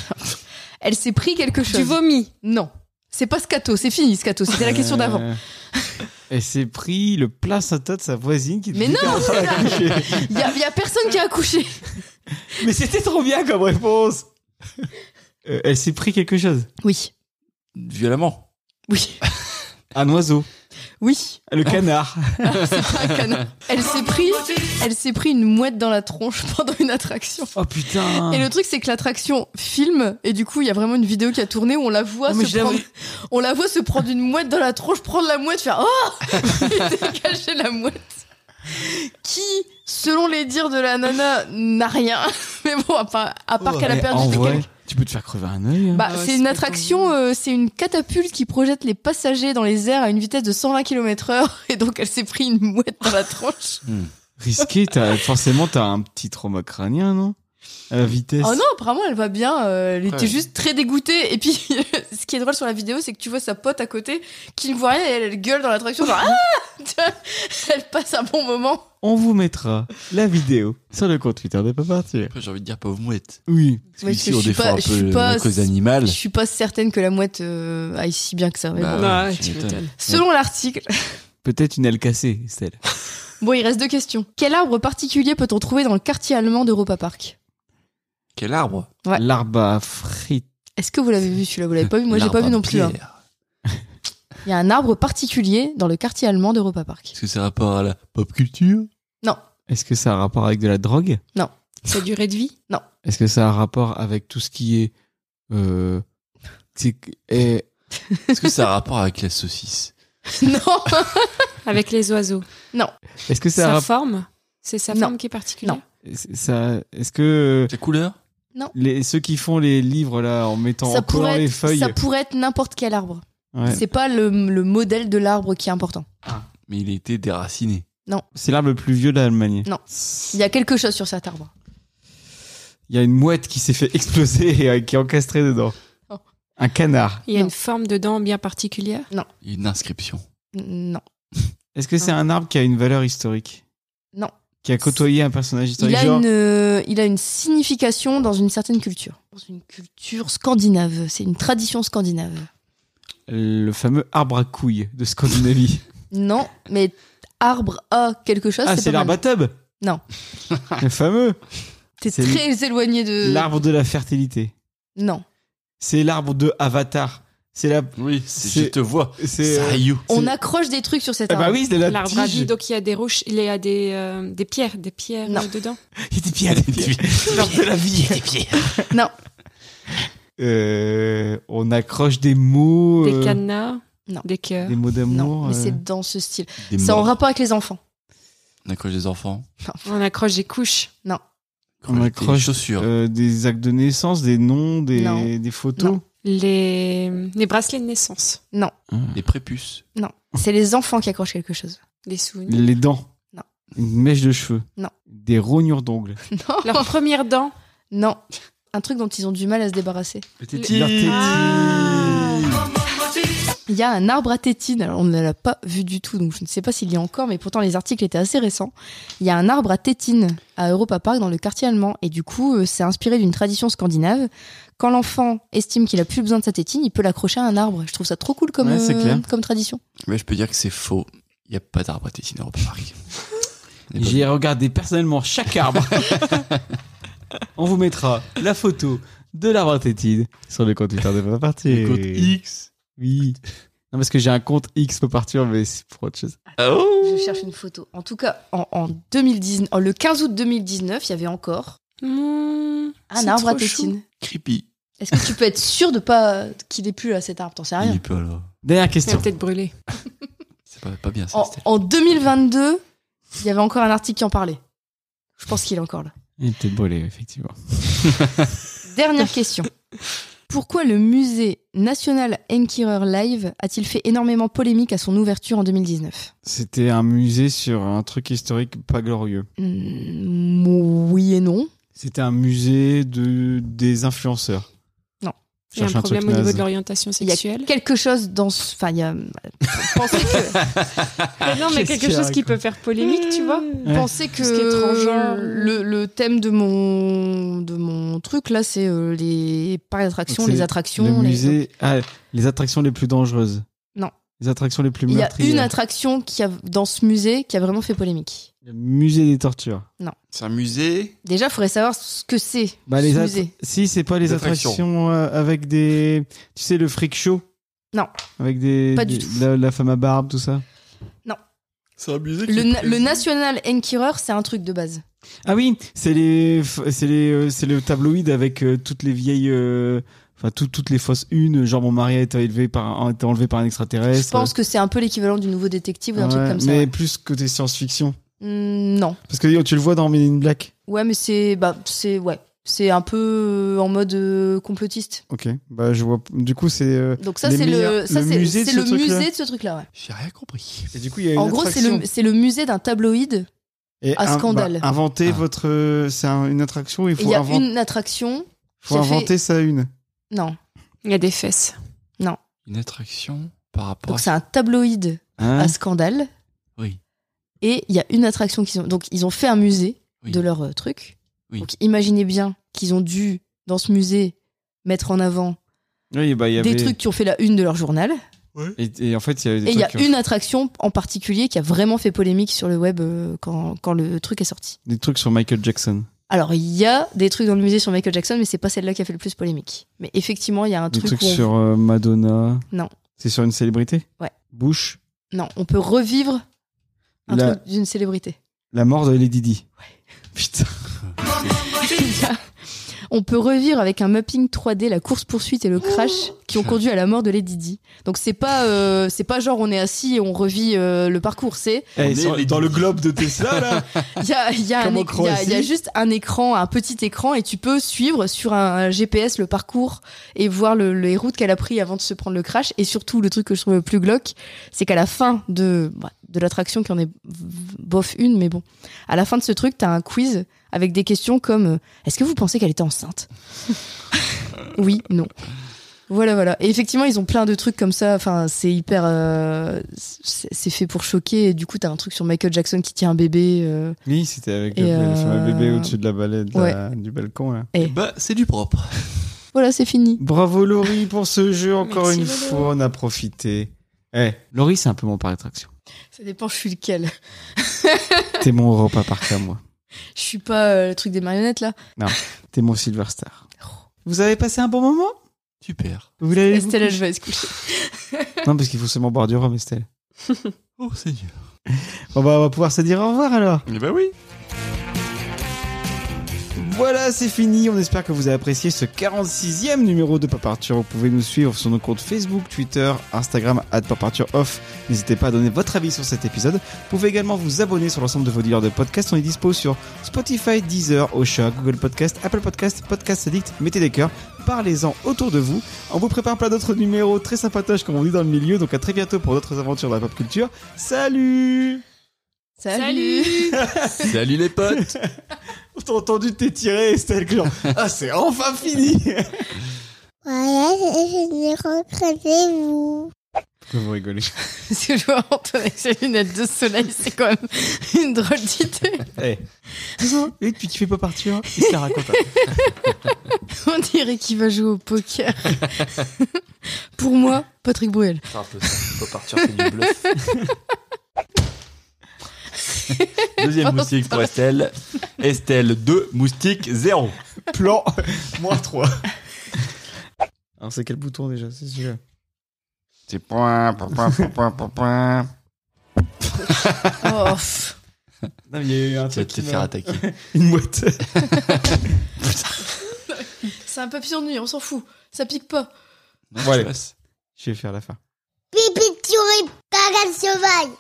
Speaker 3: Elle s'est pris quelque chose.
Speaker 4: Tu vomis.
Speaker 3: Non. C'est pas scato, c'est fini scato, c'était la question d'avant.
Speaker 1: Euh, Elle s'est pris le placenta de sa voisine qui
Speaker 3: Mais non, c'est là. Il y, a- y a personne qui a accouché.
Speaker 1: Mais c'était trop bien comme réponse Euh, Elle s'est pris quelque chose.
Speaker 3: Oui,
Speaker 2: Violemment.
Speaker 3: oui,
Speaker 1: Un oiseau.
Speaker 3: oui. Ah,
Speaker 1: Le canard.
Speaker 3: Un canard. Elle s'est pris, elle s'est pris une mouette dans la tronche pendant une attraction.
Speaker 1: Oh putain
Speaker 3: Et le truc c'est que l'attraction filme et du coup il y a vraiment une vidéo qui a tourné où on la
Speaker 1: Ah,
Speaker 3: voit se prendre, on la voit se prendre une mouette dans la tronche, prendre la mouette, faire oh, Et dégager la mouette. Qui, selon les dires de la nana, n'a rien. Mais bon, à part, à part qu'elle a
Speaker 1: Eh,
Speaker 3: perdu
Speaker 1: en
Speaker 3: des
Speaker 1: vrai,
Speaker 3: quelques-
Speaker 1: tu peux te faire crever un œil. hein.
Speaker 3: Bah,
Speaker 4: Ah ouais,
Speaker 3: c'est
Speaker 4: c'est
Speaker 3: une attraction,
Speaker 4: pas
Speaker 3: euh, c'est une catapulte qui projette les passagers dans les airs à une vitesse de 120 km/h et donc elle s'est pris une mouette dans la tronche.
Speaker 1: Risqué, t'as- forcément, t'as un petit trauma crânien, non À la vitesse.
Speaker 3: Oh non, apparemment elle va bien, euh, elle était
Speaker 2: Ouais.
Speaker 3: juste très dégoûtée. Et puis ce qui est drôle sur la vidéo, c'est que tu vois sa pote à côté qui ne voit rien et elle, elle gueule dans l'attraction, genre ah Tu vois, Elle passe un bon moment.
Speaker 1: On vous mettra la vidéo sur le compte Twitter de Pas Partir.
Speaker 2: Après, j'ai envie de dire pauvre mouette.
Speaker 1: Oui.
Speaker 2: Parce
Speaker 3: Ouais,
Speaker 2: qu'ici,
Speaker 3: parce
Speaker 2: on
Speaker 3: que je suis
Speaker 2: défend
Speaker 3: pas-
Speaker 2: un
Speaker 3: je suis
Speaker 2: peu
Speaker 3: pas-
Speaker 2: la cause animale.
Speaker 3: Je suis pas certaine que la mouette euh, aille si bien que ça. mais
Speaker 2: Bah,
Speaker 3: bon.
Speaker 2: Ah,
Speaker 4: Ouais,
Speaker 2: tu
Speaker 4: tu
Speaker 2: m'étonnes.
Speaker 4: m'étonnes.
Speaker 3: Selon l'article,
Speaker 1: Peut-être une aile cassée, Estelle.
Speaker 3: bon il reste deux questions. Quel arbre particulier peut-on trouver dans le quartier allemand d'Europa Park
Speaker 2: Quel arbre
Speaker 3: Ouais.
Speaker 1: L'arbre à frites.
Speaker 3: Est-ce que vous l'avez vu celui-là Vous l'avez pas vu Moi j'ai
Speaker 2: L'arbre
Speaker 3: pas vu
Speaker 2: à
Speaker 3: non plus. hein.
Speaker 2: pierre.
Speaker 3: Il y a un arbre particulier dans le quartier allemand d'Europa Park.
Speaker 2: Est-ce que c'est rapport à la pop culture
Speaker 1: Est-ce que ça a un rapport avec de la drogue
Speaker 4: Sa durée de vie
Speaker 1: Est-ce que ça a un rapport avec tout ce qui est... Euh, c'est- eh,
Speaker 2: Est-ce que ça a rapport avec la saucisse
Speaker 3: non
Speaker 4: Avec les oiseaux.
Speaker 1: Est-ce que ça a
Speaker 4: sa
Speaker 1: rapport...
Speaker 4: forme C'est sa
Speaker 3: Non.
Speaker 4: forme qui est particulière
Speaker 3: Non.
Speaker 1: Ça, est-ce que
Speaker 2: La couleur
Speaker 1: les, ceux qui font les livres là en mettant
Speaker 3: ça,
Speaker 1: en collant
Speaker 3: pourrait
Speaker 1: les
Speaker 3: être,
Speaker 1: feuilles,
Speaker 3: ça pourrait être n'importe quel arbre.
Speaker 1: Ouais.
Speaker 3: C'est pas le, le modèle de l'arbre qui est important.
Speaker 2: Mais il était déraciné.
Speaker 1: c'est l'arbre le plus vieux d'Allemagne.
Speaker 3: Non. Il y a quelque chose sur cet arbre.
Speaker 1: Il y a une mouette qui s'est fait exploser et euh, qui est encastrée dedans.
Speaker 3: Oh.
Speaker 1: Un canard.
Speaker 4: Il y a
Speaker 3: Non.
Speaker 4: une forme dedans bien particulière
Speaker 2: Une inscription.
Speaker 3: Non.
Speaker 1: Est-ce que c'est un arbre qui a une valeur historique
Speaker 3: Non.
Speaker 1: Qui a côtoyé un personnage historique
Speaker 3: Il a,
Speaker 1: genre-
Speaker 3: une, euh, il a une signification dans une certaine culture. Dans une culture scandinave. C'est une tradition scandinave.
Speaker 1: Le fameux arbre à couilles de Scandinavie.
Speaker 3: Non, mais arbre à quelque chose,
Speaker 1: ah,
Speaker 3: c'est
Speaker 1: c'est
Speaker 3: pas
Speaker 1: l'arbre à
Speaker 3: mal.
Speaker 1: tub
Speaker 3: Non.
Speaker 1: Le fameux
Speaker 3: T'es
Speaker 1: c'est
Speaker 3: très éloigné de...
Speaker 1: L'arbre de la fertilité.
Speaker 3: Non.
Speaker 1: C'est l'arbre de Avatar. C'est la.
Speaker 2: Oui,
Speaker 1: c'est-
Speaker 2: je te vois.
Speaker 1: C'est. euh,
Speaker 2: Sayu.
Speaker 3: On
Speaker 1: c'est-
Speaker 3: accroche des trucs sur cet
Speaker 1: Ah
Speaker 3: arbre.
Speaker 1: bah oui, c'est la
Speaker 4: L'arbre à vie,
Speaker 1: tige.
Speaker 4: donc il y a des roches, il y a des, euh, des pierres, des pierres
Speaker 3: Non.
Speaker 4: euh, dedans.
Speaker 1: Il était bien, il était bien. L'arbre de la vie.
Speaker 3: Non.
Speaker 1: Euh, on accroche des mots.
Speaker 4: Des
Speaker 1: euh,
Speaker 4: canards,
Speaker 3: Non.
Speaker 4: des cœurs.
Speaker 1: des mots d'amour.
Speaker 3: Non, mais
Speaker 1: euh.
Speaker 3: c'est dans ce style.
Speaker 2: Des
Speaker 3: C'est en
Speaker 2: morts.
Speaker 3: rapport avec les enfants.
Speaker 2: On accroche des enfants.
Speaker 4: On accroche des couches.
Speaker 1: On
Speaker 2: des
Speaker 1: accroche,
Speaker 2: chaussures.
Speaker 1: Euh, des actes de naissance, des noms, des,
Speaker 3: Non.
Speaker 1: des photos.
Speaker 4: Les, les bracelets de naissance.
Speaker 2: Des prépuces.
Speaker 3: C'est les enfants qui accrochent quelque chose.
Speaker 4: Des souvenirs.
Speaker 1: Les dents.
Speaker 3: Non.
Speaker 1: Une mèche de cheveux.
Speaker 3: Non.
Speaker 1: Des rognures d'ongles.
Speaker 3: Non.
Speaker 4: Leurs premières dents.
Speaker 3: Non. Un truc dont ils ont du mal à se débarrasser.
Speaker 1: Leur tétine.
Speaker 4: Ah.
Speaker 3: Il y a un arbre à tétine. Alors, on ne l'a pas vu du tout, donc je ne sais pas s'il y a encore, mais pourtant les articles étaient assez récents. Il y a un arbre à tétine à Europa Park dans le quartier allemand. Et du coup, euh, c'est inspiré d'une tradition scandinave. Quand l'enfant estime qu'il a plus besoin de sa tétine, il peut l'accrocher à un arbre. Je trouve ça trop cool comme,
Speaker 1: Ouais, c'est
Speaker 3: euh,
Speaker 1: clair.
Speaker 3: comme tradition.
Speaker 2: Mais je peux dire que c'est faux. Il n'y a pas d'arbre à tétine au parc.
Speaker 1: J'ai regardé personnellement chaque arbre. on vous mettra la photo de l'arbre à tétine sur le compte Twitter de Pas Partir.
Speaker 2: X.
Speaker 1: Oui. Non, parce que j'ai un compte X Pas Partir, mais c'est pour autre chose.
Speaker 2: Oh!
Speaker 3: Je cherche une photo. En tout cas, en, en 2019, en- le 15 août 2019, il y avait encore
Speaker 4: Mmh,
Speaker 3: Ah, un
Speaker 4: c'est
Speaker 3: arbre à
Speaker 4: trop chou.
Speaker 3: tétine.
Speaker 2: Creepy.
Speaker 3: Est-ce que tu peux être sûr de pas qu'il est plus là cet arbre T'en sais
Speaker 1: Ah,
Speaker 2: Il
Speaker 3: rien.
Speaker 2: est pas là.
Speaker 1: Dernière
Speaker 4: Il va
Speaker 1: question.
Speaker 4: peut-être brûler.
Speaker 2: Ça pas, pas bien ça,
Speaker 1: Oh.
Speaker 3: En,
Speaker 2: Estelle.
Speaker 3: en 2022, il y avait encore un article qui en parlait. Je pense qu'il est encore là.
Speaker 1: Il est peut-être brûlé, effectivement.
Speaker 3: Dernière question. Pourquoi le musée National Enquirer Live a-t-il fait énormément polémique à son ouverture en 2019
Speaker 1: C'était un musée sur un truc historique pas glorieux.
Speaker 3: Hmm, Oui et non.
Speaker 1: C'était un musée de, des influenceurs.
Speaker 3: Non.
Speaker 4: Il y a un
Speaker 1: Cherche truc
Speaker 4: problème au niveau
Speaker 1: naze.
Speaker 4: de l'orientation
Speaker 3: Il y a
Speaker 4: sexuelle.
Speaker 3: quelque chose dans ce... Enfin, il y a... Pensez que,
Speaker 4: Mais non,
Speaker 1: Qu'est-ce
Speaker 4: mais
Speaker 1: qu'il
Speaker 4: quelque chose qui
Speaker 1: raconte
Speaker 4: peut faire polémique, tu vois.
Speaker 1: Ouais.
Speaker 3: pensez que
Speaker 4: Tout ce qui est hein. transgenre.
Speaker 3: le, le thème de mon, de mon truc, là, c'est euh, les parcs d'attractions,
Speaker 1: Donc, c'est
Speaker 3: les
Speaker 1: Le
Speaker 3: attractions. les-
Speaker 1: musée. Ah, les attractions les plus dangereuses.
Speaker 3: Non.
Speaker 1: Les attractions les plus
Speaker 3: Il y a
Speaker 1: meurtrières.
Speaker 3: une attraction qui a, dans ce musée qui a vraiment fait polémique.
Speaker 1: Le musée des tortures.
Speaker 2: C'est un musée.
Speaker 3: Déjà, il faudrait savoir ce que c'est,
Speaker 1: Bah,
Speaker 3: ce
Speaker 1: les attra-
Speaker 3: musée.
Speaker 1: Si, c'est pas les
Speaker 2: Des attractions.
Speaker 1: attractions, euh, avec des. Tu sais, le freak show
Speaker 3: Non.
Speaker 1: Avec des.
Speaker 3: Pas du
Speaker 1: des-
Speaker 3: tout.
Speaker 1: La, la femme à barbe, tout ça.
Speaker 2: C'est un musée.
Speaker 3: Le, na- le National Enquirer, c'est un truc de base.
Speaker 1: Ah oui, c'est les. f- C'est les. euh, C'est le tabloïd avec euh, toutes les vieilles. euh, Enfin, tout- toutes les fausses une, genre mon mari a été, élevé par, a été enlevé par un extraterrestre.
Speaker 3: Je pense que c'est un peu l'équivalent du nouveau détective ou d'un truc
Speaker 1: Ouais,
Speaker 3: comme ça.
Speaker 1: Mais
Speaker 3: ouais.
Speaker 1: plus côté science-fiction.
Speaker 3: Hmm, non.
Speaker 1: Parce que tu le vois dans Men in Black.
Speaker 3: Ouais, mais c'est bah c'est ouais, c'est un peu euh, en mode euh, complotiste.
Speaker 1: Ok, bah je vois. Du coup, c'est. euh,
Speaker 3: Donc ça
Speaker 1: Les
Speaker 3: c'est
Speaker 1: meilleurs-
Speaker 3: le ça
Speaker 1: le
Speaker 3: c'est
Speaker 1: musée de
Speaker 3: c'est
Speaker 1: ce
Speaker 3: le
Speaker 1: truc-là.
Speaker 3: musée de ce truc-là. ouais.
Speaker 2: J'ai rien compris.
Speaker 1: Et du coup, il y a une
Speaker 3: En gros, c'est
Speaker 1: attraction.
Speaker 3: le c'est le musée d'un tabloïd.
Speaker 1: Et
Speaker 3: à
Speaker 1: un-
Speaker 3: scandale.
Speaker 1: bah, inventer
Speaker 2: Ah.
Speaker 1: votre. euh, C'est un- une attraction, il
Speaker 3: Et Il
Speaker 1: faut,
Speaker 3: y a
Speaker 1: inven-
Speaker 3: une attraction.
Speaker 1: faut
Speaker 3: qui a fait-
Speaker 1: inventer sa une.
Speaker 3: Non.
Speaker 4: Il y a des fesses.
Speaker 2: Une attraction par rapport
Speaker 1: Oh.
Speaker 3: Donc c'est un tabloïd
Speaker 1: Hein
Speaker 3: à scandale.
Speaker 2: Oui.
Speaker 3: Et il y a une attraction qu'ils ont. Donc ils ont fait un musée
Speaker 2: Oui.
Speaker 3: de leur euh, truc.
Speaker 2: Oui.
Speaker 3: Donc imaginez bien qu'ils ont dû dans ce musée mettre en avant
Speaker 1: Oui, bah, il y avait...
Speaker 3: des trucs qui ont fait la une de leur journal.
Speaker 1: Et, et en fait, il y avait des
Speaker 3: Et il y a
Speaker 1: trucs, euh,
Speaker 3: une attraction en particulier qui a vraiment fait polémique sur le web euh, quand, quand le truc est sorti.
Speaker 1: des trucs sur Michael Jackson.
Speaker 3: Alors, il y a des trucs dans le musée sur Michael Jackson, mais c'est pas celle-là qui a fait le plus polémique. Mais effectivement, il y a un
Speaker 1: Des
Speaker 3: truc
Speaker 1: trucs
Speaker 3: où on,
Speaker 1: sur euh, Madonna.
Speaker 3: Non.
Speaker 1: C'est sur une célébrité
Speaker 3: Ouais.
Speaker 1: Bush.
Speaker 3: non, on peut revivre un
Speaker 1: La-
Speaker 3: truc d'une célébrité.
Speaker 1: La mort de Lady Di. Putain.
Speaker 3: Il y a- on peut revivre avec un mapping 3D la course-poursuite et le crash qui ont conduit à la mort de Lady Di. Donc, c'est pas, euh, c'est pas genre on est assis et on revit euh, le parcours. C'est,
Speaker 1: Eh,
Speaker 2: On est
Speaker 1: sur-
Speaker 2: Lady
Speaker 1: dans le
Speaker 2: Di.
Speaker 1: globe de Tesla, là
Speaker 3: il y a, il y a
Speaker 1: Comme
Speaker 3: un
Speaker 1: en
Speaker 3: éc- il y a- il y a
Speaker 1: Croatie.
Speaker 3: juste un écran, un petit écran, et tu peux suivre sur un GPS le parcours et voir le, les routes qu'elle a pris avant de se prendre le crash. Et surtout, le truc que je trouve le plus glauque, c'est qu'à la fin de, bah, de l'attraction, qui en est bof une, mais bon, à la fin de ce truc, t'as un quiz avec des questions comme euh, Est-ce que vous pensez qu'elle était enceinte Oui, non. Voilà, voilà. Et effectivement, ils ont plein de trucs comme ça. Enfin, c'est hyper. euh, c'est c'est fait pour choquer. Et du coup, t'as un truc sur Michael Jackson qui tient un bébé. euh,
Speaker 1: Oui, c'était avec
Speaker 3: Et
Speaker 1: le, le fameux
Speaker 3: euh,
Speaker 1: bébé au-dessus de la balade du balcon, là.
Speaker 2: Bah, c'est du propre.
Speaker 3: Voilà, c'est fini.
Speaker 1: Bravo Laurie pour ce jeu, encore
Speaker 4: Merci,
Speaker 1: une
Speaker 4: Lolo.
Speaker 1: fois, on a profité. Eh, Laurie, c'est un peu mon par attraction.
Speaker 3: Ça dépend, je suis lequel.
Speaker 1: T'es mon Europa Park à moi.
Speaker 3: Je suis pas euh, le truc des marionnettes là.
Speaker 1: T'es mon Silver Star. Vous avez passé un bon moment
Speaker 2: Super.
Speaker 1: Vous voulez aller vous
Speaker 3: Estelle, elle va se coucher.
Speaker 1: coucher Non, parce qu'il faut seulement boire du rhum, Estelle.
Speaker 2: Oh Seigneur.
Speaker 1: Bon, bah, on va pouvoir se dire au revoir alors.
Speaker 2: Eh ben oui.
Speaker 1: Voilà, c'est fini. On espère que vous avez apprécié ce 46e numéro de Pop Arthur. Vous pouvez nous suivre sur nos comptes Facebook, Twitter, Instagram, at Pop Arthur Off. N'hésitez pas à donner votre avis sur cet épisode. Vous pouvez également vous abonner sur l'ensemble de vos dealers de podcasts. On est dispo sur Spotify, Deezer, Ocha, Google Podcast, Apple Podcast, Podcast Addict. Mettez des cœurs, parlez-en autour de vous. On vous prépare plein d'autres numéros très sympatoches, comme on dit dans le milieu. Donc à très bientôt pour d'autres aventures dans la pop culture. Salut
Speaker 3: Salut.
Speaker 2: Salut les potes.
Speaker 1: T'as entendu t'étirer, Estelle, que genre, ah, c'est enfin fini
Speaker 7: Voilà, je, je dis recréez-vous.
Speaker 1: Pourquoi vous rigolez
Speaker 3: Parce que je vois Antoine avec ses lunettes de soleil, c'est quand même une drôle d'idée.
Speaker 1: Et depuis qu'il fait pas partir, il se la raconte.
Speaker 3: On dirait qu'il va jouer au poker. Pour moi, Patrick Bruel.
Speaker 2: C'est un peu ça. Faut partir sur du bluff. Deuxième moustique pour Estelle. Estelle 2, moustique 0.
Speaker 1: Plan, moins 3. Alors, c'est Ah, quel bouton déjà C'est celui-là.
Speaker 2: C'est point, point, point, point, point, point, point.
Speaker 3: Oh, pff.
Speaker 1: Non, mais il y a eu un
Speaker 2: Tu vas
Speaker 1: truc.
Speaker 2: te
Speaker 1: qui
Speaker 2: faire
Speaker 1: m'a-
Speaker 2: attaquer.
Speaker 1: Une mouette.
Speaker 3: c'est un papillon de nuit, on s'en fout. Ça pique pas.
Speaker 1: Bon, allez.
Speaker 2: Je passe.
Speaker 1: Je vais faire la fin.
Speaker 7: Pipi, sur les cagades sauvages.